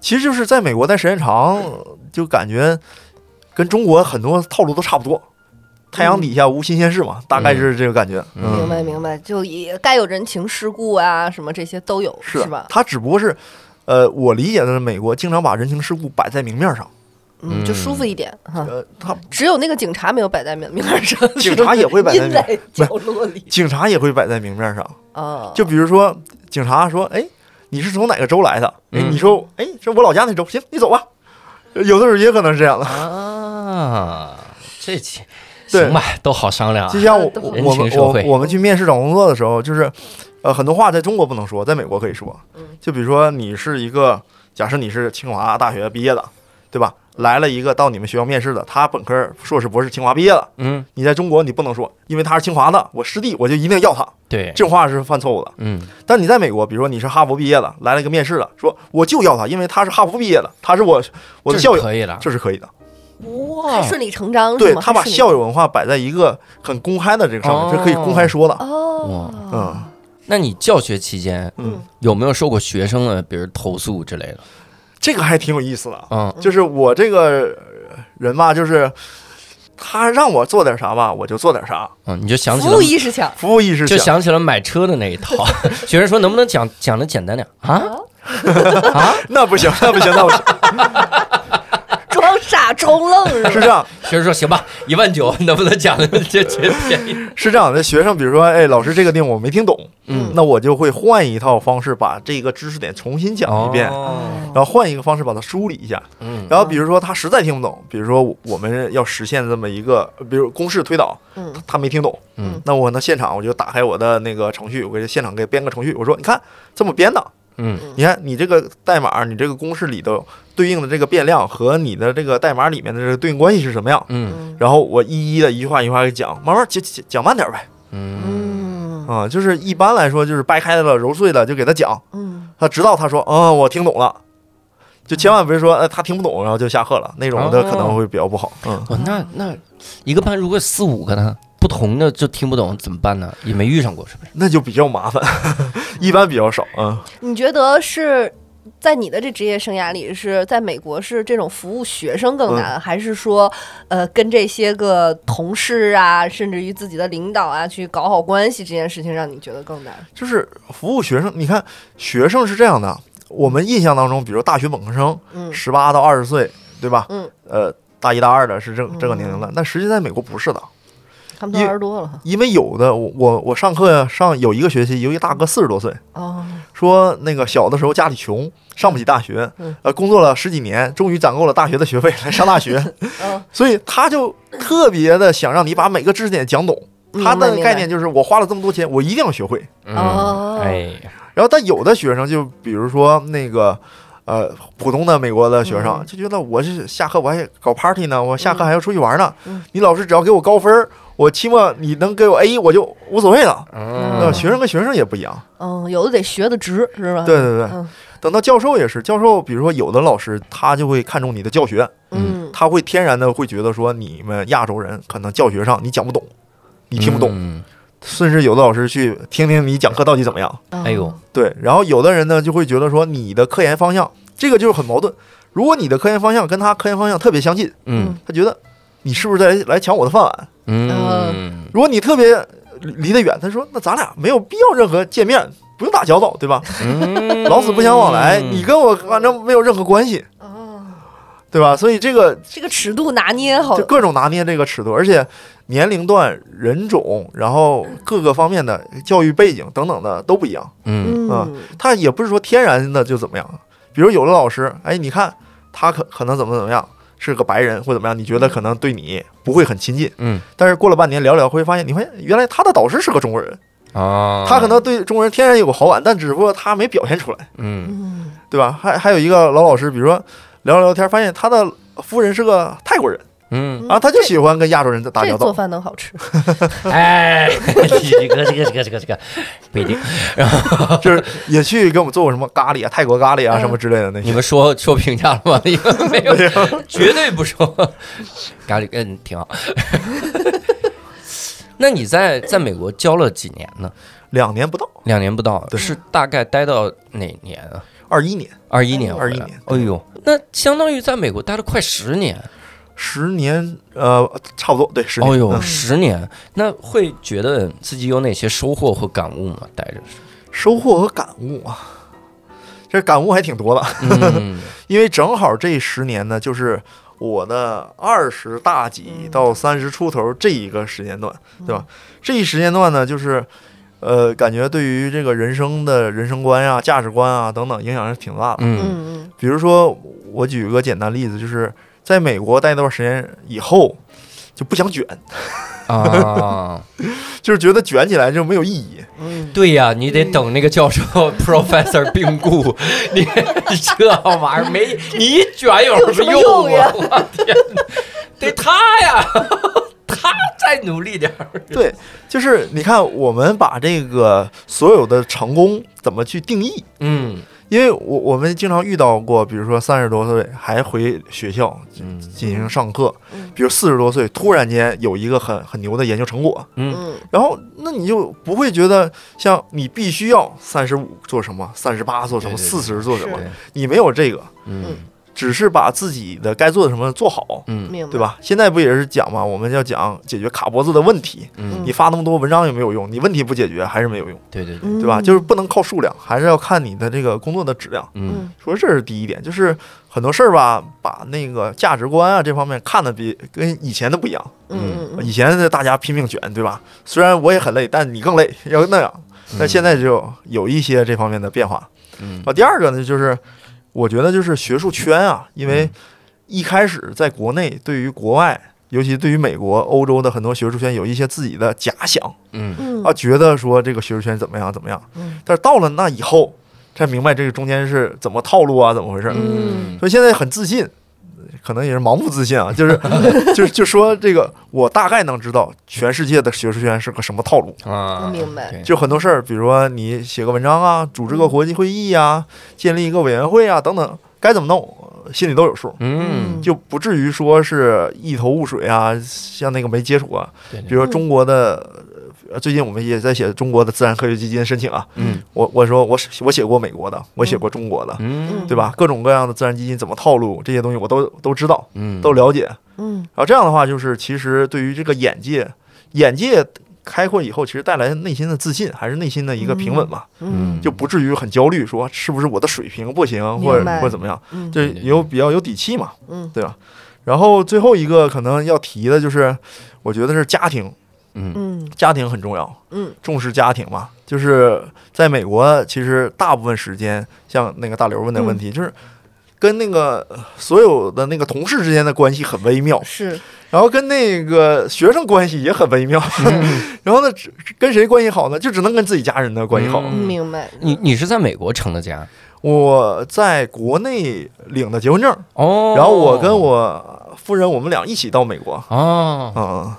Speaker 7: 其实就是在美国待时间长，就感觉跟中国很多套路都差不多。太阳底下无新鲜事嘛，大概就是这个感觉。
Speaker 1: 嗯
Speaker 6: 明白明白，就也该有人情世故啊，什么这些都有，是
Speaker 7: 是
Speaker 6: 吧？
Speaker 7: 它只不过是，呃，我理解的是美国经常把人情世故摆在明面上，
Speaker 6: 嗯，就
Speaker 1: 嗯
Speaker 6: 舒服一点哈。
Speaker 7: 呃，他
Speaker 6: 只有那个警察没有摆 在面面上，
Speaker 7: 警察也会摆在
Speaker 6: 阴
Speaker 7: 面
Speaker 6: 在角落里
Speaker 7: 警察也会摆在明面上。
Speaker 6: 啊。
Speaker 7: 就比如说，警察说：“哎，你是从哪个州来的？”哎，
Speaker 1: 嗯
Speaker 7: 你说：“哎，这我老家那州，行，你走吧。”有的时候也可能是这样的。
Speaker 1: 啊，这期
Speaker 7: 对
Speaker 1: 行吧，都好商量啊
Speaker 7: 就。像我
Speaker 6: 都
Speaker 7: 我
Speaker 1: 人
Speaker 7: 我
Speaker 1: 情
Speaker 7: 们
Speaker 1: 社
Speaker 7: 我
Speaker 1: 会
Speaker 7: 我们去面试找工作的时候，就是，呃，很多话在中国不能说，在美国可以说
Speaker 6: 嗯。
Speaker 7: 就比如说你是一个，假设你是清华大学毕业的，对吧？来了一个到你们学校面试的，他本科、硕士、博士，清华毕业的，
Speaker 1: 嗯，
Speaker 7: 你在中国你不能说，因为他是清华的，我师弟我就一定要他，
Speaker 1: 对，
Speaker 7: 这种话是犯错误的。
Speaker 1: 嗯
Speaker 7: 但你在美国，比如说你是哈佛毕业的，来了一个面试的，说我就要他，因为他是哈佛毕业的，他是我我
Speaker 1: 这
Speaker 7: 的
Speaker 1: 是
Speaker 7: 校友，
Speaker 1: 可以了。
Speaker 7: 这是可以的。
Speaker 1: 哇
Speaker 6: 还顺理成章
Speaker 7: 对
Speaker 6: 是吗？
Speaker 7: 他把
Speaker 6: 还顺理
Speaker 7: 哦校友文化摆在一个很公开的这个上面，这可以公开说的。
Speaker 6: 哦，
Speaker 7: 嗯，
Speaker 1: 那你教学期间
Speaker 7: 嗯，
Speaker 1: 有没有受过学生的，比如投诉之类的？
Speaker 7: 这个还挺有意思的。
Speaker 1: 嗯
Speaker 7: 就是我这个人吧，就是他让我做点啥吧，我就做点啥，
Speaker 1: 嗯，你就想起
Speaker 6: 服
Speaker 1: 了
Speaker 6: 务，意识强
Speaker 7: 服务意识
Speaker 1: 就
Speaker 7: 强。
Speaker 1: 想起了买车的那一套。学生说能不能讲讲的简单点啊？啊？
Speaker 7: 那 不行，那不行，那不行，
Speaker 6: 装傻充愣是吧？
Speaker 7: 是这样，
Speaker 1: 学生说行吧，一万九能不能讲的这这便宜？
Speaker 7: 是这样的。学生比如说，哎，老师这个地方我没听懂，
Speaker 1: 嗯
Speaker 7: 那我就会换一套方式把这个知识点重新 讲一遍。
Speaker 6: 嗯
Speaker 1: 哦
Speaker 7: 然后换一个方式把它梳理一下，
Speaker 1: 嗯
Speaker 7: 然后比如说他实在听不懂，比如说我我们要实现这么一个，比如公式推导，
Speaker 6: 嗯
Speaker 7: 他没听懂，
Speaker 1: 嗯，
Speaker 7: 那我呢现场我就打开我的那个程序，我给现场给编个程序，我说你看这么编的，
Speaker 1: 嗯
Speaker 7: 你看你这个代码，你这个公式里头对应的这个变量和你的这个代码里面的这个对应关系是什么样？
Speaker 1: 嗯
Speaker 6: 嗯
Speaker 7: 然后我一一的一句话一句话给讲，慢慢讲讲讲慢点呗。
Speaker 1: 嗯
Speaker 6: 嗯
Speaker 7: 啊、就是一般来说就是掰开了揉碎了就给他讲，
Speaker 6: 嗯，
Speaker 7: 他直到他说嗯我听懂了，就千万别说呃他听不懂然后就下课了那种的可能会比较不好。嗯，
Speaker 1: 哇，哦那那一个班如果四五个呢，不同的就听不懂怎么办呢？也没遇上过是不是？
Speaker 7: 那就比较麻烦， 一般比较少。嗯，
Speaker 6: 你觉得是在你的这职业生涯里，是在美国是这种服务学生更
Speaker 7: 嗯
Speaker 6: 难，还是说呃跟这些个同事啊，甚至于自己的领导啊去搞好关系这件事情，让你觉得更难？
Speaker 7: 就是服务学生，你看学生是这样的，我们印象当中，比如大学本科生，
Speaker 6: 嗯
Speaker 7: 十八到二十岁，对吧？
Speaker 6: 嗯，
Speaker 7: 呃，大一大二的是这这个年龄
Speaker 6: 嗯
Speaker 7: 段，但实际在美国不是的，
Speaker 6: 他们都
Speaker 7: 因
Speaker 6: 二十多了
Speaker 7: 因为有的我我我上课上有一个学期，有一大哥四十多岁，
Speaker 6: 哦，
Speaker 7: 说那个小的时候家里穷，上不起大学
Speaker 6: 嗯，
Speaker 7: 呃，工作了十几年，终于攒够了大学的学费来上大学，
Speaker 6: 嗯
Speaker 7: 所以他就特别的想让你把每个知识点讲懂。
Speaker 6: 嗯
Speaker 7: 他
Speaker 6: 明白
Speaker 7: 的
Speaker 6: 明
Speaker 7: 概
Speaker 6: 白
Speaker 7: 念就是我花了这么多钱，我一定要学会。
Speaker 1: 嗯
Speaker 6: 哦
Speaker 1: 哎，
Speaker 7: 然后，但有的学生就比如说那个，呃，普通的美国的学生
Speaker 6: 嗯
Speaker 7: 就觉得我是下课我还搞 party 呢，我下课还要出去玩呢。
Speaker 6: 嗯
Speaker 7: 你老师只要给我高分儿，我期末你能给我 A 我就无所谓了。那
Speaker 1: 嗯
Speaker 7: 学生跟学生也不一样，
Speaker 6: 嗯，有的得学的直是吧？
Speaker 7: 对对对。
Speaker 6: 嗯
Speaker 7: 等到教授也是，教授比如说有的老师他就会看重你的教学，
Speaker 6: 嗯
Speaker 7: 他会天然的会觉得说你们亚洲人可能教学上你讲不懂，你听不懂，
Speaker 1: 嗯
Speaker 7: 甚至有的老师去听听你讲课到底怎么样。
Speaker 6: 嗯
Speaker 1: 哎呦，
Speaker 7: 对，然后有的人呢就会觉得说你的科研方向，这个就是很矛盾。如果你的科研方向跟他科研方向特别相近，
Speaker 1: 嗯
Speaker 7: 他觉得你是不是在来抢我的饭碗？
Speaker 1: 嗯
Speaker 7: 如果你特别离得远，他说那咱俩没有必要任何见面，不用打交道，对吧？
Speaker 1: 嗯，
Speaker 7: 老死不相往来，你跟我反正没有任何关系，
Speaker 6: 哦，
Speaker 7: 对吧？所以这个
Speaker 6: 这个尺度拿捏好
Speaker 7: 就各种拿捏这个尺度，而且年龄段、人种，然后各个方面的教育背景等等的都不一样。
Speaker 1: 嗯
Speaker 7: 啊
Speaker 6: 嗯
Speaker 7: 他也不是说天然的就怎么样。比如有的老师，哎，你看他可可能怎么怎么样，是个白人或怎么样，你觉得可能对你不会很亲近，
Speaker 1: 嗯
Speaker 7: 但是过了半年聊聊，会发现你发现原来他的导师是个中国人，
Speaker 1: 啊，
Speaker 7: 他可能对中国人天然有个好感，但只不过他没表现出来，
Speaker 1: 嗯
Speaker 6: 嗯
Speaker 7: 对吧？还还有一个老老师，比如说聊聊天，发现他的夫人是个泰国人，啊
Speaker 1: 嗯，
Speaker 7: 然后他就喜欢跟亚洲人打
Speaker 6: 这
Speaker 7: 交
Speaker 6: 做
Speaker 7: 道。
Speaker 6: 饭能好吃，
Speaker 1: 哎， 这个这个这个这个这个不一定。
Speaker 7: 就是也去给我们做过什么咖喱啊、泰国咖喱啊
Speaker 6: 嗯
Speaker 7: 什么之类的 那
Speaker 1: 你
Speaker 7: 些。
Speaker 1: 们说说评价了吗？ 你们没有，绝对不说。 咖喱嗯挺好。 那你在在美国教了几年呢？
Speaker 7: 两年不到，
Speaker 1: 两年不到，
Speaker 7: 对
Speaker 1: 是大概待到哪年啊？
Speaker 7: 二一年，
Speaker 1: 二一年，
Speaker 7: 21年
Speaker 1: 哎呦，那相当于在美国待了快十年。
Speaker 7: 十年，呃，差不多，对，十年。
Speaker 1: 哦呦，
Speaker 7: 嗯
Speaker 1: 十年，那会觉得自己有哪些收获和感悟吗？待着是，
Speaker 7: 收获和感悟啊，这感悟还挺 多的，
Speaker 1: 嗯
Speaker 7: 因为正好这十年呢，就是我的二十大几到三十出头这一个时间段，对吧？这一时间段呢，就是呃，感觉对于这个人生的人生观啊、价值观啊等等影响是挺大的。
Speaker 1: 嗯
Speaker 6: 嗯
Speaker 7: 比如说，我举个简单例子，就是在美国待那段时间以后。就不想卷，
Speaker 1: 啊，
Speaker 7: 就是觉得卷起来就没有意义。
Speaker 6: 嗯
Speaker 1: 对呀，你得等那个教授 Professor 病故，你这玩意儿没你一卷有什么
Speaker 6: 有什么用
Speaker 1: 啊
Speaker 6: 呀？
Speaker 1: 我天哪，得他呀， 他再努力点儿，
Speaker 7: 对，就是你看，我们把这个所有的成功怎么去定义，
Speaker 1: 嗯
Speaker 7: 因为我我们经常遇到过，比如说三十多岁还回学校
Speaker 1: 嗯
Speaker 7: 进行上课
Speaker 6: 嗯，
Speaker 7: 比如四十多岁突然间有一个很很牛的研究成果，
Speaker 6: 嗯
Speaker 7: 然后那你就不会觉得像你必须要三十五做什么，三十八做什么，
Speaker 1: 对对
Speaker 7: 四十做什么
Speaker 1: 是，
Speaker 7: 你没有这个，
Speaker 1: 嗯
Speaker 7: 只是把自己的该做的什么做好，
Speaker 1: 嗯
Speaker 6: 明白
Speaker 7: 对？吧？现在不也是讲嘛，我们要讲解决卡脖子的问题，
Speaker 1: 嗯，
Speaker 7: 你发那么多文章也没有用，你问题不解决还是没有用，
Speaker 1: 对对对，
Speaker 6: 嗯
Speaker 7: 对吧？就是不能靠数量，还是要看你的这个工作的质量。
Speaker 1: 嗯
Speaker 7: 说这是第一点，就是很多事儿吧，把那个价值观啊这方面看得比跟以前的不一样。
Speaker 6: 嗯嗯
Speaker 7: 以前的大家拼命卷，对吧？虽然我也很累，但你更累，要那样。但现在就有一些这方面的变化。
Speaker 1: 嗯
Speaker 7: 啊，第二个呢，就是我觉得就是学术圈啊，因为一开始在国内对于国外，尤其对于美国、欧洲的很多学术圈有一些自己的假想
Speaker 1: 嗯
Speaker 6: 嗯
Speaker 7: 啊，觉得说这个学术圈怎么样怎么样。
Speaker 6: 嗯
Speaker 7: 但是到了那以后，才明白这个中间是怎么套路啊，怎么回事儿。
Speaker 6: 嗯
Speaker 7: 所以现在很自信，可能也是盲目自信啊，就是就是就说这个，我大概能知道全世界的学术圈是个什么套路。
Speaker 1: 啊，
Speaker 6: 我明白
Speaker 1: 对，
Speaker 7: 就很多事儿，比如说你写个文章啊，组织个国际会议啊，建立一个委员会啊，等等，该怎么弄，呃心里都有数，
Speaker 1: 嗯，
Speaker 7: 就不至于说是一头雾水啊，像那个没接触啊。
Speaker 1: 对对
Speaker 7: 比如说中国的，呃最近我们也在写中国的自然科学基金申请啊，
Speaker 1: 嗯
Speaker 7: 我我说我我写过美国的，我写过中国的，
Speaker 1: 嗯
Speaker 7: 对吧？各种各样的自然基金怎么套路，这些东西我都都知道，
Speaker 1: 嗯
Speaker 7: 都了解。然
Speaker 6: 嗯
Speaker 7: 后这样的话，就是其实对于这个眼界，眼界开阔以后，其实带来内心的自信，还是内心的一个平稳嘛，
Speaker 6: 嗯
Speaker 7: 就不至于很焦虑，说是不是我的水平不行，
Speaker 6: 明
Speaker 7: 或者
Speaker 6: 白
Speaker 7: 或者怎么样，
Speaker 6: 嗯
Speaker 7: 这
Speaker 1: 对对
Speaker 7: 有比较有底气嘛，
Speaker 6: 嗯
Speaker 7: 对吧？然后最后一个可能要提的就是，我觉得是家庭，
Speaker 1: 嗯
Speaker 6: 嗯
Speaker 7: 家庭很重要，
Speaker 6: 嗯，
Speaker 7: 重视家庭嘛。就是在美国，其实大部分时间，像那个大刘问的问题，
Speaker 1: 嗯
Speaker 7: 就是跟那个呃所有的那个同事之间的关系很微妙，
Speaker 6: 嗯是
Speaker 7: 然后跟那个学生关系也很微妙，
Speaker 1: 嗯
Speaker 7: 然后呢，只跟谁关系好呢？就只能跟自己家人的关系好。
Speaker 1: 嗯
Speaker 6: 明白。
Speaker 1: 你你是在美国成的家
Speaker 7: 我在国内领的结婚证，
Speaker 1: 哦，
Speaker 7: 然后我跟我夫人，我们俩一起到美国。
Speaker 1: 哦，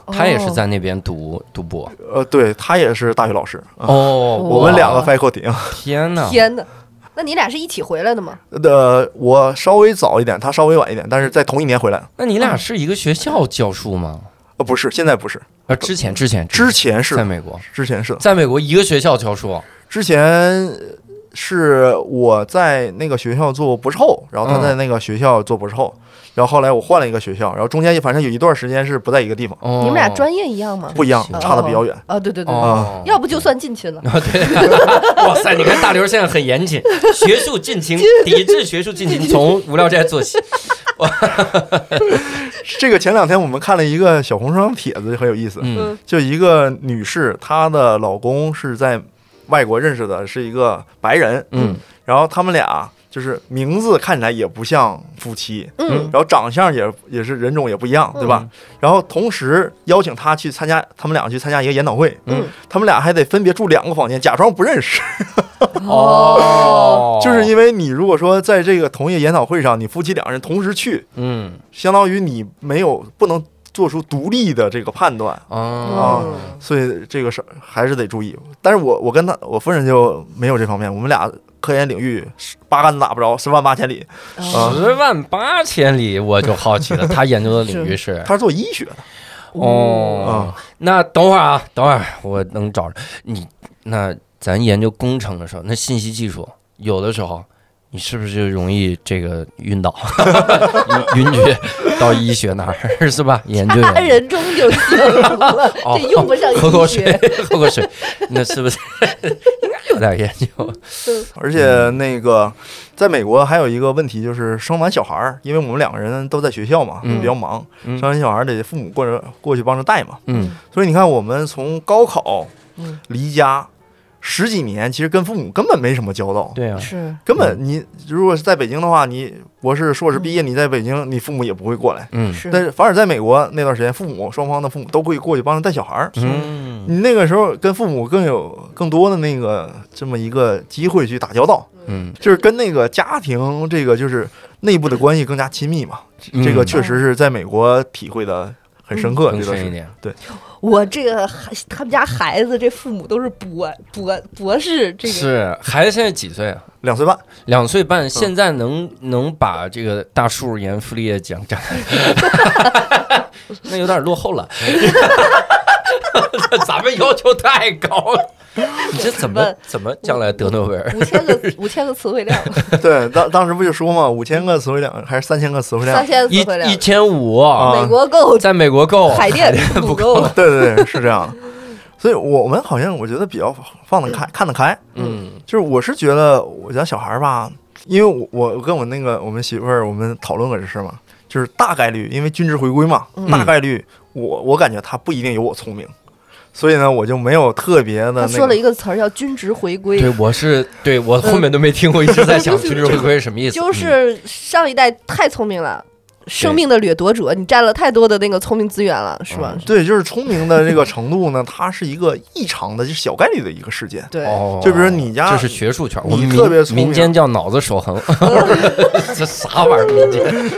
Speaker 7: 嗯，
Speaker 1: 他也是在那边读读博
Speaker 7: 呃，对他也是大学老师，嗯
Speaker 1: 哦，
Speaker 7: 我们两
Speaker 1: 哇
Speaker 7: 个 faculty 啊。
Speaker 1: 天呐，
Speaker 6: 天哪，那你俩是一起回来的吗？
Speaker 7: 呃，我稍微早一点，他稍微晚一点，但是在同一年回来。
Speaker 1: 那你
Speaker 6: 嗯
Speaker 1: 俩是一个学校教书吗？
Speaker 7: 呃，不是，现在不是，
Speaker 1: 呃，之前之前
Speaker 7: 之前是
Speaker 1: 在，美国，
Speaker 7: 之前是，
Speaker 1: 在美国一个学校教书，
Speaker 7: 之前是我在那个学校做博士后，然后他
Speaker 1: 嗯
Speaker 7: 在那个学校做博士后，然后后来我换了一个学校，然后中间反正有一段时间是不在一个地方，
Speaker 1: 哦
Speaker 6: 你们俩专业一样吗？
Speaker 7: 不一样，
Speaker 1: 哦
Speaker 7: 差的比较远。
Speaker 6: 啊，对对对，
Speaker 1: 哦，
Speaker 6: 要不就算近亲了。
Speaker 1: 哇塞！你看大刘现在很严 谨，学术进行抵制学术进行，从无聊斋做 起。
Speaker 7: 这个前两天我们看了一个小红书上帖子，很有意思，
Speaker 1: 嗯
Speaker 7: 就一个女士，她的老公是在外国认识的，是一个白人，
Speaker 1: 嗯
Speaker 7: 然后他们俩就是名字看起来也不像夫妻，
Speaker 6: 嗯
Speaker 7: 然后长相也也是人种也不一样，对吧？
Speaker 1: 嗯
Speaker 7: 然后同时邀请他去参加，他们俩去参加一个研讨会，
Speaker 1: 嗯
Speaker 7: 他们俩还得分别住两个房间，假装不认识，
Speaker 1: 嗯哦
Speaker 7: 就是因为你如果说在这个同一个研讨会上，你夫妻两人同时去，
Speaker 1: 嗯
Speaker 7: 相当于你没有不能做出独立的这个判断。
Speaker 1: 哦
Speaker 6: 嗯
Speaker 7: 所以这个事儿还是得注意，但是我我跟他我夫人就没有这方面，我们俩科研领域十八竿子打不着，十万八千里。
Speaker 6: 哦
Speaker 1: 十万八千里，我就好奇了，他研究的领域是
Speaker 7: 他是做医学的，
Speaker 1: 哦。那等会儿啊，等会儿我能找着你。那咱研究工程的时候，那信息技术有的时候。你是不是就容易这个晕倒、 晕晕厥到医学那儿是 吧？研究研
Speaker 6: 他
Speaker 1: 究。
Speaker 6: 人中就行了，
Speaker 1: 哦
Speaker 6: 这用不上
Speaker 1: 喝口
Speaker 6: 医
Speaker 1: 水
Speaker 6: 学。，
Speaker 1: 喝口水，那是不是 应该有点研究？
Speaker 6: 嗯
Speaker 7: 而且
Speaker 1: 嗯
Speaker 7: 那个在美国还有一个问题就是生完小孩儿，因为我们两个人都在学校嘛，
Speaker 1: 嗯
Speaker 7: 比较忙，
Speaker 1: 嗯
Speaker 7: 生完小孩儿得父母过着过去帮着带嘛，
Speaker 1: 嗯
Speaker 7: 所以你看我们从高考
Speaker 6: 嗯
Speaker 7: 离家十几年，其实跟父母根本没什么交道，
Speaker 1: 对啊，
Speaker 6: 是，
Speaker 7: 根本你如果是在北京的话，你博士硕士毕业，你在北京，你父母也不会过来。
Speaker 1: 嗯
Speaker 6: 是，
Speaker 7: 但是反而在美国那段时间，父母双方的父母都会过去帮着带小孩儿。
Speaker 1: 嗯
Speaker 7: 你那个时候跟父母更有更多的那个这么一个机会去打交道，
Speaker 1: 嗯，
Speaker 7: 就是跟那个家庭这个就是内部的关系更加亲密嘛。
Speaker 1: 嗯
Speaker 7: 这个确实是在美国体会的很深刻，
Speaker 1: 更
Speaker 7: 这个
Speaker 1: 深一
Speaker 7: 是
Speaker 1: 点。
Speaker 6: 我这个孩他们家孩子这父母都是博博博士，这个
Speaker 1: 是孩子现在几岁啊？
Speaker 7: 两岁半，
Speaker 1: 两岁半，现在能能把这个大树沿傅立叶讲展，那有点落后了。咱们要求太高了，你这怎么怎么将来得诺贝尔？
Speaker 6: 五千个五千个词汇量，
Speaker 7: 对，当当时不就说嘛，五千个词汇量还是三千个词汇量
Speaker 6: 三？千个
Speaker 1: 一
Speaker 6: 词汇量
Speaker 1: 一，哦千五，
Speaker 7: 啊
Speaker 6: 美 国够，
Speaker 1: 在美国够。
Speaker 6: 海淀不够，
Speaker 7: 对对对，是这样的。所以我们好像我觉得比较放得开，看得开。
Speaker 1: 嗯
Speaker 7: 就是我是觉得我家小孩儿吧，因为我我跟我那个我们媳妇儿我们讨论过这事儿嘛，就是大概率因为均值回归嘛，
Speaker 6: 嗯
Speaker 7: 大概率我我感觉他不一定有我聪明，所以呢我就没有特别的
Speaker 6: 他
Speaker 7: 那
Speaker 6: 说
Speaker 7: 个
Speaker 6: 了一个词儿叫均值回归，
Speaker 1: 对，我是对我后面都没听过，一直在想
Speaker 6: 就是
Speaker 1: 均值回归是什么意思。
Speaker 6: 就是上一代太聪明了，生命的掠夺者，你占了太多的那个聪明资源了，是吧？
Speaker 7: 对，就是聪明的这个程度呢，它是一个异常的，就是小概率的一个事件。
Speaker 1: 嗯
Speaker 6: 对，
Speaker 1: 哦，
Speaker 7: 就比如你家
Speaker 1: 这是学术圈，
Speaker 7: 你
Speaker 1: 我们
Speaker 7: 特别
Speaker 1: 民
Speaker 7: 聪明
Speaker 1: 民间叫脑子守恒，这啥玩意儿？民间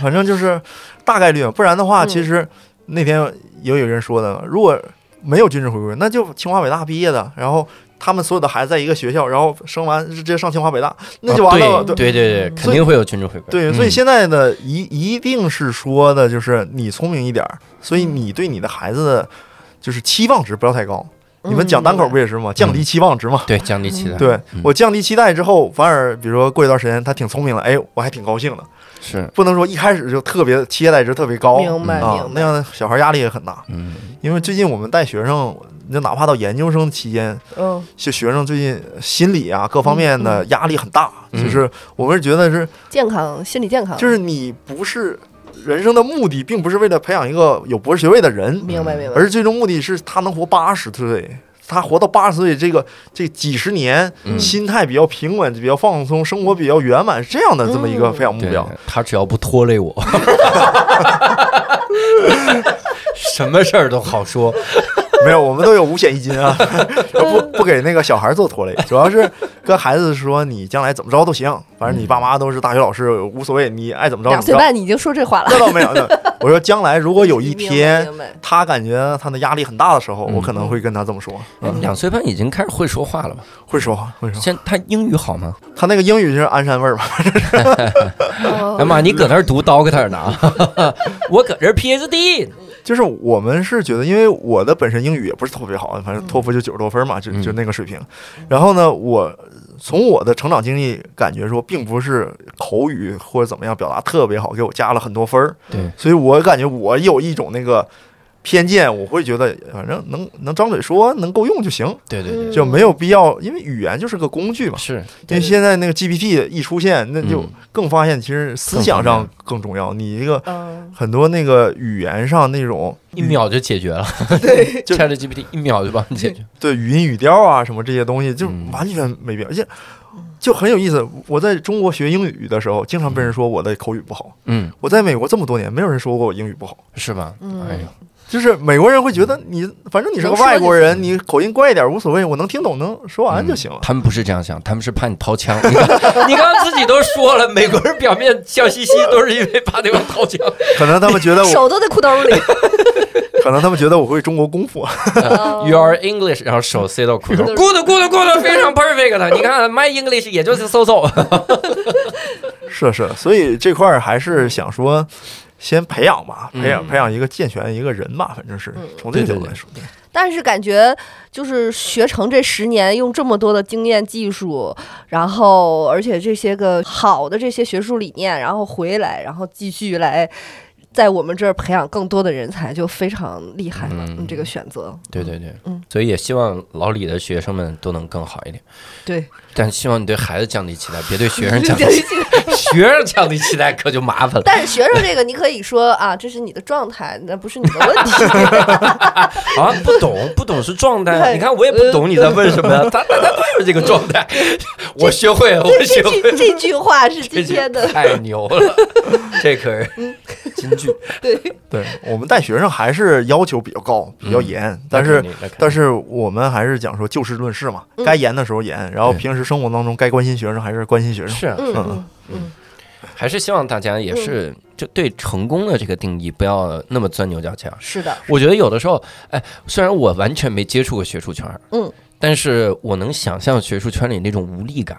Speaker 7: 反正就是大概率，不然的话，
Speaker 6: 嗯
Speaker 7: 其实那天也有人说的，如果没有均值回归，那就清华北大毕业的，然后他们所有的孩子在一个学校，然后生完直接上清华北大，那就完了。
Speaker 1: 啊对对对对，肯定会有均值回归。
Speaker 7: 对，
Speaker 1: 嗯
Speaker 7: 所以现在的一一定是说的就是你聪明一点儿，所以你对你的孩子的就是期望值不要太高。
Speaker 6: 嗯
Speaker 7: 你们讲单口不也是吗？降低期望值嘛。
Speaker 1: 嗯对降低期待，
Speaker 7: 对
Speaker 1: 嗯
Speaker 7: 我降低期待之后，反而比如说过一段时间他挺聪明了，哎，我还挺高兴的。
Speaker 1: 是，
Speaker 7: 不能说一开始就特别期待值特别高
Speaker 6: 明白
Speaker 7: 啊，
Speaker 6: 明
Speaker 7: 那
Speaker 6: 白，
Speaker 7: 样小孩压力也很大。
Speaker 1: 嗯，
Speaker 7: 因为最近我们带学生，就哪怕到研究生期间，
Speaker 6: 嗯，
Speaker 7: 就学生最近心理啊各方面的压力很大，
Speaker 1: 嗯
Speaker 7: 就是我们是觉得是
Speaker 6: 健康，心理健康，
Speaker 7: 就是你不是人生的目的，并不是为了培养一个有博士学位的人，
Speaker 6: 明白明白，
Speaker 7: 而最终目的是他能活八十岁。他活到八十岁，这个这几十年，
Speaker 1: 嗯
Speaker 7: 心态比较平稳，比较放松，生活比较圆满，这样的这么一个
Speaker 6: 嗯
Speaker 7: 培养目
Speaker 1: 对
Speaker 7: 标。，
Speaker 1: 他只要不拖累 我，什么事儿都好说。
Speaker 7: 没有，我们都有五险一金啊，不不给那个小孩做拖累，主要是跟孩子说你将来怎么着都行，反正你爸妈都是大学老师，无所谓，你爱怎么着
Speaker 6: 两
Speaker 7: 怎
Speaker 6: 岁
Speaker 7: 么着。
Speaker 6: 半你已经说这话了，
Speaker 7: 那倒没有，那我说将来如果有一
Speaker 6: 明白
Speaker 7: 天
Speaker 6: 明白
Speaker 7: 他感觉他的压力很大的时候，
Speaker 1: 嗯
Speaker 7: 我可能会跟他这么说，
Speaker 6: 嗯
Speaker 1: 哎两岁半已经开始会说话了嘛？
Speaker 7: 会说话，会说话。
Speaker 1: 现他英语好吗？
Speaker 7: 他那个英语就是鞍山味儿嘛，
Speaker 1: 哎
Speaker 6: 哦
Speaker 1: 妈，你搁那儿读 Doctor 呢？ 我搁这儿 PhD。
Speaker 7: 就是我们是觉得，因为我的本身英语也不是特别好，反正托福就九十多分嘛，就
Speaker 1: 嗯
Speaker 7: 就那个水平。然后呢，我从我的成长经历感觉说，并不是口语或者怎么样表达特别好，给我加了很多分儿。
Speaker 1: 对，
Speaker 7: 所以我感觉我有一种那个偏见，我会觉得反正能能张嘴说，能够用就行，
Speaker 1: 对对对，
Speaker 7: 就没有必要，因为语言就是个工具嘛。
Speaker 1: 是
Speaker 7: 因
Speaker 6: 对
Speaker 7: 为现在那个 GPT 一出现，那就
Speaker 1: 嗯
Speaker 7: 更发现其实思想上更重要。你这个
Speaker 6: 嗯，
Speaker 7: 很多那个语言上那种
Speaker 1: 一秒就解决了。对 ，ChatGPT 一秒就帮你解决。
Speaker 7: 对语音语调啊什么这些东西，就
Speaker 1: 嗯
Speaker 7: 完全没必要，而且
Speaker 6: 嗯
Speaker 7: 就很有意思。我在中国学英语的时候，经常被人说我的口语不好。
Speaker 1: 嗯，
Speaker 7: 我在美国这么多年，没有人说过我英语不好。
Speaker 1: 是吧？
Speaker 6: 嗯
Speaker 1: 哎呦，
Speaker 7: 就是美国人会觉得
Speaker 1: 嗯
Speaker 7: 你，反正你是个
Speaker 6: 能说
Speaker 7: 外国人，你口音怪一点无所谓，我能听懂，能说完就行了。
Speaker 1: 嗯 他们不是这样想，他们是怕你掏 枪。 你刚你刚刚自己都说了，美国人表面笑嘻嘻，都是因为怕对方掏枪。
Speaker 7: 可能他们觉得我，
Speaker 6: 手都在裤兜里
Speaker 7: 可能他们觉得我会中国功 夫。啊
Speaker 6: 哦
Speaker 1: You are English，然后手塞到裤兜
Speaker 6: 对
Speaker 1: ，good good good，非常 perfect 的。你看 my English 也就是 so so。
Speaker 7: 是的是的，所以这块儿还是想说，先培养吧，
Speaker 1: 嗯
Speaker 7: 培养培养一个健全一个人吧，反正是
Speaker 6: 嗯
Speaker 7: 从这个角度
Speaker 1: 对对对
Speaker 7: 来说，
Speaker 6: 但是感觉就是学成这十年，用这么多的经验、技术，然后而且这些个好的这些学术理念，然后回来，然后继续来在我们这儿培养更多的人才，就非常厉害了。
Speaker 1: 嗯
Speaker 6: 你这个选择，
Speaker 1: 对对对
Speaker 6: 嗯，
Speaker 1: 所以也希望老李的学生们都能更好一点，
Speaker 6: 对，
Speaker 1: 但希望你对孩子降低期待，别对学生降低 期
Speaker 6: 对
Speaker 1: 待。学生降低期待可就麻烦 了
Speaker 6: 但是学生这个，你可以说啊，这是你的状态，那不是你的问题。
Speaker 1: 啊！不懂，不懂是状态。
Speaker 6: 对
Speaker 1: 你看我也不懂你在问什么 呀，大大家都有这个状态。我学会了，我
Speaker 6: 这
Speaker 1: 学
Speaker 6: 这
Speaker 1: 会
Speaker 6: 句
Speaker 1: 了。
Speaker 6: 这句话是今
Speaker 1: 这
Speaker 6: 天的，嗯
Speaker 1: 太牛了，这可是金 句。
Speaker 6: 对，
Speaker 7: 对我们带学生还是要求比较高，比较严，
Speaker 1: 嗯
Speaker 7: 但
Speaker 1: 那
Speaker 7: 是
Speaker 1: 肯。定那肯定
Speaker 7: 但是我们还是讲说就事论事嘛，
Speaker 6: 嗯
Speaker 7: 该严的时候严，然后
Speaker 1: 对
Speaker 7: 平时生活
Speaker 1: 嗯
Speaker 7: 当中该关心学生还是关心学生。
Speaker 1: 是啊，
Speaker 6: 嗯
Speaker 7: 嗯
Speaker 6: 嗯嗯，嗯
Speaker 1: 还是希望大家也是就对成功的这个定义不要那么钻牛角尖啊儿。
Speaker 6: 是的，
Speaker 1: 我觉得有的时候，哎，虽然我完全没接触过学术圈，
Speaker 6: 嗯，
Speaker 1: 但是我能想象学术圈里那种无力感，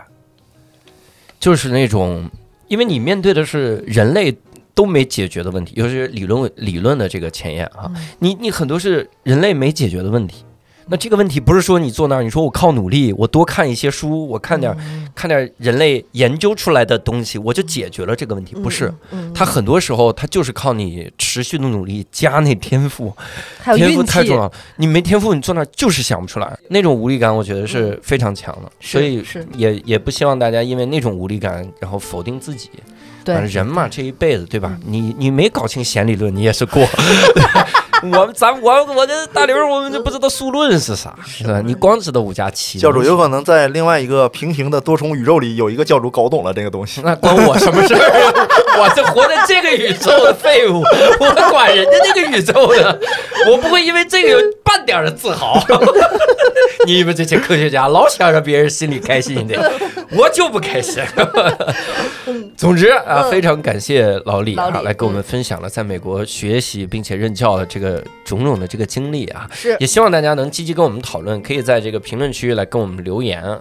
Speaker 1: 就是那种，因为你面对的是人类都没解决的问题，尤其是理论理论的这个前沿啊，
Speaker 6: 嗯
Speaker 1: 你你很多是人类没解决的问题。那这个问题不是说你坐那儿，你说我靠努力，我多看一些书，我看点儿、
Speaker 6: 嗯
Speaker 1: 看点儿人类研究出来的东西，我就解决了这个问题，不是。
Speaker 6: 嗯，嗯
Speaker 1: 它很多时候，它就是靠你持续的努力加那天赋，
Speaker 6: 还有
Speaker 1: 天
Speaker 6: 运
Speaker 1: 赋太重
Speaker 6: 气
Speaker 1: 要。了。你没天赋，你坐那儿就是想不出来，那种无力感，我觉得是非常强的。
Speaker 6: 嗯是
Speaker 1: 所以
Speaker 6: 是
Speaker 1: 也也不希望大家因为那种无力感，然后否定自己。
Speaker 6: 对嗯
Speaker 1: 反正人嘛，这一辈子对吧？你你没搞清弦理论，你也是过。 我们咱我我这大刘，我们就不知道数论是啥，是吧？
Speaker 6: 嗯
Speaker 1: 你光知道五加七，
Speaker 7: 教主有可能在另外一个平行的多重宇宙里，有一个教主搞懂了这个东西。
Speaker 1: 那关我什么事儿？ 我这活在这个宇宙的废物，我管人家那个宇宙的，我不会因为这个有半点儿的自豪。 你们这些科学家老想让别人心里开心 一点，我就不开心。总之啊，
Speaker 6: 嗯
Speaker 1: 非常感谢老李
Speaker 6: 老
Speaker 1: 啊，
Speaker 6: 李嗯
Speaker 1: 来给我们分享了在美国学习并且任教的这个种种的这个经历啊。
Speaker 6: 是
Speaker 1: 也希望大家能积极跟我们讨论，可以在这个评论区来跟我们留言啊。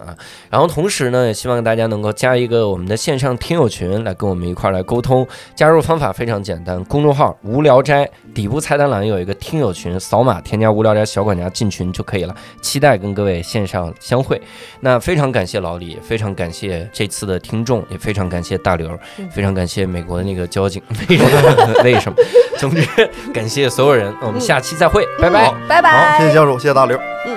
Speaker 1: 然后同时呢，也希望大家能够加一个我们的线上听友群，来跟我们一块儿来沟通。加入方法非常简单，公众号“无聊斋”底部菜单栏有一个听友群，扫码添加“无聊斋小管家”进群就可以了。期待跟各位线上相会。那非常感谢老李，也非常感谢这次的听众，也非常感谢大刘，非常感谢美国的那个交警。 为什么？为什么？总之，感谢所有人。那我们下期再会，拜拜。
Speaker 6: 拜拜，
Speaker 7: 好，谢谢教主，谢谢大刘。
Speaker 6: 嗯。